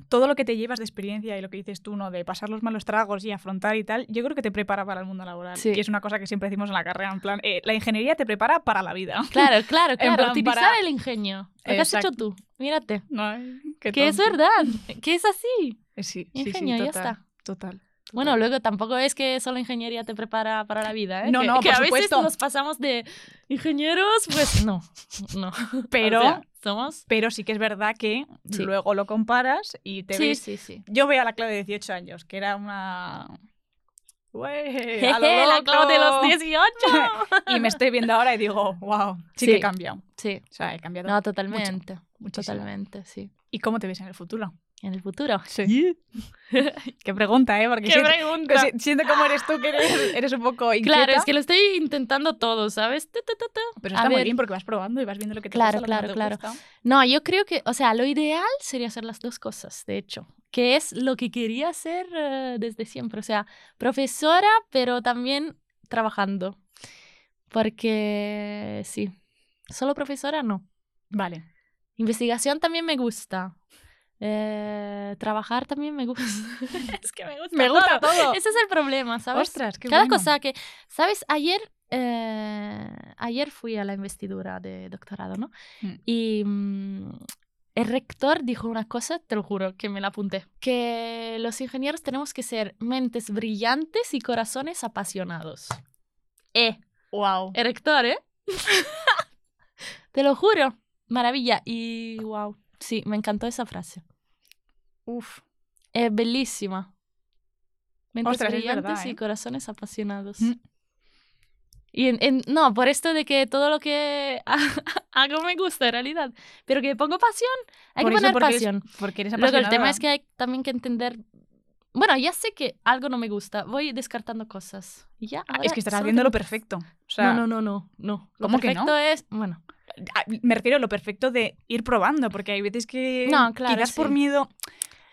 [SPEAKER 2] todo lo que te llevas de experiencia y lo que dices tú, ¿no? De pasar los malos tragos y afrontar y tal, yo creo que te prepara para el mundo laboral.
[SPEAKER 1] Sí.
[SPEAKER 2] Y es una cosa que siempre decimos en la carrera, en plan, eh, la ingeniería te prepara para la vida.
[SPEAKER 1] Claro, claro, claro.
[SPEAKER 2] plan,
[SPEAKER 1] Utilizar
[SPEAKER 2] para-
[SPEAKER 1] el ingenio. Lo que has hecho tú.
[SPEAKER 2] Exacto.
[SPEAKER 1] Mírate.
[SPEAKER 2] No, eh, qué
[SPEAKER 1] Que es
[SPEAKER 2] tonto.
[SPEAKER 1] verdad. Que es así.
[SPEAKER 2] Eh, Sí, sí, sí,
[SPEAKER 1] Ingenio, ya
[SPEAKER 2] total,
[SPEAKER 1] está.
[SPEAKER 2] Total.
[SPEAKER 1] Bueno, luego tampoco es que solo ingeniería te prepara para la vida, ¿eh?
[SPEAKER 2] No,
[SPEAKER 1] que,
[SPEAKER 2] no,
[SPEAKER 1] que
[SPEAKER 2] por
[SPEAKER 1] a veces
[SPEAKER 2] supuesto.
[SPEAKER 1] nos pasamos de ingenieros, pues no, no.
[SPEAKER 2] Pero,
[SPEAKER 1] O sea, somos.
[SPEAKER 2] pero sí que es verdad que
[SPEAKER 1] Sí.
[SPEAKER 2] luego lo comparas y te
[SPEAKER 1] Sí,
[SPEAKER 2] ves
[SPEAKER 1] sí, sí.
[SPEAKER 2] Yo veía a la Clau de 18 años, que era una... Ué, a lo
[SPEAKER 1] Jeje, la
[SPEAKER 2] loco.
[SPEAKER 1] Clau de los 18.
[SPEAKER 2] Y me estoy viendo ahora y digo, wow,
[SPEAKER 1] Sí.
[SPEAKER 2] sí, que he cambiado. O
[SPEAKER 1] Sí,
[SPEAKER 2] sea, he cambiado
[SPEAKER 1] no, totalmente.
[SPEAKER 2] muchísimo.
[SPEAKER 1] Totalmente, sí.
[SPEAKER 2] ¿Y cómo te ves en el futuro?
[SPEAKER 1] En el futuro.
[SPEAKER 2] Sí. Qué pregunta, ¿eh? Porque
[SPEAKER 1] ¡Qué
[SPEAKER 2] siento,
[SPEAKER 1] pregunta!
[SPEAKER 2] si- siento cómo eres tú, que eres, eres un poco inquieta.
[SPEAKER 1] Claro, es que lo estoy intentando todo, ¿sabes? Tu, tu, tu, tu.
[SPEAKER 2] Pero
[SPEAKER 1] a
[SPEAKER 2] está muy
[SPEAKER 1] ver.
[SPEAKER 2] bien porque vas probando y vas viendo lo que te
[SPEAKER 1] Claro,
[SPEAKER 2] gusta, lo que
[SPEAKER 1] claro,
[SPEAKER 2] no te gusta.
[SPEAKER 1] No, yo creo que, o sea, lo ideal sería hacer las dos cosas, de hecho, que es lo que quería hacer eh, desde siempre, o sea, profesora, pero también trabajando, porque sí, solo profesora no.
[SPEAKER 2] Vale.
[SPEAKER 1] Investigación también me gusta. Eh, trabajar también me gusta. es que me gusta.
[SPEAKER 2] Me gusta
[SPEAKER 1] todo.
[SPEAKER 2] todo.
[SPEAKER 1] Ese es el problema, ¿sabes?
[SPEAKER 2] Ostras, qué
[SPEAKER 1] Cada
[SPEAKER 2] bueno.
[SPEAKER 1] cosa que, ¿sabes? Ayer, eh, ayer fui a la investidura de doctorado, ¿no?
[SPEAKER 2] Mm.
[SPEAKER 1] Y mm, el rector dijo una cosa, te lo juro, que me la apunté, que los ingenieros tenemos que ser mentes brillantes y corazones apasionados. Eh,
[SPEAKER 2] Wow.
[SPEAKER 1] el rector, ¿eh? te lo juro, maravilla. Y wow, sí, me encantó esa frase.
[SPEAKER 2] Uf.
[SPEAKER 1] Es bellísima. Mentes
[SPEAKER 2] Ostras, es
[SPEAKER 1] brillantes
[SPEAKER 2] verdad, ¿eh?
[SPEAKER 1] y corazones apasionados.
[SPEAKER 2] Mm.
[SPEAKER 1] Y en- en- no, por esto de que todo lo que hago me gusta en realidad, pero que pongo pasión, hay
[SPEAKER 2] Por
[SPEAKER 1] que
[SPEAKER 2] eso,
[SPEAKER 1] poner
[SPEAKER 2] porque eres-
[SPEAKER 1] pasión.
[SPEAKER 2] Porque eres
[SPEAKER 1] Luego el tema
[SPEAKER 2] apasionada.
[SPEAKER 1] es que hay también que entender, bueno, ya sé que algo no me gusta, voy descartando cosas. Y ya,
[SPEAKER 2] Ah,
[SPEAKER 1] ahora
[SPEAKER 2] Es que estás
[SPEAKER 1] solo
[SPEAKER 2] haciendo lo
[SPEAKER 1] tengo-
[SPEAKER 2] perfecto. O sea,
[SPEAKER 1] no, no, no, no, no. Lo
[SPEAKER 2] ¿Cómo que no?
[SPEAKER 1] perfecto es, bueno,
[SPEAKER 2] Ah, me refiero a lo perfecto de ir probando, porque hay veces que
[SPEAKER 1] No, claro,
[SPEAKER 2] quizás por
[SPEAKER 1] sí.
[SPEAKER 2] miedo...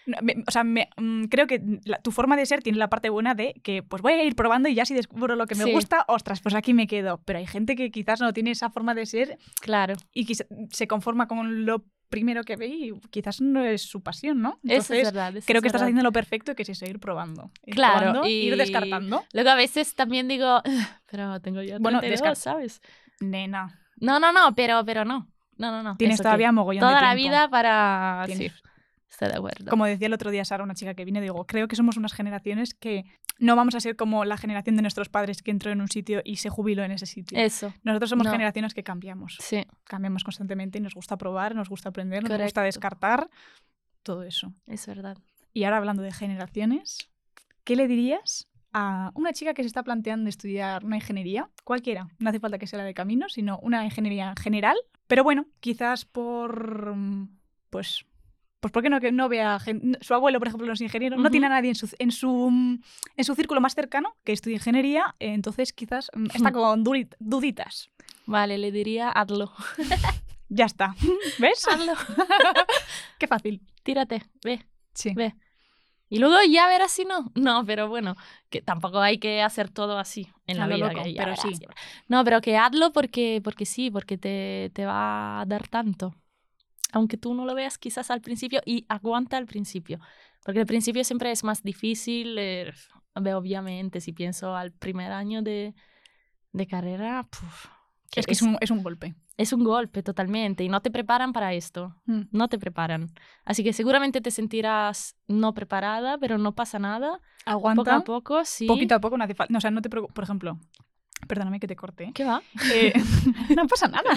[SPEAKER 2] no, me- o sea, me- mm, creo que la- tu forma de ser tiene la parte buena de que pues voy a ir probando y ya si descubro lo que me
[SPEAKER 1] Sí.
[SPEAKER 2] gusta, ostras, pues aquí me quedo. Pero hay gente que quizás no tiene esa forma de ser
[SPEAKER 1] claro.
[SPEAKER 2] y quizá- se conforma con lo primero que ve y quizás no es su pasión, ¿no?
[SPEAKER 1] eso es
[SPEAKER 2] Entonces,
[SPEAKER 1] verdad. eso
[SPEAKER 2] creo
[SPEAKER 1] es
[SPEAKER 2] que estás
[SPEAKER 1] verdad.
[SPEAKER 2] haciendo lo perfecto que es eso, ir probando. Ir
[SPEAKER 1] Claro,
[SPEAKER 2] probando, ir
[SPEAKER 1] y-
[SPEAKER 2] descartando.
[SPEAKER 1] Luego a veces también digo, "Ah, pero tengo ya 32,
[SPEAKER 2] Bueno, descart-
[SPEAKER 1] ¿sabes?
[SPEAKER 2] Nena,
[SPEAKER 1] No, no, no, pero, pero no. No, no, no.
[SPEAKER 2] tienes
[SPEAKER 1] eso que
[SPEAKER 2] todavía mogollón de
[SPEAKER 1] Toda la
[SPEAKER 2] tiempo.
[SPEAKER 1] vida para...
[SPEAKER 2] Tienes-
[SPEAKER 1] sí, Estoy de acuerdo.
[SPEAKER 2] Como decía el otro día Sara, una chica que vine, digo, creo que somos unas generaciones que no vamos a ser como la generación de nuestros padres que entró en un sitio y se jubiló en ese sitio.
[SPEAKER 1] Eso,
[SPEAKER 2] Nosotros
[SPEAKER 1] Eh,
[SPEAKER 2] somos
[SPEAKER 1] no.
[SPEAKER 2] generaciones que cambiamos.
[SPEAKER 1] sí,
[SPEAKER 2] Cambiamos constantemente y nos gusta probar, nos gusta aprender, nos
[SPEAKER 1] Correcto.
[SPEAKER 2] gusta descartar, todo eso.
[SPEAKER 1] es verdad.
[SPEAKER 2] Y ahora hablando de generaciones, ¿qué le dirías a una chica que se está planteando estudiar una ingeniería, cualquiera? No hace falta que sea la de camino, sino una ingeniería general. Pero bueno, quizás por. mm, Pues. Pues porque no, que no vea. gen- Su abuelo, por ejemplo, no es ingeniero. No
[SPEAKER 1] Ujú.
[SPEAKER 2] tiene a nadie en su, en, su, mm, en su círculo más cercano que estudie ingeniería. eh, Entonces, quizás mm, está con duri- duditas.
[SPEAKER 1] Vale, le diría hazlo.
[SPEAKER 2] Ya está. ¿Ves?
[SPEAKER 1] Hazlo.
[SPEAKER 2] Qué fácil.
[SPEAKER 1] Tírate, ve,
[SPEAKER 2] Sí.
[SPEAKER 1] ve. Y luego ya verás si no. No, pero bueno, que tampoco hay que hacer todo así en
[SPEAKER 2] A
[SPEAKER 1] la
[SPEAKER 2] lo
[SPEAKER 1] vida.
[SPEAKER 2] loco,
[SPEAKER 1] que ya
[SPEAKER 2] pero
[SPEAKER 1] verás
[SPEAKER 2] sí.
[SPEAKER 1] si- No, pero que hazlo porque, porque sí, porque te, te va a dar tanto. Aunque tú no lo veas quizás al principio y aguanta al principio. Porque al principio siempre es más difícil. eh, ve, obviamente, si pienso al primer año de, de carrera, puf,
[SPEAKER 2] Es que es un, es un golpe.
[SPEAKER 1] es un golpe totalmente y no te preparan para esto
[SPEAKER 2] Mm.
[SPEAKER 1] no te preparan. Así que seguramente te sentirás no preparada, pero no pasa nada.
[SPEAKER 2] Aguanta.
[SPEAKER 1] Poco a poco, sí.
[SPEAKER 2] poquito a poco no hace falta. No, o sea, no te preocupes. Por ejemplo, perdóname que te corte. ¿eh?
[SPEAKER 1] ¿Qué va?
[SPEAKER 2] Eh, no pasa nada.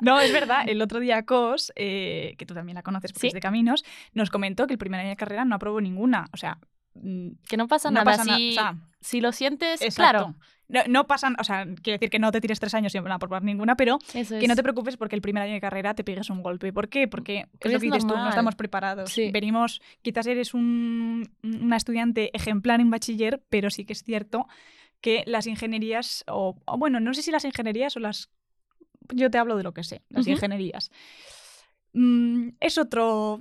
[SPEAKER 2] No, es verdad. El otro día Cos, eh, que tú también la conoces porque
[SPEAKER 1] Sí.
[SPEAKER 2] es de Caminos, nos comentó que el primer año de carrera no aprobó ninguna. O sea, mm,
[SPEAKER 1] Que no pasa
[SPEAKER 2] no
[SPEAKER 1] nada.
[SPEAKER 2] pasa
[SPEAKER 1] si,
[SPEAKER 2] nada. O sea,
[SPEAKER 1] si lo sientes,
[SPEAKER 2] exacto.
[SPEAKER 1] claro.
[SPEAKER 2] No, no pasan, o sea, quiere decir que no te tires tres años sin aprobar ninguna, pero
[SPEAKER 1] Eso
[SPEAKER 2] que
[SPEAKER 1] es.
[SPEAKER 2] no te preocupes porque el primer año de carrera te pegues un golpe. ¿Por qué? Porque es
[SPEAKER 1] Pero
[SPEAKER 2] lo
[SPEAKER 1] es
[SPEAKER 2] que dices tú, no
[SPEAKER 1] normal.
[SPEAKER 2] estamos preparados.
[SPEAKER 1] Sí.
[SPEAKER 2] Venimos, quizás eres un, una estudiante ejemplar en bachiller, pero sí que es cierto que las ingenierías, o, o bueno, no sé si las ingenierías o las... Yo te hablo de lo que sé, las
[SPEAKER 1] Ujú.
[SPEAKER 2] ingenierías. Mm, es otro,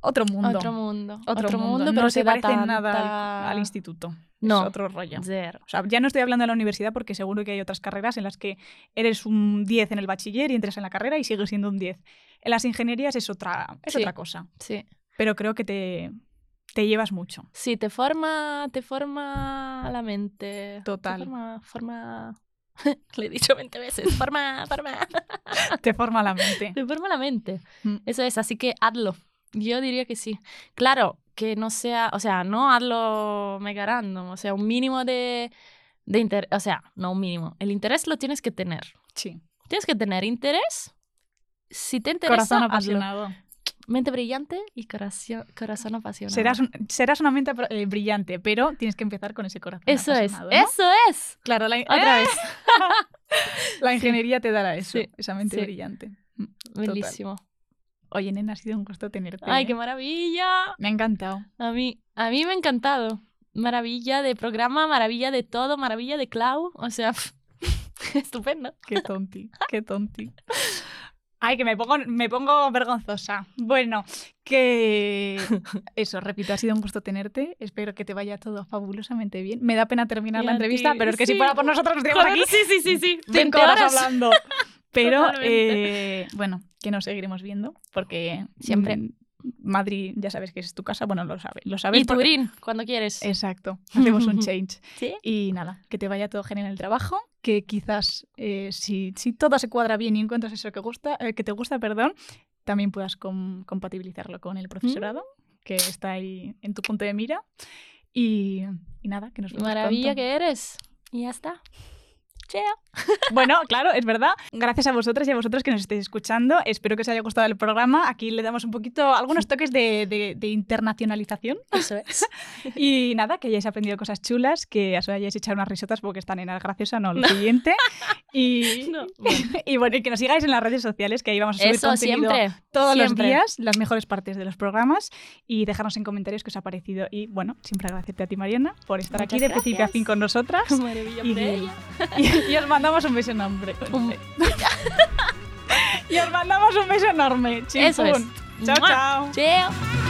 [SPEAKER 2] otro mundo.
[SPEAKER 1] Otro mundo.
[SPEAKER 2] Otro mundo.
[SPEAKER 1] pero
[SPEAKER 2] no se
[SPEAKER 1] te da
[SPEAKER 2] parece en nada al-
[SPEAKER 1] tanta-
[SPEAKER 2] al instituto.
[SPEAKER 1] No.
[SPEAKER 2] Es otro rollo.
[SPEAKER 1] Zero.
[SPEAKER 2] O sea, ya no estoy hablando de la universidad porque seguro que hay otras carreras en las que eres un 10 en el bachiller y entras en la carrera y sigues siendo un 10. En las ingenierías es otra, es
[SPEAKER 1] Sí.
[SPEAKER 2] otra cosa.
[SPEAKER 1] Sí.
[SPEAKER 2] Pero creo que te, te llevas mucho.
[SPEAKER 1] Sí, te forma, te forma la mente.
[SPEAKER 2] Total.
[SPEAKER 1] Te forma, forma. Le he dicho 20 veces. Forma, forma. Ah.
[SPEAKER 2] Te forma la mente.
[SPEAKER 1] Te forma la mente.
[SPEAKER 2] Mm.
[SPEAKER 1] Eso es, así que hazlo. Yo diría que sí. Claro, que no sea, o sea, no hazlo mega random, o sea, un mínimo de, de interés, o sea, no un mínimo, el interés lo tienes que tener.
[SPEAKER 2] Sí.
[SPEAKER 1] Tienes que tener interés. Si te interesa,
[SPEAKER 2] Corazón
[SPEAKER 1] hazlo.
[SPEAKER 2] apasionado.
[SPEAKER 1] Mente brillante y corazón, corazón apasionado.
[SPEAKER 2] Serás, un- serás una mente eh, brillante, pero tienes que empezar con ese corazón.
[SPEAKER 1] Eso es,
[SPEAKER 2] apasionado, ¿no?
[SPEAKER 1] eso es.
[SPEAKER 2] Claro, la, ¡Eh!
[SPEAKER 1] Otra vez.
[SPEAKER 2] la ingeniería te dará eso,
[SPEAKER 1] Sí,
[SPEAKER 2] esa mente
[SPEAKER 1] sí.
[SPEAKER 2] brillante.
[SPEAKER 1] Bellísimo.
[SPEAKER 2] Oye, nena, ha sido un gusto tenerte.
[SPEAKER 1] Ay,
[SPEAKER 2] ¿eh?
[SPEAKER 1] qué maravilla.
[SPEAKER 2] Me ha encantado.
[SPEAKER 1] A mí, a mí me ha encantado. Maravilla de programa, maravilla de todo, maravilla de Clau. O sea, estupendo.
[SPEAKER 2] Qué tonti, qué tonti. Ay, que me pongo, me pongo vergonzosa. Bueno, que eso, repito, ha sido un gusto tenerte. Espero que te vaya todo fabulosamente bien. Me da pena terminar
[SPEAKER 1] Y
[SPEAKER 2] la
[SPEAKER 1] a
[SPEAKER 2] entrevista,
[SPEAKER 1] ti,
[SPEAKER 2] pero es que si
[SPEAKER 1] sí.
[SPEAKER 2] fuera por nosotros nos
[SPEAKER 1] Joder,
[SPEAKER 2] aquí
[SPEAKER 1] sí, sí, sí, sí. 20
[SPEAKER 2] cinco horas
[SPEAKER 1] horas.
[SPEAKER 2] hablando. Pero
[SPEAKER 1] Totalmente.
[SPEAKER 2] eh, bueno, que nos seguiremos viendo porque
[SPEAKER 1] Siempre.
[SPEAKER 2] mm, Madrid, ya sabes que es tu casa, bueno, lo sabes. Lo sabes
[SPEAKER 1] Y
[SPEAKER 2] porque- Eh,
[SPEAKER 1] Turín, cuando quieres.
[SPEAKER 2] Exacto, hacemos un change.
[SPEAKER 1] Sí.
[SPEAKER 2] Y nada, que te vaya todo genial en el trabajo, que quizás eh, si, si todo se cuadra bien y encuentras eso que, gusta, eh, que te gusta, perdón, también puedas com- compatibilizarlo
[SPEAKER 1] Mm.
[SPEAKER 2] con el profesorado, que está ahí en tu punto de mira. Y, y nada, que nos vemos
[SPEAKER 1] Maravilla
[SPEAKER 2] pronto.
[SPEAKER 1] que eres. Y ya está. Chao.
[SPEAKER 2] Bueno, claro, es verdad. Gracias a vosotras y a vosotros que nos estéis escuchando. Espero que os haya gustado el programa. Aquí le damos un poquito, algunos toques de- de- de internacionalización.
[SPEAKER 1] Eso es.
[SPEAKER 2] Y nada, que hayáis aprendido cosas chulas, que os hayáis echado unas risotas porque están en el graciosa, no, lo siguiente. Y,
[SPEAKER 1] No.
[SPEAKER 2] y bueno, y que nos sigáis en las redes sociales, que ahí vamos a subir
[SPEAKER 1] Eso
[SPEAKER 2] contenido
[SPEAKER 1] siempre.
[SPEAKER 2] todos
[SPEAKER 1] siempre.
[SPEAKER 2] los días, las mejores partes de los programas y dejarnos en comentarios qué os ha parecido. Y bueno, siempre agradecerte a ti, Mariana, por estar aquí de
[SPEAKER 1] Muchas
[SPEAKER 2] principio a fin
[SPEAKER 1] gracias.
[SPEAKER 2] con nosotras.
[SPEAKER 1] Maravilla
[SPEAKER 2] Y,
[SPEAKER 1] por ella.
[SPEAKER 2] y- y os mandamos un beso enorme.
[SPEAKER 1] Un-
[SPEAKER 2] Y os mandamos un beso enorme.
[SPEAKER 1] Eso es.
[SPEAKER 2] Chimpún. Chao,
[SPEAKER 1] Mua.
[SPEAKER 2] chao.
[SPEAKER 1] Chao.